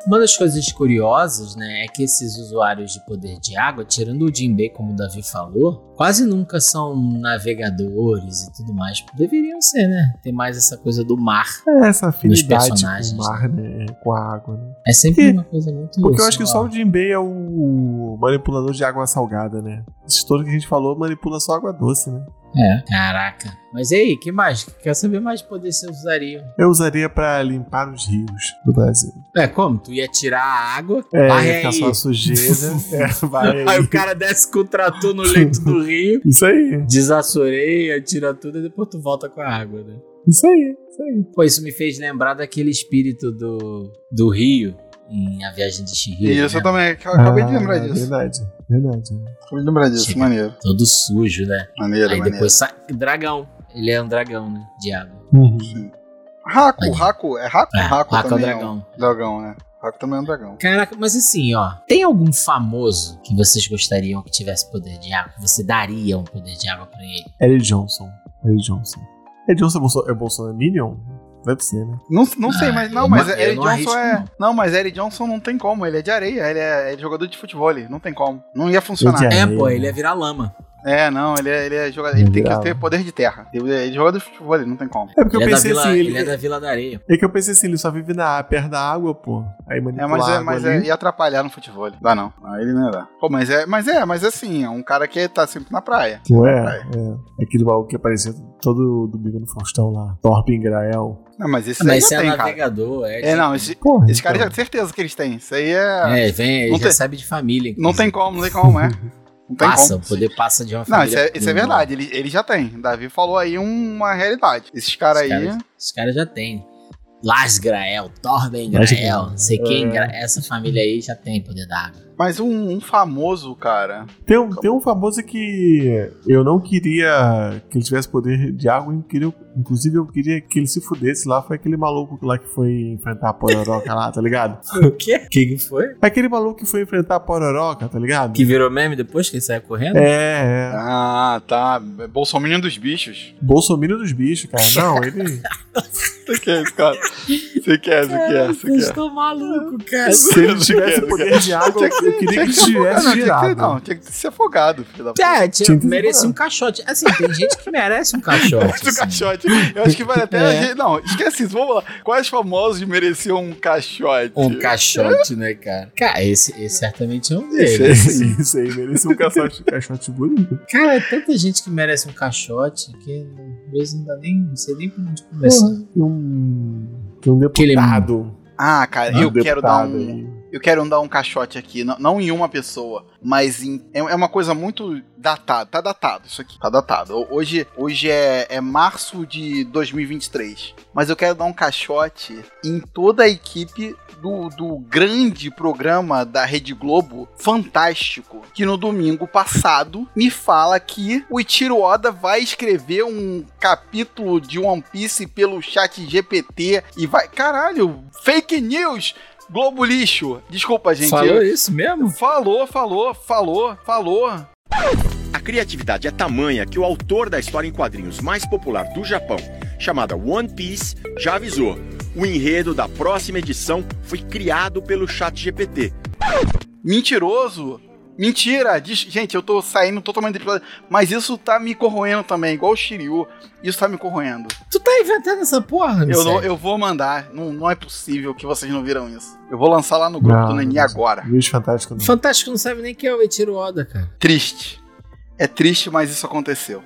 B: Uma das coisas curiosas, né, é que esses usuários de poder de água, tirando o Jinbei, como o Davi falou, quase nunca são navegadores e tudo mais. Deveriam ser, né? Tem mais essa coisa do mar.
C: É essa afinidade
B: personagens,
C: com o mar, né? Com a água, né?
B: É sempre uma coisa muito.
C: Porque eu acho que só
B: só-
C: o Jinbei é o manipulador de água salgada, né? Isso tudo que a gente falou manipula só água doce, né?
B: É. Caraca. Mas e aí, que mais? Quer saber mais de poder você usaria?
C: Eu usaria pra limpar os rios do Brasil.
B: É, como? Tu ia tirar a água,
C: É,
B: varre
C: ficar
B: aí.
C: só a sujeira. é, vai
B: Aí
C: aí.
B: o cara desce com o trator no leito do rio,
C: Isso aí,
B: desassoreia, tira tudo e depois tu volta com a água, né?
C: isso aí, isso aí.
B: Pô, isso me fez lembrar daquele espírito do, do rio em A Viagem de Chihiro.
D: Isso
B: né?
D: eu também acabei de lembrar
C: Ah,
D: disso.
C: Verdade, verdade.
D: Acabei de lembrar disso.
B: Chega.
D: Maneiro.
B: Todo sujo, né?
D: Maneiro,
B: Aí
D: maneiro.
B: depois sai. Dragão. Ele é um dragão, né? De água.
D: Raco,
B: Aí.
D: Raco. É Raco?
B: É, Raco
D: Raco
B: é o
D: também
B: dragão.
D: um dragão, né? Raco também é um dragão.
B: Caraca, mas assim, ó. Tem algum famoso que vocês gostariam que tivesse poder de água? Que você daria um poder de água pra ele?
C: Eric Johnson. Eric Johnson. Eric Johnson é, Bolso é Bolsonaro? Deve ser, né?
D: Não, não sei,
B: Ah,
D: mas
B: eu
D: não, mas
B: não- eu
D: Eric
B: não
D: Johnson
B: arrisco,
D: é.
B: não.
D: Não. mas Eric Johnson não tem como, ele é de areia, ele é, ele é jogador de futebol, ele não tem como. Não ia funcionar.
C: Ele
B: É,
C: É,
B: pô,
C: ele-
B: ele ia virar lama.
D: É, não, ele é, ele é jogador. Ele tem que
C: Bravo.
D: ter poder de terra. Ele, é, ele joga de futebol, ele não tem como.
C: É porque
B: Ele é,
C: eu
B: da
C: pensei
B: vila,
C: assim,
B: ele
C: ele,
B: é da Vila da Areia.
C: é que eu pensei assim, ele só vive na perto da água, pô. Aí
D: É,
C: manipula
D: mas
C: a
D: é,
C: água
D: mas é,
C: ali.
D: e atrapalhar no futebol. Dá não. Ah, Ele não dá. Pô, mas é, mas é, mas é assim, é um cara que tá sempre na praia.
C: Não é? É. Aquele maluco que apareceu todo domingo no Faustão lá. Torpe Ingrael.
D: Não, mas esse aí
B: Mas
D: já
B: é
D: tem, cara.
B: navegador, é.
D: É, não, esse,
C: Porra,
D: esse cara
C: então.
D: já tem certeza que eles têm. Isso aí é.
B: É, vem,
D: Não
B: ele já
D: tem-
B: sabe de família.
D: Não
B: inclusive.
D: tem como, não tem como, é. Não tem
B: Passa, o
D: como.
B: poder passa de uma
D: Não, isso
B: família.
D: é, isso é verdade, ele, ele já tem. Davi falou aí um, uma realidade. Esses caras aí.
B: Os caras os caras já tem. Lars Grael, Torben
C: Lars
B: Grael, não sei quem,
C: É.
B: Gra- essa família aí já tem poder da água.
D: Mas um, um famoso, cara.
C: Tem um, tem um famoso que eu não queria que ele tivesse poder de água, eu queria, inclusive eu queria que ele se fudesse lá. Foi aquele maluco lá que foi enfrentar a pororoca lá, tá ligado?
B: O quê? que foi?
C: Aquele maluco que foi enfrentar a pororoca, tá ligado?
B: Que virou meme depois que ele saiu correndo?
C: É, é.
D: Ah, tá. Bolsonaro dos bichos.
C: Bolsominion dos bichos, cara. Não, ele.
D: Você quer isso, cara? Você quer, você quer, você
B: É, Vocês
D: quer.
B: estão malucos, cara.
D: É
C: Se ele tivesse poder de água, eu queria que ele
I: É
D: Não,
C: tivesse
D: tinha que ser, não,
C: girado.
D: tinha que ser afogado, filho da puta.
B: É,
C: Tinha
B: tinha,
C: que
B: merecia
C: segurar.
B: um caixote. Assim, tem gente que merece um caixote.
D: Do
B: assim.
D: caixote. Eu acho que vale até.
B: É.
D: a gente- Não, esquece isso. Vamos lá. Quais famosos mereciam um caixote?
B: Um caixote, né, cara? Cara, esse, esse certamente é um
C: Isso
B: deles.
C: aí, isso aí, merecia um caixote, caixote bonito.
B: Cara, é tanta gente que merece um caixote que às vezes não dá nem. Não sei nem por onde começar.
C: Tem um, tem um
B: Aquele-
C: deputado.
D: Ah, cara,
C: um
D: eu quero dar
B: né?
C: deputado
D: um.
C: aí.
D: Eu quero dar um caixote aqui, não, não em uma pessoa, mas em, é, é uma coisa muito datada. Tá datado isso aqui. Tá datado. Ho- Hoje, hoje é, é março de 2023. Mas eu quero dar um caixote em toda a equipe do, do grande programa da Rede Globo, Fantástico, que no domingo passado me fala que o Ichiro Oda vai escrever um capítulo de One Piece pelo chat GPT e vai. Caralho, fake news! Globo lixo. Desculpa, gente.
B: Falou isso mesmo?
D: falou, falou, falou, falou.
I: A criatividade é tamanha que o autor da história em quadrinhos mais popular do Japão, chamada One Piece, já avisou. O enredo da próxima edição foi criado pelo ChatGPT.
D: Mentiroso. Mentira. Des- Gente, eu tô saindo totalmente do episódio, Mas isso tá me corroendo também, igual o Shiryu. Isso tá me corroendo.
B: Tu tá inventando essa porra,
D: Eu, não-
B: Michele?
D: eu vou mandar. Não, não é possível que vocês não viram isso. Eu vou lançar lá no grupo
C: Não,
D: do Nani
C: não.
D: agora.
C: Luiz Fantástico né? não.
B: Fantástico não sabe nem quem é o Eiichiro Oda, cara.
D: Triste. É triste, mas isso aconteceu.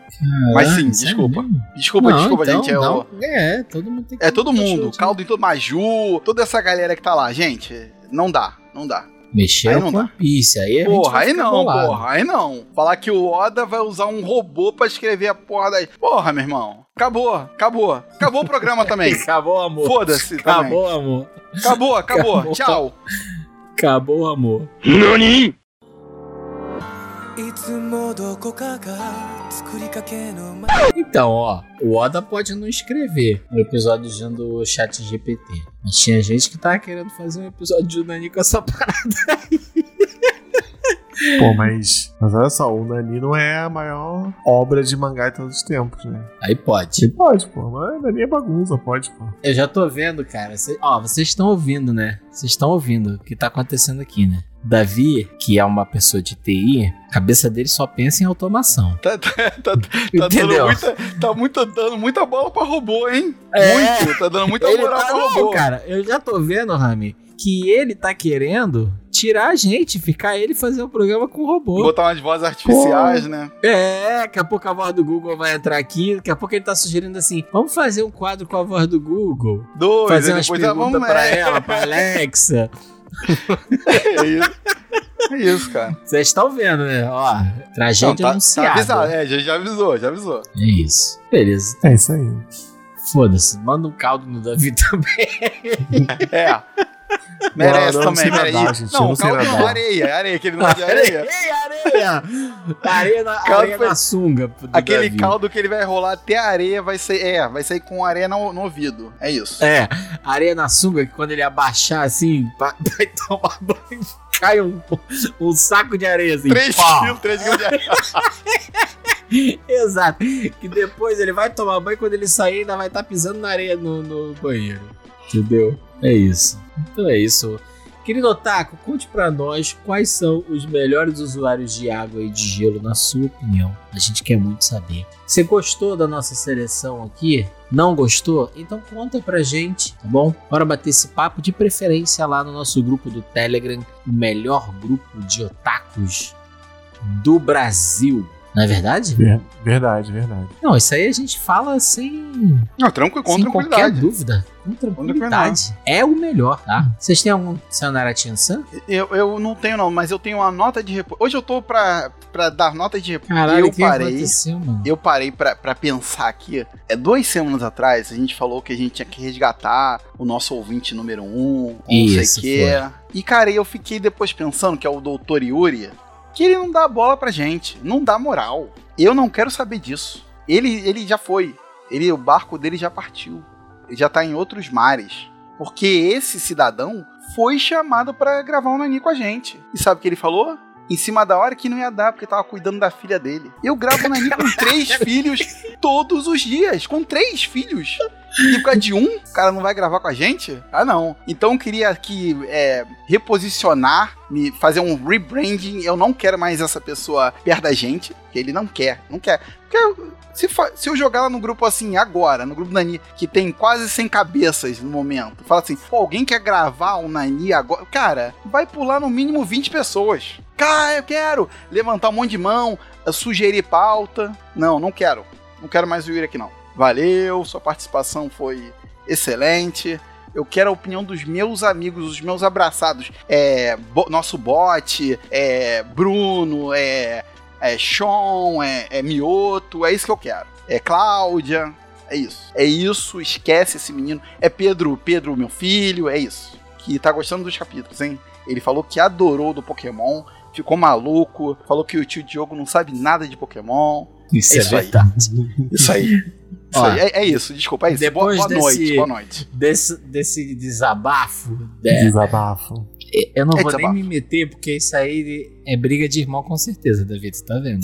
B: Caralho,
D: Mas sim,
B: sério
D: desculpa.
B: mesmo?
D: Desculpa,
B: Não,
D: desculpa,
B: então,
D: gente. É, o-
B: não. É, todo mundo tem que
D: é todo mundo.
B: caixote, né?
D: Caldo em todo. Maju, toda essa galera que tá lá. Gente, não dá, não dá. Aí
B: né? Mexer
D: não
B: com
D: dá.
B: a pizza. Aí a gente
D: Porra,
B: vai
D: aí
B: ficar
D: não,
B: bolado.
D: porra, aí não. Falar que o Oda vai usar um robô pra escrever a porra da. Porra, meu irmão. Acabou, acabou. Acabou o programa também.
B: Acabou, amor.
D: Foda-se tá também.
B: Acabou, amor.
D: Acabou, acabou.
B: Acabou.
D: Tchau.
B: Acabou, amor.
A: 何
B: Então, ó, o Oda pode não escrever um episódio usando do chat GPT. Mas tinha gente que tava querendo fazer um episódio de Unani com essa parada.
C: Pô, mas, mas olha só, o Nani não é a maior obra de mangá de todos os tempos, né?
B: Aí pode.
C: Ele pode, pô. Mas o Nani é bagunça, pode, pô.
B: Eu já tô vendo, cara. Cê- ó, vocês estão ouvindo, né? Vocês estão ouvindo o que tá acontecendo aqui, né? Davi, que é uma pessoa de TI, a cabeça dele só pensa em automação.
D: Tá, tá, tá, tá dando
B: Entendeu?
D: muita. Tá muito, dando muita bola pra robô, hein?
B: É.
D: Muito. Tá dando muita
B: Ele
D: moral
B: tá
D: pra
B: não,
D: robô.
B: cara. Eu já tô vendo, Rami, que ele tá querendo tirar a gente, ficar ele fazer o programa com o robô.
D: Botar umas vozes artificiais, né?
B: É, daqui a pouco a voz do Google vai entrar aqui, daqui a pouco ele tá sugerindo assim, vamos fazer um quadro com a voz do Google,
D: Dois,
B: fazer
D: aí
B: umas
D: depois ah,
B: perguntas
D: vamos
B: pra
D: é.
B: ela, pra Alexa.
D: É isso. É isso, cara.
B: Vocês estão vendo, né? Ó,
D: Não,
B: tragédia
D: tá, tá
B: anunciada.
D: avisado. É, já, já avisou, já avisou.
B: É isso. Beleza.
C: É isso aí.
B: Foda-se. Manda um caldo no Davi também.
D: É.
C: Não, não,
D: Merece
C: não
D: também,
C: sei
D: merece.
C: nadar, gente, eu
D: não,
C: não sei
D: calma, não,
C: nadar.
D: areia, areia, que ele
B: Ah,
D: não é de areia.
B: Ei, areia! Areia na,
D: Caldo
B: areia
D: foi-
B: na sunga. do
D: Aquele
B: Davi.
D: caldo que ele vai rolar até a areia vai sair. É, vai sair com areia no, no ouvido. É isso.
B: É, areia na sunga que quando ele abaixar assim, vai vai tomar banho, cai um, um saco de areia assim.
D: 3
B: pá.
D: quilos, 3 quilos de areia.
B: Exato. Que depois ele vai tomar banho quando ele sair ainda tá vai estar pisando na areia no, no banheiro. Entendeu? É isso. Então é isso. Querido Otaku, conte pra nós quais são os melhores usuários de água e de gelo, na sua opinião. A gente quer muito saber. Você gostou da nossa seleção aqui? Não gostou? Então conta pra gente, tá bom? Bora bater esse papo de preferência lá no nosso grupo do Telegram, o melhor grupo de otakus do Brasil. Não é verdade?
C: Ver- Verdade, verdade.
B: Não, isso aí a gente fala sem
D: Não, tranquilo, com
B: sem qualquer
D: tranquilidade.
B: dúvida, com tranquilidade. É o melhor, tá? Vocês têm algum dicionário San?
D: Eu, eu não tenho, não, mas eu tenho uma nota de repouso. Hoje eu tô pra, pra dar nota de repouso.
B: Caralho, o
D: eu
B: que
D: parei.
B: aconteceu, mano?
D: Eu parei pra, pra pensar aqui. É duas semanas atrás a gente falou que a gente tinha que resgatar o nosso ouvinte número um, ou não
B: Isso,
D: sei o quê. E cara, eu fiquei depois pensando que é o Doutor Yuri, que ele não dá bola pra gente, não dá moral. Eu não quero saber disso. Ele, ele já foi. Ele, o barco dele já partiu. Ele já tá em outros mares. Porque esse cidadão foi chamado pra gravar um nani com a gente. E sabe o que ele falou? Em cima da hora que não ia dar, porque tava cuidando da filha dele. Eu gravo nani com três filhos todos os dias. Com três filhos. E por causa de um, o cara não vai gravar com a gente? Ah, não. Então eu queria aqui é, reposicionar, me fazer um rebranding. Eu não quero mais essa pessoa perto da gente. Que ele não quer, não quer. Porque eu- se, fa- se eu jogar lá no grupo assim, agora, no grupo do Nani, que tem quase 100 cabeças no momento, fala assim, pô, alguém quer gravar um Nani agora? Cara, vai pular no mínimo 20 pessoas. Cara, eu quero levantar um monte de mão, sugerir pauta. Não, não quero. Não quero mais o Yuri aqui, não. Valeu, sua participação foi excelente. Eu quero a opinião dos meus amigos, os meus abraçados. É, bo- nosso bot, é, Bruno, é, é Sean, é, é Mioto, é isso que eu quero. É Cláudia, é isso. É isso, esquece esse menino. É Pedro, Pedro, meu filho, é isso. Que tá gostando dos capítulos, hein? Ele falou que adorou do Pokémon, ficou maluco, falou que o tio Diogo não sabe nada de Pokémon.
B: Isso,
D: é isso aí. Isso aí. Isso
B: Ó,
D: aí. É, é isso, desculpa, é isso. Boa,
B: depois
D: boa
B: desse-
D: noite, boa noite.
B: Desse, desse desabafo, né?
C: Desabafo.
B: eu não
D: É
B: vou nem
D: desabafo.
B: me meter, porque isso aí é briga de irmão com certeza, Davi, tu tá vendo?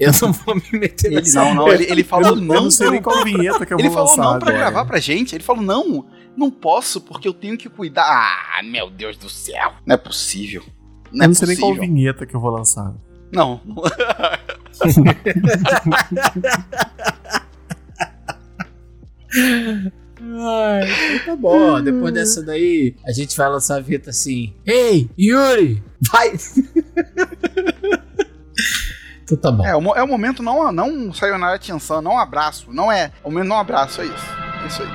B: eu não vou me meter
D: Ele
B: nessa.
D: não, não, ele, ele falou
C: eu, não, eu
D: não.
C: não sei nem qual vinheta que eu
D: Ele
C: vou
D: falou
C: lançar
D: não pra
C: agora.
D: gravar pra gente. Ele falou não, não posso porque eu tenho que cuidar. Ah, meu Deus do céu. Não é possível. Não
C: eu
D: é
C: não sei nem qual
D: possível.
C: vinheta que eu vou lançar.
D: Não.
B: Ai, então tá bom, ó, depois dessa daí, a gente vai lançar a vinheta assim. Ei, Yuri, vai! então tá bom.
D: É, o, mo- é o momento não, não sayonara atenção, não abraço. Não é. O momento não abraço, é isso. É isso aí.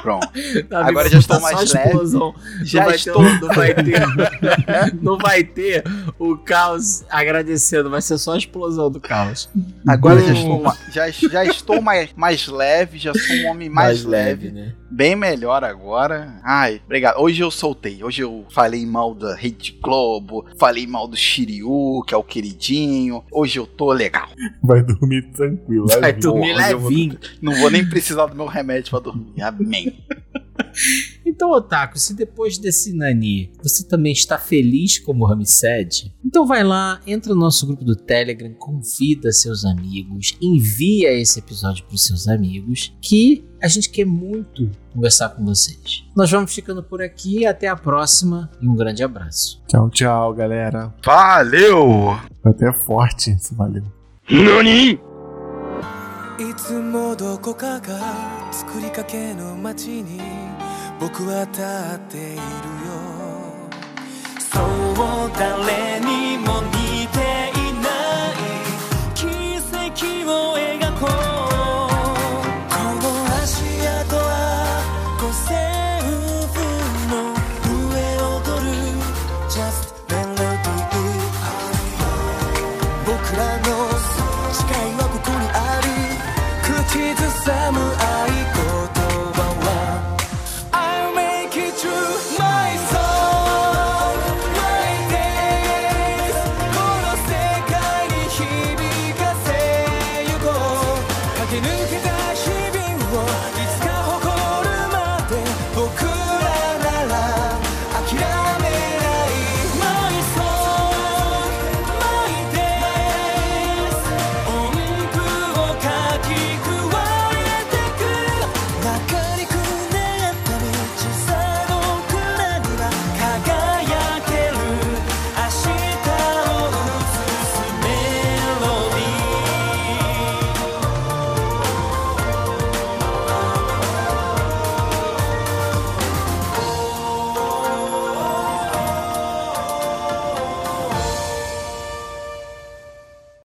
D: Pronto.
B: Davi,
D: agora já estou
B: tá só
D: mais
B: a
D: leve.
B: explosão.
D: Já
B: não vai
D: estou.
C: um
B: Ter, não, vai ter, não vai ter o caos agradecendo, vai ser só a explosão do caos.
D: Agora já estou, ma- já, já estou mais, mais leve, já sou um homem mais, leve.
B: né?
D: Bem melhor agora. Ai, obrigado. Hoje eu soltei. Hoje eu falei mal da Rede Globo. Falei mal do Shiryu, que é o queridinho. Hoje eu tô legal.
C: Vai dormir tranquilo.
B: Vai
C: Levinho.
B: dormir
D: hoje eu vou-
B: levinho.
D: Não vou nem precisar do meu remédio pra dormir. Amém.
B: Então, Otaku, se depois desse Nani você também está feliz como Ramsed, então vai lá, entra no nosso grupo do Telegram, convida seus amigos, envia esse episódio para os seus amigos, que a gente quer muito conversar com vocês. Nós vamos ficando por aqui, até a próxima e um grande abraço.
C: Tchau, tchau, galera.
D: Valeu!
C: Foi Até forte esse valeu.
A: 何
J: いつもどこかが作りかけの街に僕は立っているよそう誰に